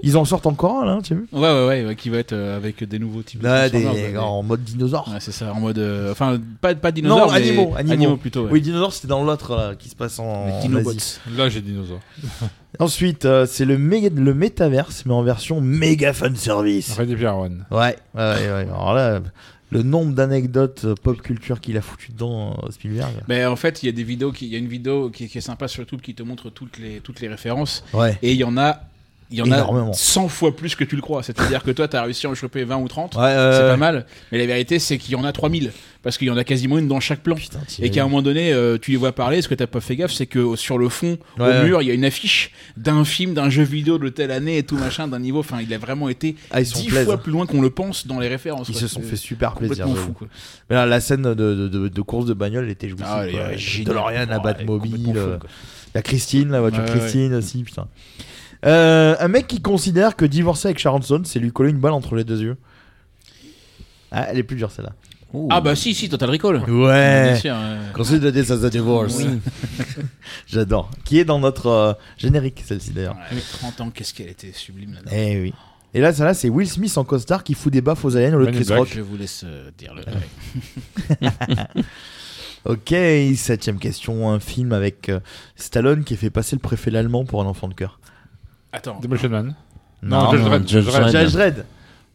[SPEAKER 5] Ils en sortent encore un, là, tu as vu
[SPEAKER 7] je pourrais. Ouais, ouais, ouais, qui va être euh, avec des nouveaux types
[SPEAKER 5] Là,
[SPEAKER 7] de
[SPEAKER 5] des,
[SPEAKER 7] Transformers, ouais,
[SPEAKER 5] en mode dinosaure.
[SPEAKER 7] des- ouais, c'est ça, en mode. euh, Enfin, pas, pas
[SPEAKER 5] Non,
[SPEAKER 7] dinosaures. mais-
[SPEAKER 5] animaux, animaux.
[SPEAKER 7] plutôt. ouais.
[SPEAKER 5] Oui, dinosaures, c'était dans l'autre, là, qui se passe en.
[SPEAKER 7] Les
[SPEAKER 5] en Asie.
[SPEAKER 7] Dinobots.
[SPEAKER 8] Là, j'ai dinosaure.
[SPEAKER 5] Ensuite, euh, c'est le, méga- le métaverse, mais en version méga fan service.
[SPEAKER 8] Ready Player One.
[SPEAKER 5] Ouais, ouais, ouais, ouais. Alors là, le nombre d'anecdotes euh, pop culture qu'il a foutu dedans, euh, Spielberg.
[SPEAKER 7] Mais en fait, il y a des vidéos qui, il y a une vidéo qui, qui est sympa sur YouTube qui te montre toutes les toutes les références.
[SPEAKER 5] Ouais.
[SPEAKER 7] Et il y en a, il y en
[SPEAKER 5] Énormément.
[SPEAKER 7] a 100 fois plus que tu le crois. C'est-à-dire que toi, t'as réussi à en choper 20 ou 30.
[SPEAKER 5] Ouais, ouais,
[SPEAKER 7] c'est
[SPEAKER 5] ouais.
[SPEAKER 7] pas mal. Mais la vérité, c'est qu'il y en a 3000 parce qu'il y en a quasiment une dans chaque plan. et qu'à un moment donné, euh, tu les vois parler. Ce que t'as pas fait gaffe, c'est que sur le fond,
[SPEAKER 5] Ouais, ouais.
[SPEAKER 7] au mur, il y a une affiche d'un film, d'un jeu vidéo de telle année et tout machin, d'un niveau. Enfin, il a vraiment été
[SPEAKER 5] Ah, ils sont
[SPEAKER 7] 10
[SPEAKER 5] plaisent, hein.
[SPEAKER 7] fois plus loin qu'on le pense dans les références.
[SPEAKER 5] Ils
[SPEAKER 7] quoi.
[SPEAKER 5] se sont
[SPEAKER 7] C'est
[SPEAKER 5] fait super plaisir.
[SPEAKER 7] complètement
[SPEAKER 5] j'avoue.
[SPEAKER 7] fou, quoi.
[SPEAKER 5] Mais là, la scène de, de- de- de course de bagnole était jouissive.
[SPEAKER 7] Ah, elle est
[SPEAKER 5] quoi.
[SPEAKER 7] géniale.
[SPEAKER 5] DeLorean, la
[SPEAKER 7] Oh, elle est
[SPEAKER 5] Batmobile,
[SPEAKER 7] complètement folle,
[SPEAKER 5] euh,
[SPEAKER 7] quoi.
[SPEAKER 5] la Christine, la voiture
[SPEAKER 7] Ouais, ouais,
[SPEAKER 5] Christine aussi, putain. Euh, un mec qui considère que divorcer avec Sharonson, c'est lui coller une balle entre les deux yeux. Ah, elle est plus dure celle-là.
[SPEAKER 7] Ah bah si, si, Total Recall.
[SPEAKER 5] oh. Ouais.
[SPEAKER 7] Bien sûr, euh.
[SPEAKER 5] Consider this as a divorce.
[SPEAKER 7] Oui.
[SPEAKER 5] J'adore. Qui est dans notre euh, générique celle-ci d'ailleurs.
[SPEAKER 7] Avec 30 ans, qu'est-ce qu'elle était sublime là-dedans.
[SPEAKER 5] Eh oui. Et là, celle-là, c'est Will Smith en costard qui fout des baffes aux aliens au lieu de
[SPEAKER 7] Man in
[SPEAKER 5] Chris
[SPEAKER 7] Black.
[SPEAKER 5] Rock.
[SPEAKER 7] Je vous laisse euh, dire le.
[SPEAKER 5] ok, septième question. Un film avec euh, Stallone qui fait passer le préfet l'allemand pour un enfant de cœur.
[SPEAKER 7] Attends.
[SPEAKER 8] Demolition Man. Non, Judge Dredd, Judge Dredd.
[SPEAKER 5] Judge Dredd.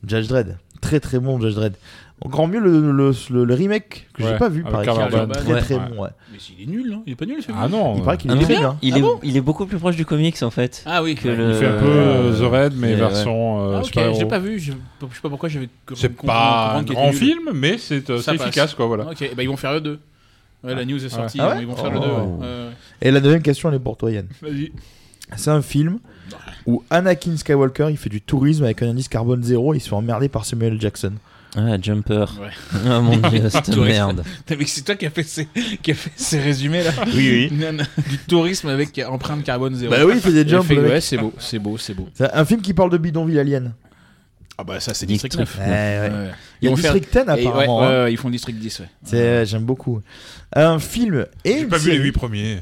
[SPEAKER 5] Judge Dredd. Très très bon Judge Dredd. Encore mieux le, le, le- le remake que j'ai
[SPEAKER 8] Ouais,
[SPEAKER 5] pas vu
[SPEAKER 8] avec
[SPEAKER 5] par
[SPEAKER 8] Carl
[SPEAKER 5] exemple.
[SPEAKER 8] Urban.
[SPEAKER 5] Très
[SPEAKER 8] Ouais.
[SPEAKER 5] très
[SPEAKER 8] Ouais.
[SPEAKER 5] bon, ouais.
[SPEAKER 7] Mais il est nul, non Il est pas nul celui
[SPEAKER 8] Ah non.
[SPEAKER 5] Il paraît qu'il
[SPEAKER 9] Ah
[SPEAKER 5] est
[SPEAKER 9] non,
[SPEAKER 5] bien. hein.
[SPEAKER 9] il, est, il est beaucoup plus proche du comics en fait.
[SPEAKER 7] Ah oui.
[SPEAKER 9] que
[SPEAKER 7] Ouais.
[SPEAKER 9] le-
[SPEAKER 8] Il fait un peu euh, The Red, mais
[SPEAKER 9] ouais.
[SPEAKER 8] version euh,
[SPEAKER 7] Ah, ok,
[SPEAKER 8] super-héros.
[SPEAKER 7] j'ai pas vu, je, je sais pas pourquoi j'avais.
[SPEAKER 8] C'est
[SPEAKER 7] comprendre-
[SPEAKER 8] pas un
[SPEAKER 7] comprendre qu'il
[SPEAKER 8] grand
[SPEAKER 7] était nul.
[SPEAKER 8] film, mais c'est euh,
[SPEAKER 7] Ça
[SPEAKER 8] c'est
[SPEAKER 7] passe.
[SPEAKER 8] efficace, quoi, voilà.
[SPEAKER 7] Ok, et bah ils vont faire le 2. Ouais, la news est sortie, euh,
[SPEAKER 5] Ah ouais
[SPEAKER 7] ils vont faire le 2.
[SPEAKER 5] Oh. Et la deuxième question, elle est pour toi, Yann.
[SPEAKER 7] Vas-y.
[SPEAKER 5] C'est un film où Anakin Skywalker il fait du tourisme avec un indice carbone zéro et ils se fait emmerder par Samuel L. Jackson.
[SPEAKER 9] Ah, Jumper.
[SPEAKER 7] Ouais.
[SPEAKER 9] Ah mon dieu, cette
[SPEAKER 7] Touriste.
[SPEAKER 9] merde.
[SPEAKER 7] T'as vu que c'est toi qui as fait ces, qui a fait ces résumés là
[SPEAKER 5] Oui, oui.
[SPEAKER 7] Nan- Du tourisme avec empreinte carbone zéro.
[SPEAKER 5] Bah oui, il fait des
[SPEAKER 7] Et
[SPEAKER 5] jumps,
[SPEAKER 7] fait-
[SPEAKER 5] le mec.
[SPEAKER 7] Ouais, c'est beau, c'est beau, c'est beau.
[SPEAKER 5] C'est un film qui parle de bidonville alien.
[SPEAKER 7] Ah bah ça, c'est
[SPEAKER 5] District
[SPEAKER 7] District 9.
[SPEAKER 5] neuf. Ouais, ouais. Il y a District 10
[SPEAKER 7] et ouais,
[SPEAKER 5] apparemment,
[SPEAKER 7] ouais,
[SPEAKER 5] hein.
[SPEAKER 7] ouais, ils font District 10, ouais.
[SPEAKER 5] C'est- euh, J'aime beaucoup. Un film et
[SPEAKER 8] J'ai
[SPEAKER 5] une
[SPEAKER 8] pas vu les
[SPEAKER 5] série.
[SPEAKER 8] 8 premiers.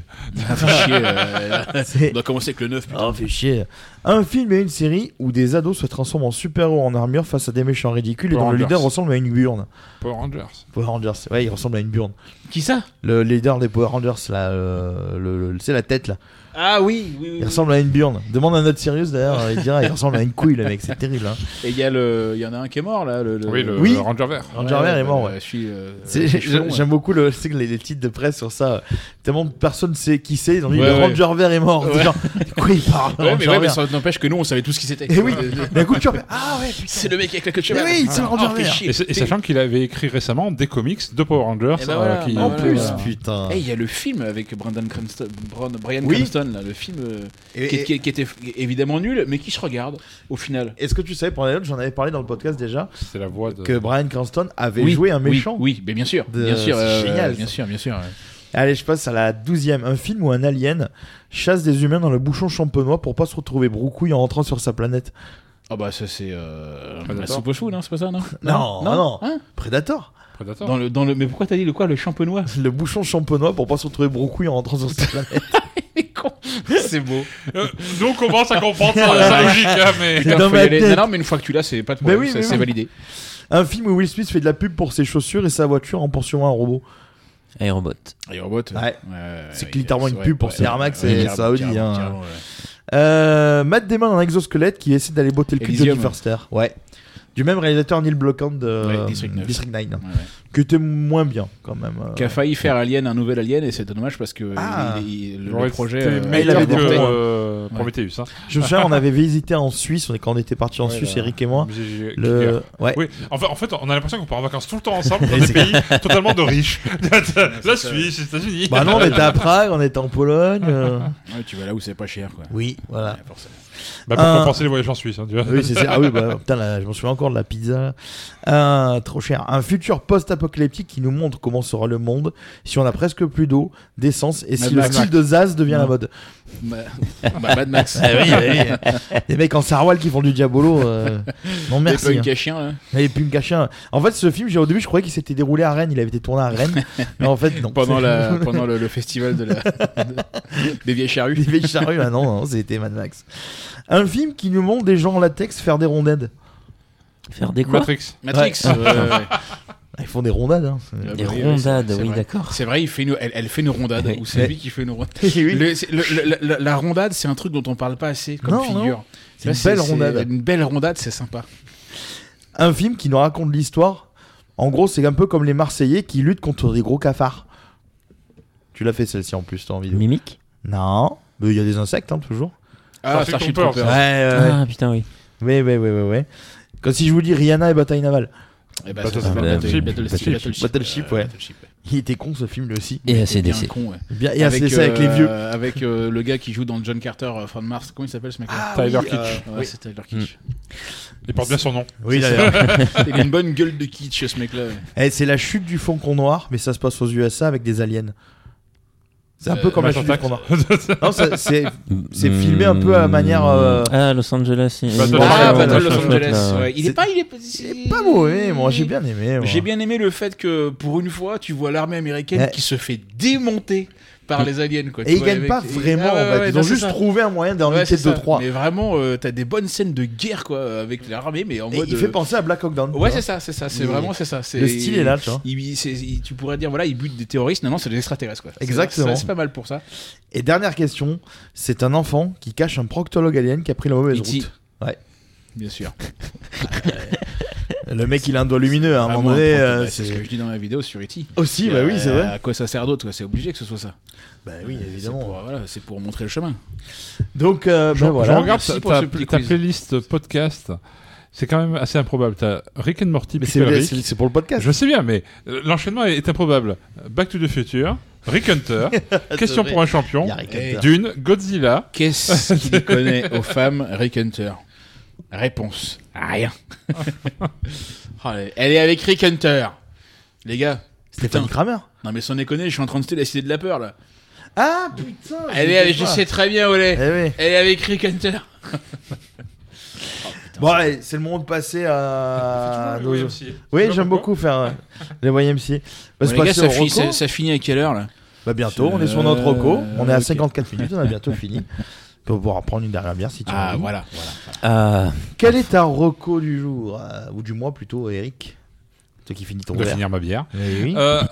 [SPEAKER 7] Ah, fais chier, euh,
[SPEAKER 5] C'est-
[SPEAKER 7] on doit commencer avec le 9.
[SPEAKER 5] Oh, fais chier. Un film et une série où des ados se transforment en super-héros en armure face à des méchants ridicules et
[SPEAKER 8] Power
[SPEAKER 5] dont le leader
[SPEAKER 8] Rangers.
[SPEAKER 5] ressemble à une burne.
[SPEAKER 8] Power Rangers.
[SPEAKER 5] Power Rangers, ouais, il ressemble à une burne.
[SPEAKER 7] Qui ça
[SPEAKER 5] Le leader des Power Rangers, là, euh, le, le- c'est la tête là.
[SPEAKER 7] Ah oui, oui, oui.
[SPEAKER 5] Il ressemble à une burne. Demande à notre Sirius d'ailleurs, euh, il dira, il ressemble à une couille le mec, c'est terrible. hein.
[SPEAKER 7] Et il y, a le- il y en a un qui est mort là. Le, le-
[SPEAKER 8] Oui, le,
[SPEAKER 5] Oui.
[SPEAKER 8] le Ranger Vert.
[SPEAKER 5] Ranger
[SPEAKER 7] Ouais,
[SPEAKER 5] Vert est mort,
[SPEAKER 7] euh,
[SPEAKER 5] ouais.
[SPEAKER 7] je suis, euh,
[SPEAKER 5] C'est-
[SPEAKER 7] avec les
[SPEAKER 5] J'aime
[SPEAKER 7] cheveux longs,
[SPEAKER 5] j'aime beaucoup le, c'est que les, les titres de presse sur ça. Tellement personne sait qui c'est, ils ont dit
[SPEAKER 7] Ouais,
[SPEAKER 5] le
[SPEAKER 7] ouais.
[SPEAKER 5] Ranger Vert est mort.
[SPEAKER 7] Ouais.
[SPEAKER 5] Genre, de quoi il parle
[SPEAKER 7] Ouais, mais,
[SPEAKER 5] Ranger
[SPEAKER 7] ouais, mais
[SPEAKER 5] Vert
[SPEAKER 7] ça n'empêche que nous on savait tous qui c'était.
[SPEAKER 5] Eh oui, d'un coup, tu refais, Ah ouais,
[SPEAKER 7] C'est le mec avec la queue de
[SPEAKER 5] Eh
[SPEAKER 7] cheval.
[SPEAKER 5] oui, c'est le
[SPEAKER 7] Ah,
[SPEAKER 5] Ranger
[SPEAKER 7] fais
[SPEAKER 5] Vert.
[SPEAKER 7] chier.
[SPEAKER 8] Et, c'est- et sachant qu'il avait écrit récemment des comics de Power Rangers.
[SPEAKER 7] Eh ben voilà,
[SPEAKER 8] euh, qui-
[SPEAKER 7] bah
[SPEAKER 5] En
[SPEAKER 7] voilà,
[SPEAKER 5] plus,
[SPEAKER 7] voilà.
[SPEAKER 5] putain.
[SPEAKER 7] Eh, il y a le film avec Brandon Cranston, Bran- Brian
[SPEAKER 5] Oui.
[SPEAKER 7] Cranston, là, le film euh,
[SPEAKER 5] Et-
[SPEAKER 7] qui,
[SPEAKER 5] et-
[SPEAKER 7] qui- qui était f- évidemment nul, mais qui se regarde au final.
[SPEAKER 5] Est-ce que tu savais, pour l'autre, j'en avais parlé dans le podcast déjà,
[SPEAKER 8] C'est la voix de.
[SPEAKER 5] que Brian Cranston avait joué un méchant
[SPEAKER 7] Euh. Oui, oui, mais bien sûr,
[SPEAKER 5] De-
[SPEAKER 7] bien sûr,
[SPEAKER 5] c'est
[SPEAKER 7] euh,
[SPEAKER 5] génial,
[SPEAKER 7] bien
[SPEAKER 5] ça.
[SPEAKER 7] sûr, bien sûr. ouais.
[SPEAKER 5] Allez, je passe à la douzième. Un film où un alien chasse des humains dans le bouchon champenois pour pas se retrouver broucouille en rentrant sur sa planète.
[SPEAKER 7] Ah bah ça c'est euh, la
[SPEAKER 8] Predator.
[SPEAKER 7] soupe aux choux, non, c'est pas ça, non
[SPEAKER 5] Non, ah non, non.
[SPEAKER 7] Hein
[SPEAKER 5] Predator.
[SPEAKER 8] Predator.
[SPEAKER 7] dans le, dans le, mais pourquoi t'as dit le quoi, le champenois
[SPEAKER 5] Le bouchon champenois pour pas se retrouver broucouille en rentrant sur sa planète.
[SPEAKER 7] C'est beau.
[SPEAKER 8] Euh, nous on commence à comprendre sa, sa logique, hein, mais.
[SPEAKER 5] dans ma tête.
[SPEAKER 7] Non, non, mais une fois que tu l'as, c'est pas de
[SPEAKER 5] Bah oui,
[SPEAKER 7] problème, c'est
[SPEAKER 5] mais
[SPEAKER 7] c'est
[SPEAKER 5] oui.
[SPEAKER 7] validé.
[SPEAKER 5] Un film où Will Smith fait de la pub pour ses chaussures et sa voiture en poursuivant un robot.
[SPEAKER 9] Aérobot.
[SPEAKER 7] Aérobot.
[SPEAKER 5] Ouais. C'est
[SPEAKER 7] ouais,
[SPEAKER 5] littéralement une
[SPEAKER 7] ouais,
[SPEAKER 5] pub pour
[SPEAKER 7] ouais,
[SPEAKER 5] ces Air Max
[SPEAKER 7] ouais,
[SPEAKER 5] et
[SPEAKER 7] carrément,
[SPEAKER 5] Saudi,
[SPEAKER 7] carrément,
[SPEAKER 5] hein.
[SPEAKER 7] carrément, ouais.
[SPEAKER 5] Euh, Matt Damon en exosquelette qui essaie d'aller botter le cul de
[SPEAKER 7] Elysium.
[SPEAKER 5] Jodie Foster. Ouais. Du même réalisateur Neil Blomkamp de euh,
[SPEAKER 7] Ouais, District 9.
[SPEAKER 5] hein.
[SPEAKER 7] Ouais, ouais.
[SPEAKER 5] Qui était moins bien quand même. euh.
[SPEAKER 7] Qui a failli faire Alien un nouvel Alien et c'est dommage parce que
[SPEAKER 5] Ah.
[SPEAKER 7] il- il- le,
[SPEAKER 8] Ouais,
[SPEAKER 7] le projet.
[SPEAKER 8] c'était
[SPEAKER 7] euh,
[SPEAKER 8] meilleur
[SPEAKER 5] avait
[SPEAKER 8] que,
[SPEAKER 5] des portées.
[SPEAKER 8] euh, Prometheus. hein.
[SPEAKER 5] Je me souviens, on avait visité en Suisse, on est quand on était parti en
[SPEAKER 8] Ouais,
[SPEAKER 5] Suisse,
[SPEAKER 8] là.
[SPEAKER 5] Eric et moi.
[SPEAKER 8] J'ai- j'ai-
[SPEAKER 5] Le... Ouais.
[SPEAKER 8] Oui, enfin, en fait, on a l'impression qu'on part en vacances tout le temps ensemble dans des pays totalement de riches. la Suisse, les États-Unis.
[SPEAKER 5] Bah non, on était à Prague, on était en Pologne. euh.
[SPEAKER 7] ouais, tu vas là où c'est pas cher quoi.
[SPEAKER 5] Oui, voilà.
[SPEAKER 7] Ouais, forcément.
[SPEAKER 8] Bah, pour
[SPEAKER 5] Un-
[SPEAKER 8] compenser les voyages en Suisse, hein, tu vois.
[SPEAKER 5] Oui, c'est ça. Ah oui, bah, putain, là, je me souviens encore de la pizza. Euh, trop cher. Un futur post-apocalyptique qui nous montre comment sera le monde si on a presque plus d'eau, d'essence et si
[SPEAKER 7] Mad
[SPEAKER 5] le
[SPEAKER 7] Max.
[SPEAKER 5] style de Zaz devient la
[SPEAKER 7] Non.
[SPEAKER 5] mode.
[SPEAKER 7] Bah, bah, Mad Max.
[SPEAKER 5] Ah Des mecs en saroual qui font du diabolo. euh, Non,
[SPEAKER 7] Les
[SPEAKER 5] merci.
[SPEAKER 7] punks
[SPEAKER 5] hein.
[SPEAKER 7] à chien là.
[SPEAKER 5] Et puis me cacher un- En fait, ce film, j'ai- au début, je croyais qu'il s'était déroulé à Rennes. Il avait été tourné à Rennes. mais en fait, non.
[SPEAKER 7] Pendant,
[SPEAKER 5] C'est-
[SPEAKER 7] la, pendant le, le festival de la, de- des vieilles charrues.
[SPEAKER 5] Les vieilles charrues, ah non, non, c'était Mad Max. Un film qui nous montre des gens en latex faire des rondades.
[SPEAKER 9] Faire des quoi
[SPEAKER 8] Matrix.
[SPEAKER 7] Matrix.
[SPEAKER 5] Ouais.
[SPEAKER 7] euh, ouais.
[SPEAKER 5] Ah, Ils font des rondades. Hein. C'est-
[SPEAKER 7] Ah,
[SPEAKER 9] Des
[SPEAKER 7] bah oui,
[SPEAKER 9] rondades,
[SPEAKER 7] c'est- c'est
[SPEAKER 9] oui,
[SPEAKER 7] vrai.
[SPEAKER 9] d'accord.
[SPEAKER 7] C'est vrai, il fait une, elle, elle fait une rondade,
[SPEAKER 9] Oui.
[SPEAKER 7] ou c'est
[SPEAKER 5] Ouais.
[SPEAKER 7] lui qui fait une rondade.
[SPEAKER 5] Oui.
[SPEAKER 7] Le- c'est- le- le- la, la rondade, c'est un truc dont on parle pas assez comme
[SPEAKER 5] Non,
[SPEAKER 7] figure.
[SPEAKER 5] non.
[SPEAKER 7] Tu
[SPEAKER 5] une
[SPEAKER 7] vois,
[SPEAKER 5] belle rondade.
[SPEAKER 7] Une belle rondade, c'est sympa.
[SPEAKER 5] Un film qui nous raconte l'histoire. En gros, c'est un peu comme les Marseillais qui luttent contre des gros cafards. Tu l'as fait celle-ci en plus, toi, en vidéo.
[SPEAKER 9] Mimique
[SPEAKER 5] Non. Mais il y a des insectes, hein, toujours.
[SPEAKER 7] Ah,
[SPEAKER 8] Starship
[SPEAKER 7] Starship
[SPEAKER 8] Troopers.
[SPEAKER 7] Troopers.
[SPEAKER 5] ouais.
[SPEAKER 9] Ah putain, oui.
[SPEAKER 5] Oui, oui, oui, oui, oui. Comme si je vous dis Rihanna et Bataille Navale.
[SPEAKER 7] Eh ben,
[SPEAKER 8] Battleship,
[SPEAKER 7] ça, c'est Battleship,
[SPEAKER 8] Battleship,
[SPEAKER 7] Battleship,
[SPEAKER 5] Battleship, ouais.
[SPEAKER 7] Battleship,
[SPEAKER 5] Il était con ce film lui aussi.
[SPEAKER 9] Et
[SPEAKER 7] C'est bien
[SPEAKER 9] ACDC.
[SPEAKER 7] con, ouais.
[SPEAKER 5] Bien, et avec, avec les
[SPEAKER 7] euh,
[SPEAKER 5] vieux.
[SPEAKER 7] Avec euh, le gars qui joue dans John Carter, euh, Frank Mars. Comment il s'appelle ce mec-là
[SPEAKER 8] Tyler
[SPEAKER 5] oui,
[SPEAKER 8] Kitsch.
[SPEAKER 5] euh,
[SPEAKER 7] Ouais, c'est Tyler Kitsch.
[SPEAKER 8] Il porte bien son nom.
[SPEAKER 5] Oui,
[SPEAKER 7] C'est
[SPEAKER 5] d'ailleurs.
[SPEAKER 7] ça. Il a une bonne gueule de kitsch, ce mec-là.
[SPEAKER 5] Eh, c'est la chute du faucon noir, mais ça se passe aux USA avec des aliens. C'est un peu comme la chute qu'on a. Non, ça- c'est c'est filmé un peu à la manière. euh,
[SPEAKER 9] Hmm. Ah, Los Angeles. il-
[SPEAKER 5] Battle-
[SPEAKER 9] il-
[SPEAKER 5] Ah,
[SPEAKER 9] il-
[SPEAKER 5] Battle
[SPEAKER 9] il-
[SPEAKER 5] Los
[SPEAKER 9] il-
[SPEAKER 5] Angeles,
[SPEAKER 9] là.
[SPEAKER 7] Ouais, il est
[SPEAKER 5] C'est-
[SPEAKER 7] pas, il est,
[SPEAKER 5] pas mauvais, moi, j'ai bien aimé, moi.
[SPEAKER 7] J'ai bien aimé le fait que pour une fois, tu vois l'armée américaine
[SPEAKER 5] Ouais.
[SPEAKER 7] qui se fait démonter par les aliens. Quoi.
[SPEAKER 5] Et
[SPEAKER 7] Tu
[SPEAKER 5] ils
[SPEAKER 7] vois,
[SPEAKER 5] gagnent
[SPEAKER 7] les
[SPEAKER 5] pas
[SPEAKER 7] mecs-
[SPEAKER 5] vraiment,
[SPEAKER 7] Ah ouais,
[SPEAKER 5] en fait.
[SPEAKER 7] ouais,
[SPEAKER 5] Ils
[SPEAKER 7] non,
[SPEAKER 5] ont
[SPEAKER 7] c'est
[SPEAKER 5] juste
[SPEAKER 7] ça.
[SPEAKER 5] trouvé un moyen d'en
[SPEAKER 7] Ouais,
[SPEAKER 5] éviter
[SPEAKER 7] c'est ça.
[SPEAKER 5] 2-3.
[SPEAKER 7] Mais vraiment, euh, t'as des bonnes scènes de guerre quoi avec l'armée, mais en
[SPEAKER 5] Et
[SPEAKER 7] mode.
[SPEAKER 5] il
[SPEAKER 7] euh,
[SPEAKER 5] fait penser à Black Hawk Down. tu vois.
[SPEAKER 7] Ouais, c'est ça, c'est ça, c'est
[SPEAKER 5] Il-
[SPEAKER 7] vraiment c'est ça. c'est-
[SPEAKER 5] Le style est là, tu vois.
[SPEAKER 7] il- il- c'est- il- tu pourrais dire voilà, ils butent des terroristes, non non, c'est des extraterrestres quoi. C'est-
[SPEAKER 5] Exactement.
[SPEAKER 7] ça, C'est pas mal pour ça.
[SPEAKER 5] Et dernière question, c'est un enfant qui cache un proctologue alien qui a pris la mauvaise
[SPEAKER 7] E.T..
[SPEAKER 5] route. Ouais.
[SPEAKER 7] E Bien sûr.
[SPEAKER 5] Le mec, il a un doigt lumineux à un
[SPEAKER 7] Vraiment
[SPEAKER 5] moment donné.
[SPEAKER 7] important,
[SPEAKER 5] euh,
[SPEAKER 7] bah, c'est ce que je dis dans la vidéo sur E.T.
[SPEAKER 5] Aussi, bah
[SPEAKER 7] Euh,
[SPEAKER 5] oui, c'est vrai.
[SPEAKER 7] À quoi ça sert d'autre quoi, C'est obligé que ce soit ça. Euh,
[SPEAKER 5] Bah oui, évidemment.
[SPEAKER 7] C'est pour, voilà, c'est pour montrer le chemin.
[SPEAKER 5] Donc, euh,
[SPEAKER 8] Je,
[SPEAKER 5] ben voilà.
[SPEAKER 8] je regarde
[SPEAKER 7] Merci
[SPEAKER 8] ta,
[SPEAKER 7] pour
[SPEAKER 8] ta-
[SPEAKER 7] ce petit
[SPEAKER 8] ta
[SPEAKER 7] quiz.
[SPEAKER 8] playlist podcast. C'est quand même assez improbable. T'as Rick and Morty,
[SPEAKER 5] Mais
[SPEAKER 8] Pickle
[SPEAKER 5] c'est-
[SPEAKER 8] Rick.
[SPEAKER 5] c'est- c'est pour le podcast.
[SPEAKER 8] Je sais bien, mais euh, l'enchaînement est improbable. Back to the Future, Rick Hunter, Question
[SPEAKER 5] vrai.
[SPEAKER 8] pour un champion,
[SPEAKER 5] Il y a Rick Hunter.
[SPEAKER 8] Dune, Godzilla.
[SPEAKER 7] Qu'est-ce qu'il connaît aux femmes, Rick Hunter Réponse rien. Oh, elle est avec Rick Hunter. Les gars.
[SPEAKER 5] Stéphane
[SPEAKER 7] putain.
[SPEAKER 5] Kramer.
[SPEAKER 7] Non mais sans déconner, je suis en train de citer la cité de la peur là.
[SPEAKER 5] Ah putain
[SPEAKER 7] Elle
[SPEAKER 5] je
[SPEAKER 7] est, avec-
[SPEAKER 5] sais
[SPEAKER 7] je
[SPEAKER 5] pas.
[SPEAKER 7] sais très bien où elle est.
[SPEAKER 5] Eh Bah, oui.
[SPEAKER 7] Elle est avec Rick Hunter.
[SPEAKER 5] Bon, allez, c'est le moment de passer à.
[SPEAKER 8] toujours le
[SPEAKER 5] nos-
[SPEAKER 8] YMCA.
[SPEAKER 5] Oui, j'aime beaucoup faire euh, les YMC. Bah,
[SPEAKER 7] Bon,
[SPEAKER 5] c'est
[SPEAKER 7] les gars,
[SPEAKER 5] passé
[SPEAKER 7] ça,
[SPEAKER 5] au
[SPEAKER 7] finit,
[SPEAKER 5] reco.
[SPEAKER 7] ça- ça finit à quelle heure là
[SPEAKER 5] Bah, bientôt, on est sur notre reco. On est à 54 minutes, on a bientôt fini. On peut pouvoir prendre une dernière bière si tu
[SPEAKER 7] Ah
[SPEAKER 5] veux.
[SPEAKER 7] voilà, voilà.
[SPEAKER 9] Ah,
[SPEAKER 5] Quel est ta reco du jour euh, Ou du mois plutôt, Eric Toi qui finis ton
[SPEAKER 8] De
[SPEAKER 5] verre.
[SPEAKER 8] finir ma bière.
[SPEAKER 5] Eh oui.
[SPEAKER 8] Euh,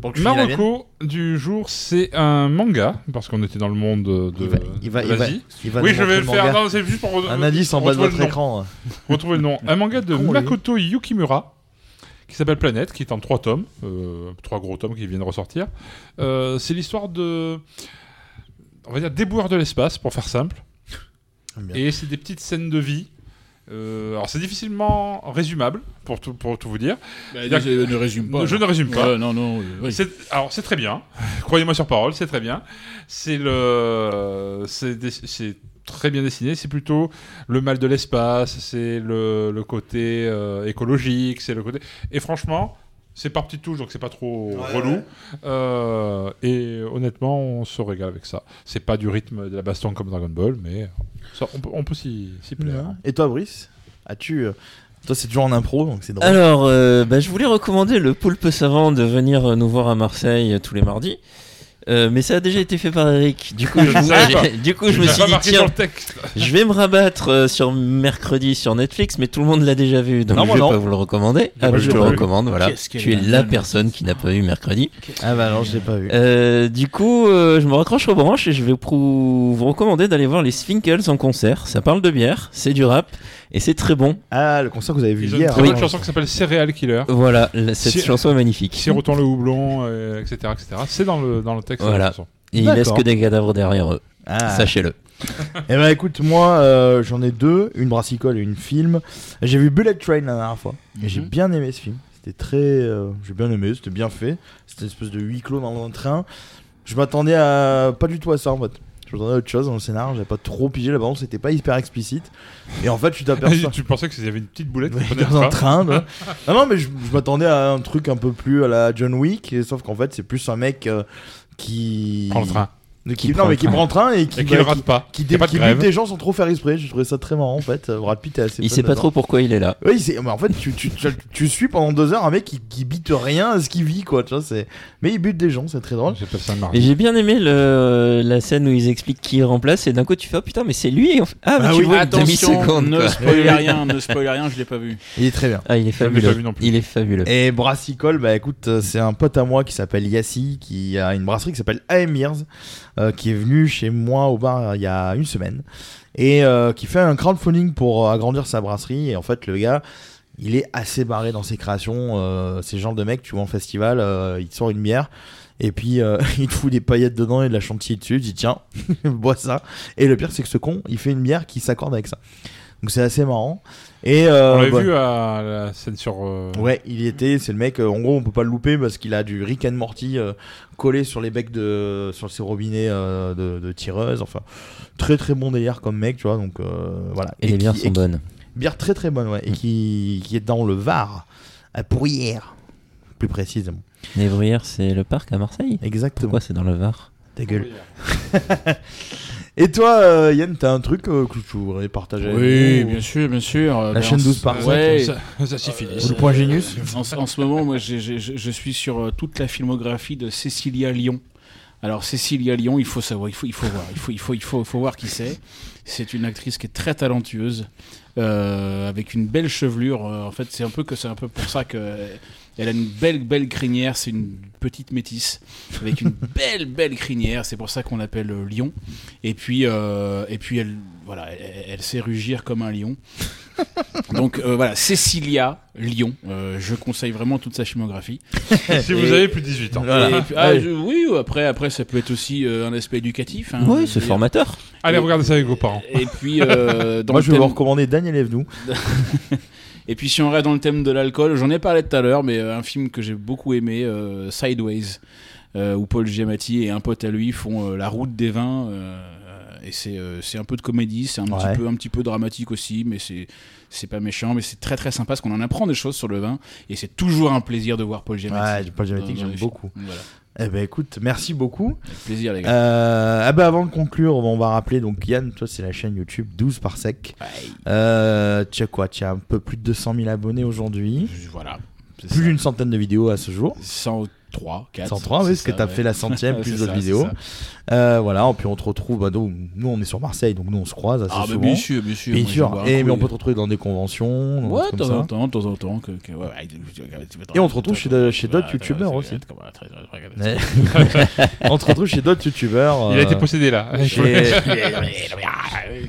[SPEAKER 5] Pour que je finisse la
[SPEAKER 8] Marocco du jour, c'est un manga, parce qu'on était dans le monde de,
[SPEAKER 5] Il va- il va-
[SPEAKER 8] de
[SPEAKER 5] il va-
[SPEAKER 8] l'Asie.
[SPEAKER 5] il va
[SPEAKER 8] oui,
[SPEAKER 5] nous
[SPEAKER 8] je vais le
[SPEAKER 5] montrer le
[SPEAKER 8] faire.
[SPEAKER 5] manga.
[SPEAKER 8] Non, c'est juste pour re-
[SPEAKER 5] Un indice en bas de
[SPEAKER 8] retrouver
[SPEAKER 5] votre
[SPEAKER 8] le nom.
[SPEAKER 5] écran.
[SPEAKER 8] Retrouver le nom. Un manga de
[SPEAKER 5] Con, lui.
[SPEAKER 8] Makoto Yukimura qui s'appelle Planète, qui est en trois tomes, euh, trois gros tomes qui viennent de ressortir. Euh, c'est l'histoire de, on va dire, déboueurs de l'espace, pour faire simple.
[SPEAKER 5] Bien.
[SPEAKER 8] Et c'est des petites scènes de vie. Euh, alors c'est difficilement résumable pour tout, pour tout vous dire. C'est-à-dire
[SPEAKER 7] Bah, je
[SPEAKER 8] que-
[SPEAKER 7] ne résume pas.
[SPEAKER 8] Je ne résume pas.
[SPEAKER 7] Ouais, non, non. oui.
[SPEAKER 8] C'est- alors c'est très bien. Croyez-moi sur parole, c'est très bien. C'est le, c'est dess- c'est très bien dessiné. C'est plutôt le mal de l'espace, c'est le, le côté euh, écologique, c'est le côté. Et franchement, c'est par petites touches, donc c'est pas trop relou. Euh, et honnêtement, on se régale avec ça. C'est pas du rythme de la baston comme Dragon Ball, mais ça, on peut, on peut s'y s'y plaire.
[SPEAKER 5] hein. Et toi, Brice As-tu. euh, Toi, c'est toujours en impro, donc c'est drôle.
[SPEAKER 9] Alors, euh, bah, je voulais recommander le poulpe savant de venir euh, nous voir à Marseille euh, tous les mardis. Euh, mais ça a déjà été fait par Eric. Du coup,
[SPEAKER 8] Je
[SPEAKER 9] je,
[SPEAKER 8] ne savais pas.
[SPEAKER 9] du coup, je
[SPEAKER 8] Je
[SPEAKER 9] me
[SPEAKER 8] l'ai
[SPEAKER 9] suis
[SPEAKER 8] pas
[SPEAKER 9] dit,
[SPEAKER 8] marqué
[SPEAKER 9] tiens,
[SPEAKER 8] sur le texte.
[SPEAKER 9] je vais me rabattre euh, sur mercredi sur Netflix, mais tout le monde l'a déjà vu, donc
[SPEAKER 5] Non,
[SPEAKER 9] je
[SPEAKER 5] moi,
[SPEAKER 9] vais
[SPEAKER 5] non.
[SPEAKER 9] pas vous le recommander. Ah, bah,
[SPEAKER 5] pas
[SPEAKER 9] je
[SPEAKER 5] vu
[SPEAKER 9] te
[SPEAKER 5] non plus.
[SPEAKER 9] recommande, voilà.
[SPEAKER 7] Qu'est-ce qu'elle
[SPEAKER 9] Tu es
[SPEAKER 7] est
[SPEAKER 9] la
[SPEAKER 7] dingue.
[SPEAKER 9] personne qui n'a pas vu mercredi.
[SPEAKER 5] Ah bah non, je l'ai pas vu.
[SPEAKER 9] Euh, du coup, euh, je me raccroche aux branches et je vais prou- vous recommander d'aller voir les Sphinkles en concert. Ça parle de bière, c'est du rap et c'est très bon.
[SPEAKER 5] Ah, le concert que vous avez vu
[SPEAKER 8] Ils ont une
[SPEAKER 5] hier.
[SPEAKER 8] très bonne
[SPEAKER 5] hein.
[SPEAKER 8] chanson qui s'appelle Céréal Killer.
[SPEAKER 9] Voilà, la- cette
[SPEAKER 8] Si-
[SPEAKER 9] chanson est magnifique.
[SPEAKER 8] Sirotant le houblon, euh, etc., etc. C'est dans le dans le texte. de la
[SPEAKER 9] Voilà.
[SPEAKER 8] chanson.
[SPEAKER 9] Et ils laissent
[SPEAKER 5] D'accord.
[SPEAKER 9] que des cadavres derrière eux.
[SPEAKER 5] Ah.
[SPEAKER 9] Sachez-le.
[SPEAKER 5] Eh ben écoute, moi euh, j'en ai deux, une brassicole et une film. J'ai vu Bullet Train la dernière fois et
[SPEAKER 8] Mhm.
[SPEAKER 5] j'ai bien aimé ce film. C'était très. euh, j'ai bien aimé, c'était bien fait. C'était une espèce de huis clos dans un train. Je m'attendais à. pas du tout à ça en fait. Je m'attendais à autre chose dans le scénario, j'avais pas trop pigé la bande, c'était pas hyper explicite. Et en fait, tu t'aperçois.
[SPEAKER 8] tu pensais qu'il y avait une petite boulette hein qui prenait le
[SPEAKER 5] dans un
[SPEAKER 8] train.
[SPEAKER 5] train. là. Non, non, mais je, je m'attendais à un truc un peu plus à la John Wick, et- sauf qu'en fait, c'est plus un mec euh, qui.
[SPEAKER 8] Prend le train.
[SPEAKER 5] Qui, non, mais qui prend le train et qui,
[SPEAKER 8] Et qui le
[SPEAKER 5] bah,
[SPEAKER 8] rate pas.
[SPEAKER 5] Qui,
[SPEAKER 8] Il y a
[SPEAKER 5] dé-
[SPEAKER 8] pas de
[SPEAKER 5] qui
[SPEAKER 8] grève.
[SPEAKER 5] bute des gens sans trop faire exprès. J'ai trouvé ça très marrant en fait. Euh, Brad Pitt est assez.
[SPEAKER 9] Il
[SPEAKER 5] fun
[SPEAKER 9] sait pas
[SPEAKER 5] là-dedans.
[SPEAKER 9] trop pourquoi il est là.
[SPEAKER 5] Oui, c'est. mais en fait, tu, tu, tu, tu suis pendant deux heures un mec qui, qui bite rien à ce qu'il vit quoi. Tu vois, c'est. Mais il bute des gens, c'est très drôle.
[SPEAKER 8] J'appelle ça un
[SPEAKER 9] Et
[SPEAKER 8] mardi.
[SPEAKER 9] j'ai bien aimé le, la scène où ils expliquent qui remplace et d'un coup tu fais oh putain mais c'est lui et on fait, ah mais
[SPEAKER 5] Bah
[SPEAKER 9] tu
[SPEAKER 5] oui, Eh
[SPEAKER 9] vois une demi
[SPEAKER 7] Attention,
[SPEAKER 9] seconde
[SPEAKER 7] ne spoiler rien, ne spoiler rien, je l'ai pas vu.
[SPEAKER 5] Il est très bien.
[SPEAKER 9] ah il est
[SPEAKER 8] l'ai pas
[SPEAKER 9] fabuleux
[SPEAKER 8] vu non plus.
[SPEAKER 9] il est fabuleux
[SPEAKER 5] Et Brassicole, bah écoute, euh, c'est un pote à moi qui s'appelle Yassi, qui a une brasserie qui s'appelle AM Years, euh, qui est venu chez moi au bar euh, il y a une semaine, et euh, qui fait un crowdfunding pour euh, agrandir sa brasserie. Et en fait, le gars, il est assez barré dans ses créations. Euh, c'est le genre de mec, tu vois, en festival, euh, il te sort une bière. Et puis euh, il te fout des paillettes dedans et de la chantilly dessus. Il dit tiens, bois ça. Et le pire c'est que ce con, il fait une bière qui s'accorde avec ça. Donc c'est assez marrant. Et euh,
[SPEAKER 8] On l'avait
[SPEAKER 5] bah-
[SPEAKER 8] vu à la scène sur. euh,
[SPEAKER 5] Ouais, il y était, c'est le mec, euh, en gros on peut pas le louper parce qu'il a du Rick and Morty euh, collé sur les becs de... sur ses robinets euh, de, de tireuse, enfin très très bon délire comme mec, tu vois, donc euh, voilà.
[SPEAKER 9] et les
[SPEAKER 5] qui-
[SPEAKER 9] bières sont
[SPEAKER 5] qui-
[SPEAKER 9] bonnes Mm.
[SPEAKER 5] Bière très très bonne, ouais, et qui, qui est dans le Var, à Pourrières, plus précisément.
[SPEAKER 9] Névrière c'est le parc à Marseille
[SPEAKER 5] Exactement.
[SPEAKER 9] pourquoi c'est dans le Var
[SPEAKER 5] Ta gueule. Et toi, euh, Yann, t'as un truc euh, que tu voudrais partager avec
[SPEAKER 7] Oui,
[SPEAKER 5] nous
[SPEAKER 7] bien sûr, bien sûr.
[SPEAKER 5] La
[SPEAKER 7] Ben,
[SPEAKER 5] chaîne
[SPEAKER 7] en-
[SPEAKER 5] 12 par cinq,
[SPEAKER 7] ouais.
[SPEAKER 5] ça-
[SPEAKER 8] ça suffit.
[SPEAKER 5] Ou le point Genius.
[SPEAKER 7] En, ce- en ce moment, moi, j'ai- j'ai- je je suis sur euh, toute la filmographie de Cécilia Lyon. Alors Cécilia Lyon, il faut savoir, il faut, il faut voir, il faut, il faut, il faut, il faut voir qui c'est. C'est une actrice qui est très talentueuse, euh, avec une belle chevelure. Euh, en fait, c'est un peu que c'est un peu pour ça que euh, elle a une belle belle crinière. C'est une petite métisse avec une belle belle crinière. C'est pour ça qu'on l'appelle euh, Lyon. Et puis euh, et puis elle voilà, elle, elle sait rugir comme un lion. Donc euh, voilà, Cécilia Lyon. Euh, je conseille vraiment toute sa filmographie.
[SPEAKER 8] Si vous avez plus de 18 ans.
[SPEAKER 7] Et puis- ah,
[SPEAKER 8] Ouais.
[SPEAKER 7] je- oui, ou après, après, ça peut être aussi euh, un aspect éducatif. hein, je
[SPEAKER 9] Oui,
[SPEAKER 7] veux
[SPEAKER 9] c'est
[SPEAKER 7] dire.
[SPEAKER 9] formateur.
[SPEAKER 8] Allez,
[SPEAKER 7] Et-
[SPEAKER 8] regardez ça avec vos parents.
[SPEAKER 7] Et puis, euh, dans
[SPEAKER 5] Moi,
[SPEAKER 7] le
[SPEAKER 5] je vais vous
[SPEAKER 7] thème-
[SPEAKER 5] recommander Daniel Evenou.
[SPEAKER 7] et puis si on reste dans le thème de l'alcool, j'en ai parlé tout à l'heure, mais euh, un film que j'ai beaucoup aimé, euh, Sideways, euh, où Paul Giamatti et un pote à lui font euh, la route des vins. euh, et c'est euh, c'est un peu de comédie, c'est un,
[SPEAKER 5] Ouais.
[SPEAKER 7] petit peu, un petit peu dramatique aussi, mais c'est c'est pas méchant, mais c'est très très sympa parce qu'on en apprend des choses sur le vin. Et c'est toujours un plaisir de voir Paul Giamatti.
[SPEAKER 5] Ouais, Paul Giamatti que
[SPEAKER 7] Dans- dans
[SPEAKER 5] j'aime
[SPEAKER 7] les films.
[SPEAKER 5] beaucoup.
[SPEAKER 7] Voilà.
[SPEAKER 5] Eh ben écoute, merci beaucoup.
[SPEAKER 7] Avec plaisir, les gars.
[SPEAKER 5] Euh, ah bah avant de conclure, on va rappeler donc Yann, toi c'est la chaîne YouTube 12 par sec. Euh, tu as quoi Tu as un peu plus de 200 000 abonnés aujourd'hui.
[SPEAKER 7] Voilà. c'est
[SPEAKER 5] Euh, Plus
[SPEAKER 7] ça.
[SPEAKER 5] d'une centaine de vidéos à ce jour.
[SPEAKER 7] 103, 4.
[SPEAKER 5] 103, oui, parce que
[SPEAKER 7] ça,
[SPEAKER 5] tu as
[SPEAKER 7] ouais.
[SPEAKER 5] fait la centième plus
[SPEAKER 7] C'est
[SPEAKER 5] d'autres
[SPEAKER 7] ça,
[SPEAKER 5] vidéos.
[SPEAKER 7] c'est ça.
[SPEAKER 5] Euh, voilà, puis on te retrouve. bah, donc, nous, on est sur Marseille, donc nous, on se croise assez
[SPEAKER 7] Ah, bah,
[SPEAKER 5] souvent.
[SPEAKER 7] bien sûr, bien sûr, moi, je vais boire un
[SPEAKER 5] Et, eh, mais
[SPEAKER 7] coup,
[SPEAKER 5] on peut
[SPEAKER 7] et-
[SPEAKER 5] te retrouver dans des conventions. dans des
[SPEAKER 7] Ouais,
[SPEAKER 5] trucs
[SPEAKER 7] de
[SPEAKER 5] comme
[SPEAKER 7] temps en
[SPEAKER 5] ça.
[SPEAKER 7] temps, de temps en temps. que- que- ouais, ouais, tu- tu- tu-
[SPEAKER 5] Et on te retrouve chez, chez d'autres
[SPEAKER 7] Voilà,
[SPEAKER 5] youtubeurs
[SPEAKER 7] c'est-
[SPEAKER 5] aussi.
[SPEAKER 7] comment- très- très- très-
[SPEAKER 5] Ouais. on te retrouve chez d'autres youtubeurs.
[SPEAKER 8] Il a
[SPEAKER 5] euh,
[SPEAKER 8] été possédé là.
[SPEAKER 5] chez-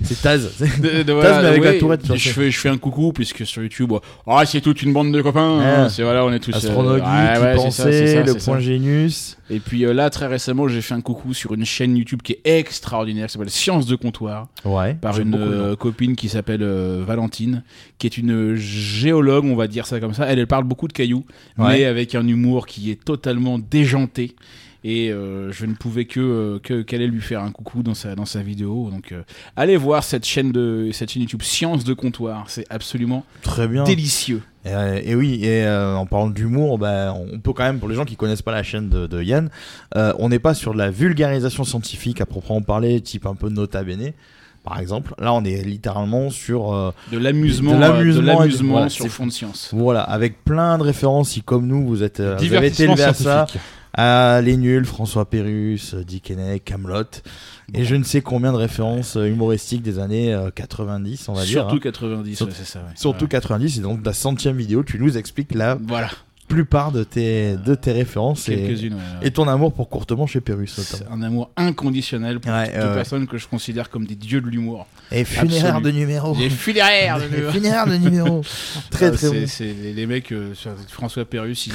[SPEAKER 5] C'est Taz. C'est-
[SPEAKER 7] De- de-
[SPEAKER 5] Taz,
[SPEAKER 7] voilà,
[SPEAKER 5] mais avec
[SPEAKER 7] ouais,
[SPEAKER 5] la tourette. sur
[SPEAKER 7] Je
[SPEAKER 5] scène.
[SPEAKER 7] fais, je fais un coucou puisque sur YouTube, oh, ah, c'est toute une bande de copains. hein,
[SPEAKER 5] Ouais.
[SPEAKER 7] c'est voilà, on est tous euh,
[SPEAKER 5] Astronaute,
[SPEAKER 7] ouais,
[SPEAKER 5] Geek,
[SPEAKER 7] ouais,
[SPEAKER 5] Y
[SPEAKER 7] c'est ça, c'est
[SPEAKER 5] Pensée,
[SPEAKER 7] ça,
[SPEAKER 5] le
[SPEAKER 7] c'est ça.
[SPEAKER 5] point Génus.
[SPEAKER 7] Et puis euh, là, très récemment, j'ai fait un coucou sur une chaîne YouTube qui est extraordinaire, qui s'appelle Science de comptoir,
[SPEAKER 5] Ouais,
[SPEAKER 7] par
[SPEAKER 5] j'aime
[SPEAKER 7] une
[SPEAKER 5] beaucoup le nom.
[SPEAKER 7] euh, copine qui s'appelle euh, Valentine, qui est une euh, géologue, on va dire ça comme ça. Elle, elle parle beaucoup de cailloux,
[SPEAKER 5] Ouais.
[SPEAKER 7] mais avec un humour qui est totalement déjanté. Et euh, je ne pouvais que euh, que- qu'aller lui faire un coucou dans sa dans sa vidéo. Donc euh, allez voir cette chaîne de cette chaîne YouTube Science de comptoir, c'est absolument
[SPEAKER 5] Très bien.
[SPEAKER 7] délicieux.
[SPEAKER 5] Et, euh, et oui, et euh, en parlant d'humour, bah, on peut quand même, pour les gens qui connaissent pas la chaîne de, de Yann, euh, on n'est pas sur de la vulgarisation scientifique à proprement parler, type un peu Nota Bene, par exemple. Là, on est littéralement sur euh,
[SPEAKER 7] De l'amusement,
[SPEAKER 5] de
[SPEAKER 7] euh,
[SPEAKER 5] l'amusement,
[SPEAKER 7] de
[SPEAKER 5] et du-
[SPEAKER 7] l'amusement
[SPEAKER 5] voilà,
[SPEAKER 7] sur
[SPEAKER 5] c'est-
[SPEAKER 7] fond de science.
[SPEAKER 5] Voilà, avec plein de références. Si comme nous, vous êtes, euh, vous avez été
[SPEAKER 8] Divertissement
[SPEAKER 5] élevé à ça,
[SPEAKER 8] scientifique.
[SPEAKER 5] à Les Nuls, François Pérus, euh, Dick Kenney, Camelot, et je ne sais combien de références euh, humoristiques des années euh, 90, on va dire.
[SPEAKER 7] Surtout
[SPEAKER 5] hein.
[SPEAKER 7] 90,
[SPEAKER 5] Surtout-
[SPEAKER 7] ouais, c'est ça, ouais.
[SPEAKER 5] Surtout 90, et donc la centième vidéo, tu nous expliques la
[SPEAKER 7] Voilà.
[SPEAKER 5] plupart de tes, de tes références et,
[SPEAKER 7] Quelques-unes, ouais, ouais.
[SPEAKER 5] et ton amour pour Courtement chez Pérus notamment.
[SPEAKER 7] un amour inconditionnel pour
[SPEAKER 5] Ouais,
[SPEAKER 7] toutes
[SPEAKER 5] ouais,
[SPEAKER 7] les
[SPEAKER 5] ouais.
[SPEAKER 7] personnes que je considère comme des dieux de l'humour.
[SPEAKER 5] Et funéraire
[SPEAKER 7] Absolu.
[SPEAKER 5] de numéro.
[SPEAKER 7] Les funéraires de
[SPEAKER 5] Les
[SPEAKER 7] numéro.
[SPEAKER 5] funéraires de numéro. Oh. Très,
[SPEAKER 7] Ah,
[SPEAKER 5] très
[SPEAKER 7] c'est-
[SPEAKER 5] bon.
[SPEAKER 7] c'est les, les mecs, euh, sur- François Perrus, il-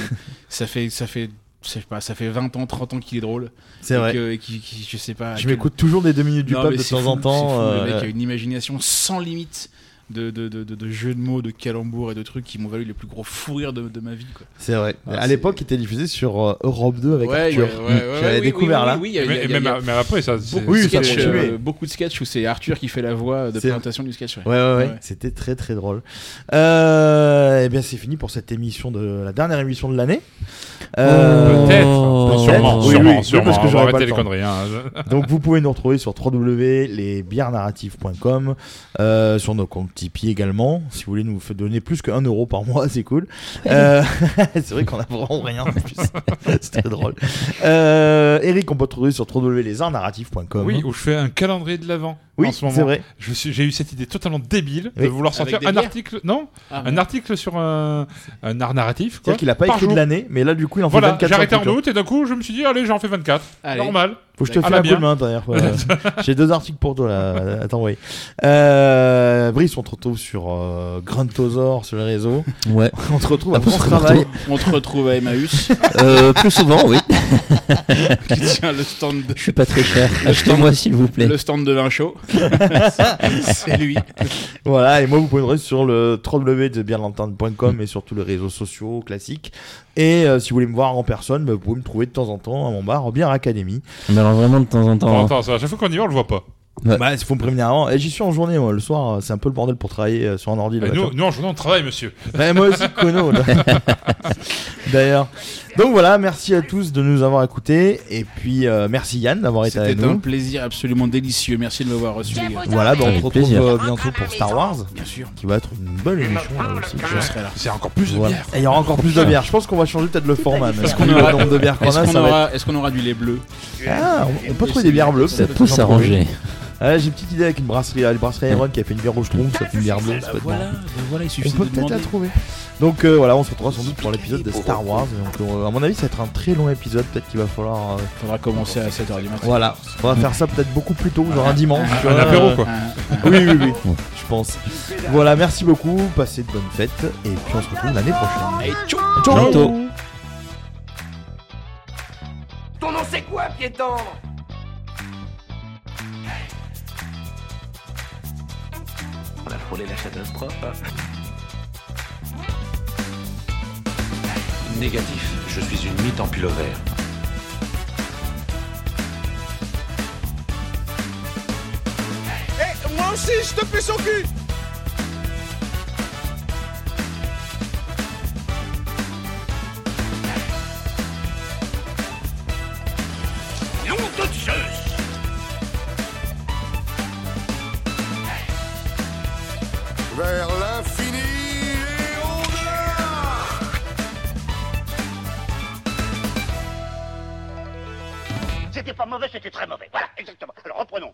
[SPEAKER 7] ça fait, ça fait, je sais pas, ça fait 20 ans, 30 ans qu'il est drôle.
[SPEAKER 5] C'est
[SPEAKER 7] Et
[SPEAKER 5] vrai.
[SPEAKER 7] que- et qui, qui- je sais pas. à
[SPEAKER 5] Je
[SPEAKER 7] quel-
[SPEAKER 5] m'écoute toujours des deux minutes du
[SPEAKER 7] Non,
[SPEAKER 5] peuple
[SPEAKER 7] mais
[SPEAKER 5] de
[SPEAKER 7] c'est
[SPEAKER 5] temps
[SPEAKER 7] fou,
[SPEAKER 5] en temps.
[SPEAKER 7] c'est fou,
[SPEAKER 5] euh,
[SPEAKER 7] le mec a une imagination sans limite. De, de, de, de- de jeux de mots, de calembours et de trucs qui m'ont valu les plus gros fous rires de, de ma vie. Quoi.
[SPEAKER 5] C'est vrai.
[SPEAKER 7] Ah,
[SPEAKER 5] à
[SPEAKER 7] c'est-
[SPEAKER 5] l'époque, il était diffusé sur euh, Europe 2 avec
[SPEAKER 7] Ouais,
[SPEAKER 5] Arthur.
[SPEAKER 7] ouais, ouais, ouais,
[SPEAKER 5] J'avais
[SPEAKER 7] oui,
[SPEAKER 5] découvert
[SPEAKER 7] oui,
[SPEAKER 5] là.
[SPEAKER 7] oui, oui, il y a-
[SPEAKER 8] Mais-
[SPEAKER 7] il y a-
[SPEAKER 8] mais-
[SPEAKER 7] il y a-
[SPEAKER 8] mais après, ça, c'est-
[SPEAKER 7] Beaucoup,
[SPEAKER 5] Oui,
[SPEAKER 7] de
[SPEAKER 5] ça a
[SPEAKER 7] sketchs,
[SPEAKER 5] continué.
[SPEAKER 7] euh, beaucoup de sketchs où c'est Arthur qui fait la voix de
[SPEAKER 5] C'est-
[SPEAKER 7] présentation du sketch. ouais.
[SPEAKER 5] Ouais, ouais, ouais. C'était très, très drôle. Euh, eh bien, c'est fini pour cette émission de la dernière émission de l'année. Euh,
[SPEAKER 8] Peut-être. Sûrement,
[SPEAKER 5] Oui, oui,
[SPEAKER 8] sûrement,
[SPEAKER 5] oui, parce
[SPEAKER 8] sûrement.
[SPEAKER 5] que
[SPEAKER 8] On va
[SPEAKER 5] j'aurais pas
[SPEAKER 8] arrêter
[SPEAKER 5] le
[SPEAKER 8] les
[SPEAKER 5] temps.
[SPEAKER 8] conneries, hein.
[SPEAKER 5] Donc, vous pouvez nous retrouver sur www.lesbiarnarratives.com, euh, sur nos comptes Tipeee également. Si vous voulez nous f- donner plus que 1 euro par mois, c'est cool. Euh, c'est vrai qu'on a vraiment rien en plus. c'est très drôle. Euh, Eric, on peut te retrouver sur www.lesarnarratifs.com.
[SPEAKER 8] Oui, où je fais un calendrier de l'avant.
[SPEAKER 5] Bah, Oui,
[SPEAKER 8] en ce moment.
[SPEAKER 5] c'est vrai.
[SPEAKER 8] Je suis- j'ai eu cette idée totalement débile de
[SPEAKER 5] Oui.
[SPEAKER 8] vouloir
[SPEAKER 5] Avec
[SPEAKER 8] sortir
[SPEAKER 5] des
[SPEAKER 8] un
[SPEAKER 5] bières
[SPEAKER 8] article, non,
[SPEAKER 7] Ah,
[SPEAKER 8] un article sur un, un art narratif. quoi,
[SPEAKER 5] C'est-à-dire qu'il a pas
[SPEAKER 8] par
[SPEAKER 5] écrit de
[SPEAKER 8] jour.
[SPEAKER 5] l'année, mais là, du coup, il en fait
[SPEAKER 8] Voilà,
[SPEAKER 5] 24
[SPEAKER 8] j'ai arrêté
[SPEAKER 5] sur
[SPEAKER 8] en
[SPEAKER 5] Twitter.
[SPEAKER 8] août et d'un coup, je me suis dit, allez, j'en fais 24.
[SPEAKER 7] Allez.
[SPEAKER 8] Normal.
[SPEAKER 5] Faut que je te
[SPEAKER 8] À
[SPEAKER 5] file
[SPEAKER 8] la
[SPEAKER 5] un coup de
[SPEAKER 8] bière.
[SPEAKER 5] main derrière. voilà. J'ai deux articles pour toi là, à t'envoyer. Euh, Brice, on te retrouve sur euh, Grantosaur sur les réseaux.
[SPEAKER 9] Ouais.
[SPEAKER 5] On te retrouve à
[SPEAKER 9] Ah,
[SPEAKER 5] France
[SPEAKER 9] partout.
[SPEAKER 5] Travail.
[SPEAKER 7] On te retrouve à Emmaüs.
[SPEAKER 9] Euh, plus souvent, oui.
[SPEAKER 7] qui tient le stand. de-
[SPEAKER 9] Je suis pas très cher.
[SPEAKER 7] Le
[SPEAKER 9] Achetez-moi,
[SPEAKER 7] stand-
[SPEAKER 9] s'il vous plaît.
[SPEAKER 7] Le stand de vin chaud. C'est lui.
[SPEAKER 5] Voilà, et moi vous pouvez me retrouver sur le www.bienlentendre.com et sur tous les réseaux sociaux classiques. Et euh, si vous voulez me voir en personne, bah, vous pouvez me trouver de temps en temps à mon bar, en Bière Academy.
[SPEAKER 9] Mais alors vraiment de temps hein. en temps.
[SPEAKER 8] Attends, attends, à chaque fois qu'on y va, on le voit pas.
[SPEAKER 5] Ouais. Bah, il faut me prévenir avant. Et j'y suis en journée, moi. Le soir, c'est un peu le bordel pour travailler euh, sur un ordi.
[SPEAKER 8] Et
[SPEAKER 7] Bah,
[SPEAKER 8] nous, nous, en journée, on travaille, monsieur.
[SPEAKER 5] Bah, moi aussi, Kono. D'ailleurs. Donc voilà, merci à tous de nous avoir écoutés. Et puis, euh, merci Yann d'avoir été avec nous.
[SPEAKER 7] C'était un plaisir absolument délicieux. Merci de m'avoir reçu. Euh,
[SPEAKER 5] Voilà, bah, on se retrouve euh, bientôt pour Star Wars.
[SPEAKER 7] Bien sûr.
[SPEAKER 5] Qui va être une bonne émission. Là, aussi.
[SPEAKER 7] Je serai là. C'est encore plus de
[SPEAKER 5] voilà.
[SPEAKER 7] bière.
[SPEAKER 5] Et il y aura encore plus de bière. Je pense qu'on va changer peut-être le format.
[SPEAKER 7] Est-ce qu'on aura,
[SPEAKER 5] nombre de bières qu'on a,
[SPEAKER 7] Est-ce qu'on aura, est qu'on aura du lait bleu
[SPEAKER 5] Ah, on- on peut trouver des bières bleues.
[SPEAKER 9] Ça
[SPEAKER 5] peut-être,
[SPEAKER 9] peut
[SPEAKER 5] j'en
[SPEAKER 9] s'arranger.
[SPEAKER 5] Ah, j'ai une petite idée avec une brasserie, la brasserie Iron qui a fait une bière rouge trompe, ça fait une bière bleue, ça peut être marrant.
[SPEAKER 7] voilà, il
[SPEAKER 5] On
[SPEAKER 7] suffit
[SPEAKER 5] peut
[SPEAKER 7] de
[SPEAKER 5] peut-être
[SPEAKER 7] demander.
[SPEAKER 5] la trouver. Donc euh, voilà, on se retrouvera sans doute pour l'épisode de Star Wars. Donc euh, à mon avis, ça va être un très long épisode. Peut-être qu'il va falloir. euh,
[SPEAKER 7] Faudra commencer à 7h du matin.
[SPEAKER 5] Voilà, on va faire ça peut-être beaucoup plus tôt, genre un dimanche.
[SPEAKER 7] Un-
[SPEAKER 5] tu
[SPEAKER 7] Ah, un
[SPEAKER 5] vois,
[SPEAKER 7] apéro,
[SPEAKER 5] euh,
[SPEAKER 7] quoi.
[SPEAKER 5] Oui, oui, oui, je pense. Voilà, merci beaucoup, passez de bonnes fêtes et puis on se retrouve l'année prochaine. Ciao.
[SPEAKER 9] Bientôt.
[SPEAKER 1] Ton nom c'est quoi, piéton
[SPEAKER 4] On a frôlé la catastrophe.
[SPEAKER 1] Négatif, je suis une mythe en pullover.
[SPEAKER 4] moi aussi, je te fais son cul
[SPEAKER 1] Nom de Zeus
[SPEAKER 3] vers l'infini et au-delà.
[SPEAKER 11] C'était pas mauvais, c'était très mauvais. Voilà, exactement. Alors reprenons.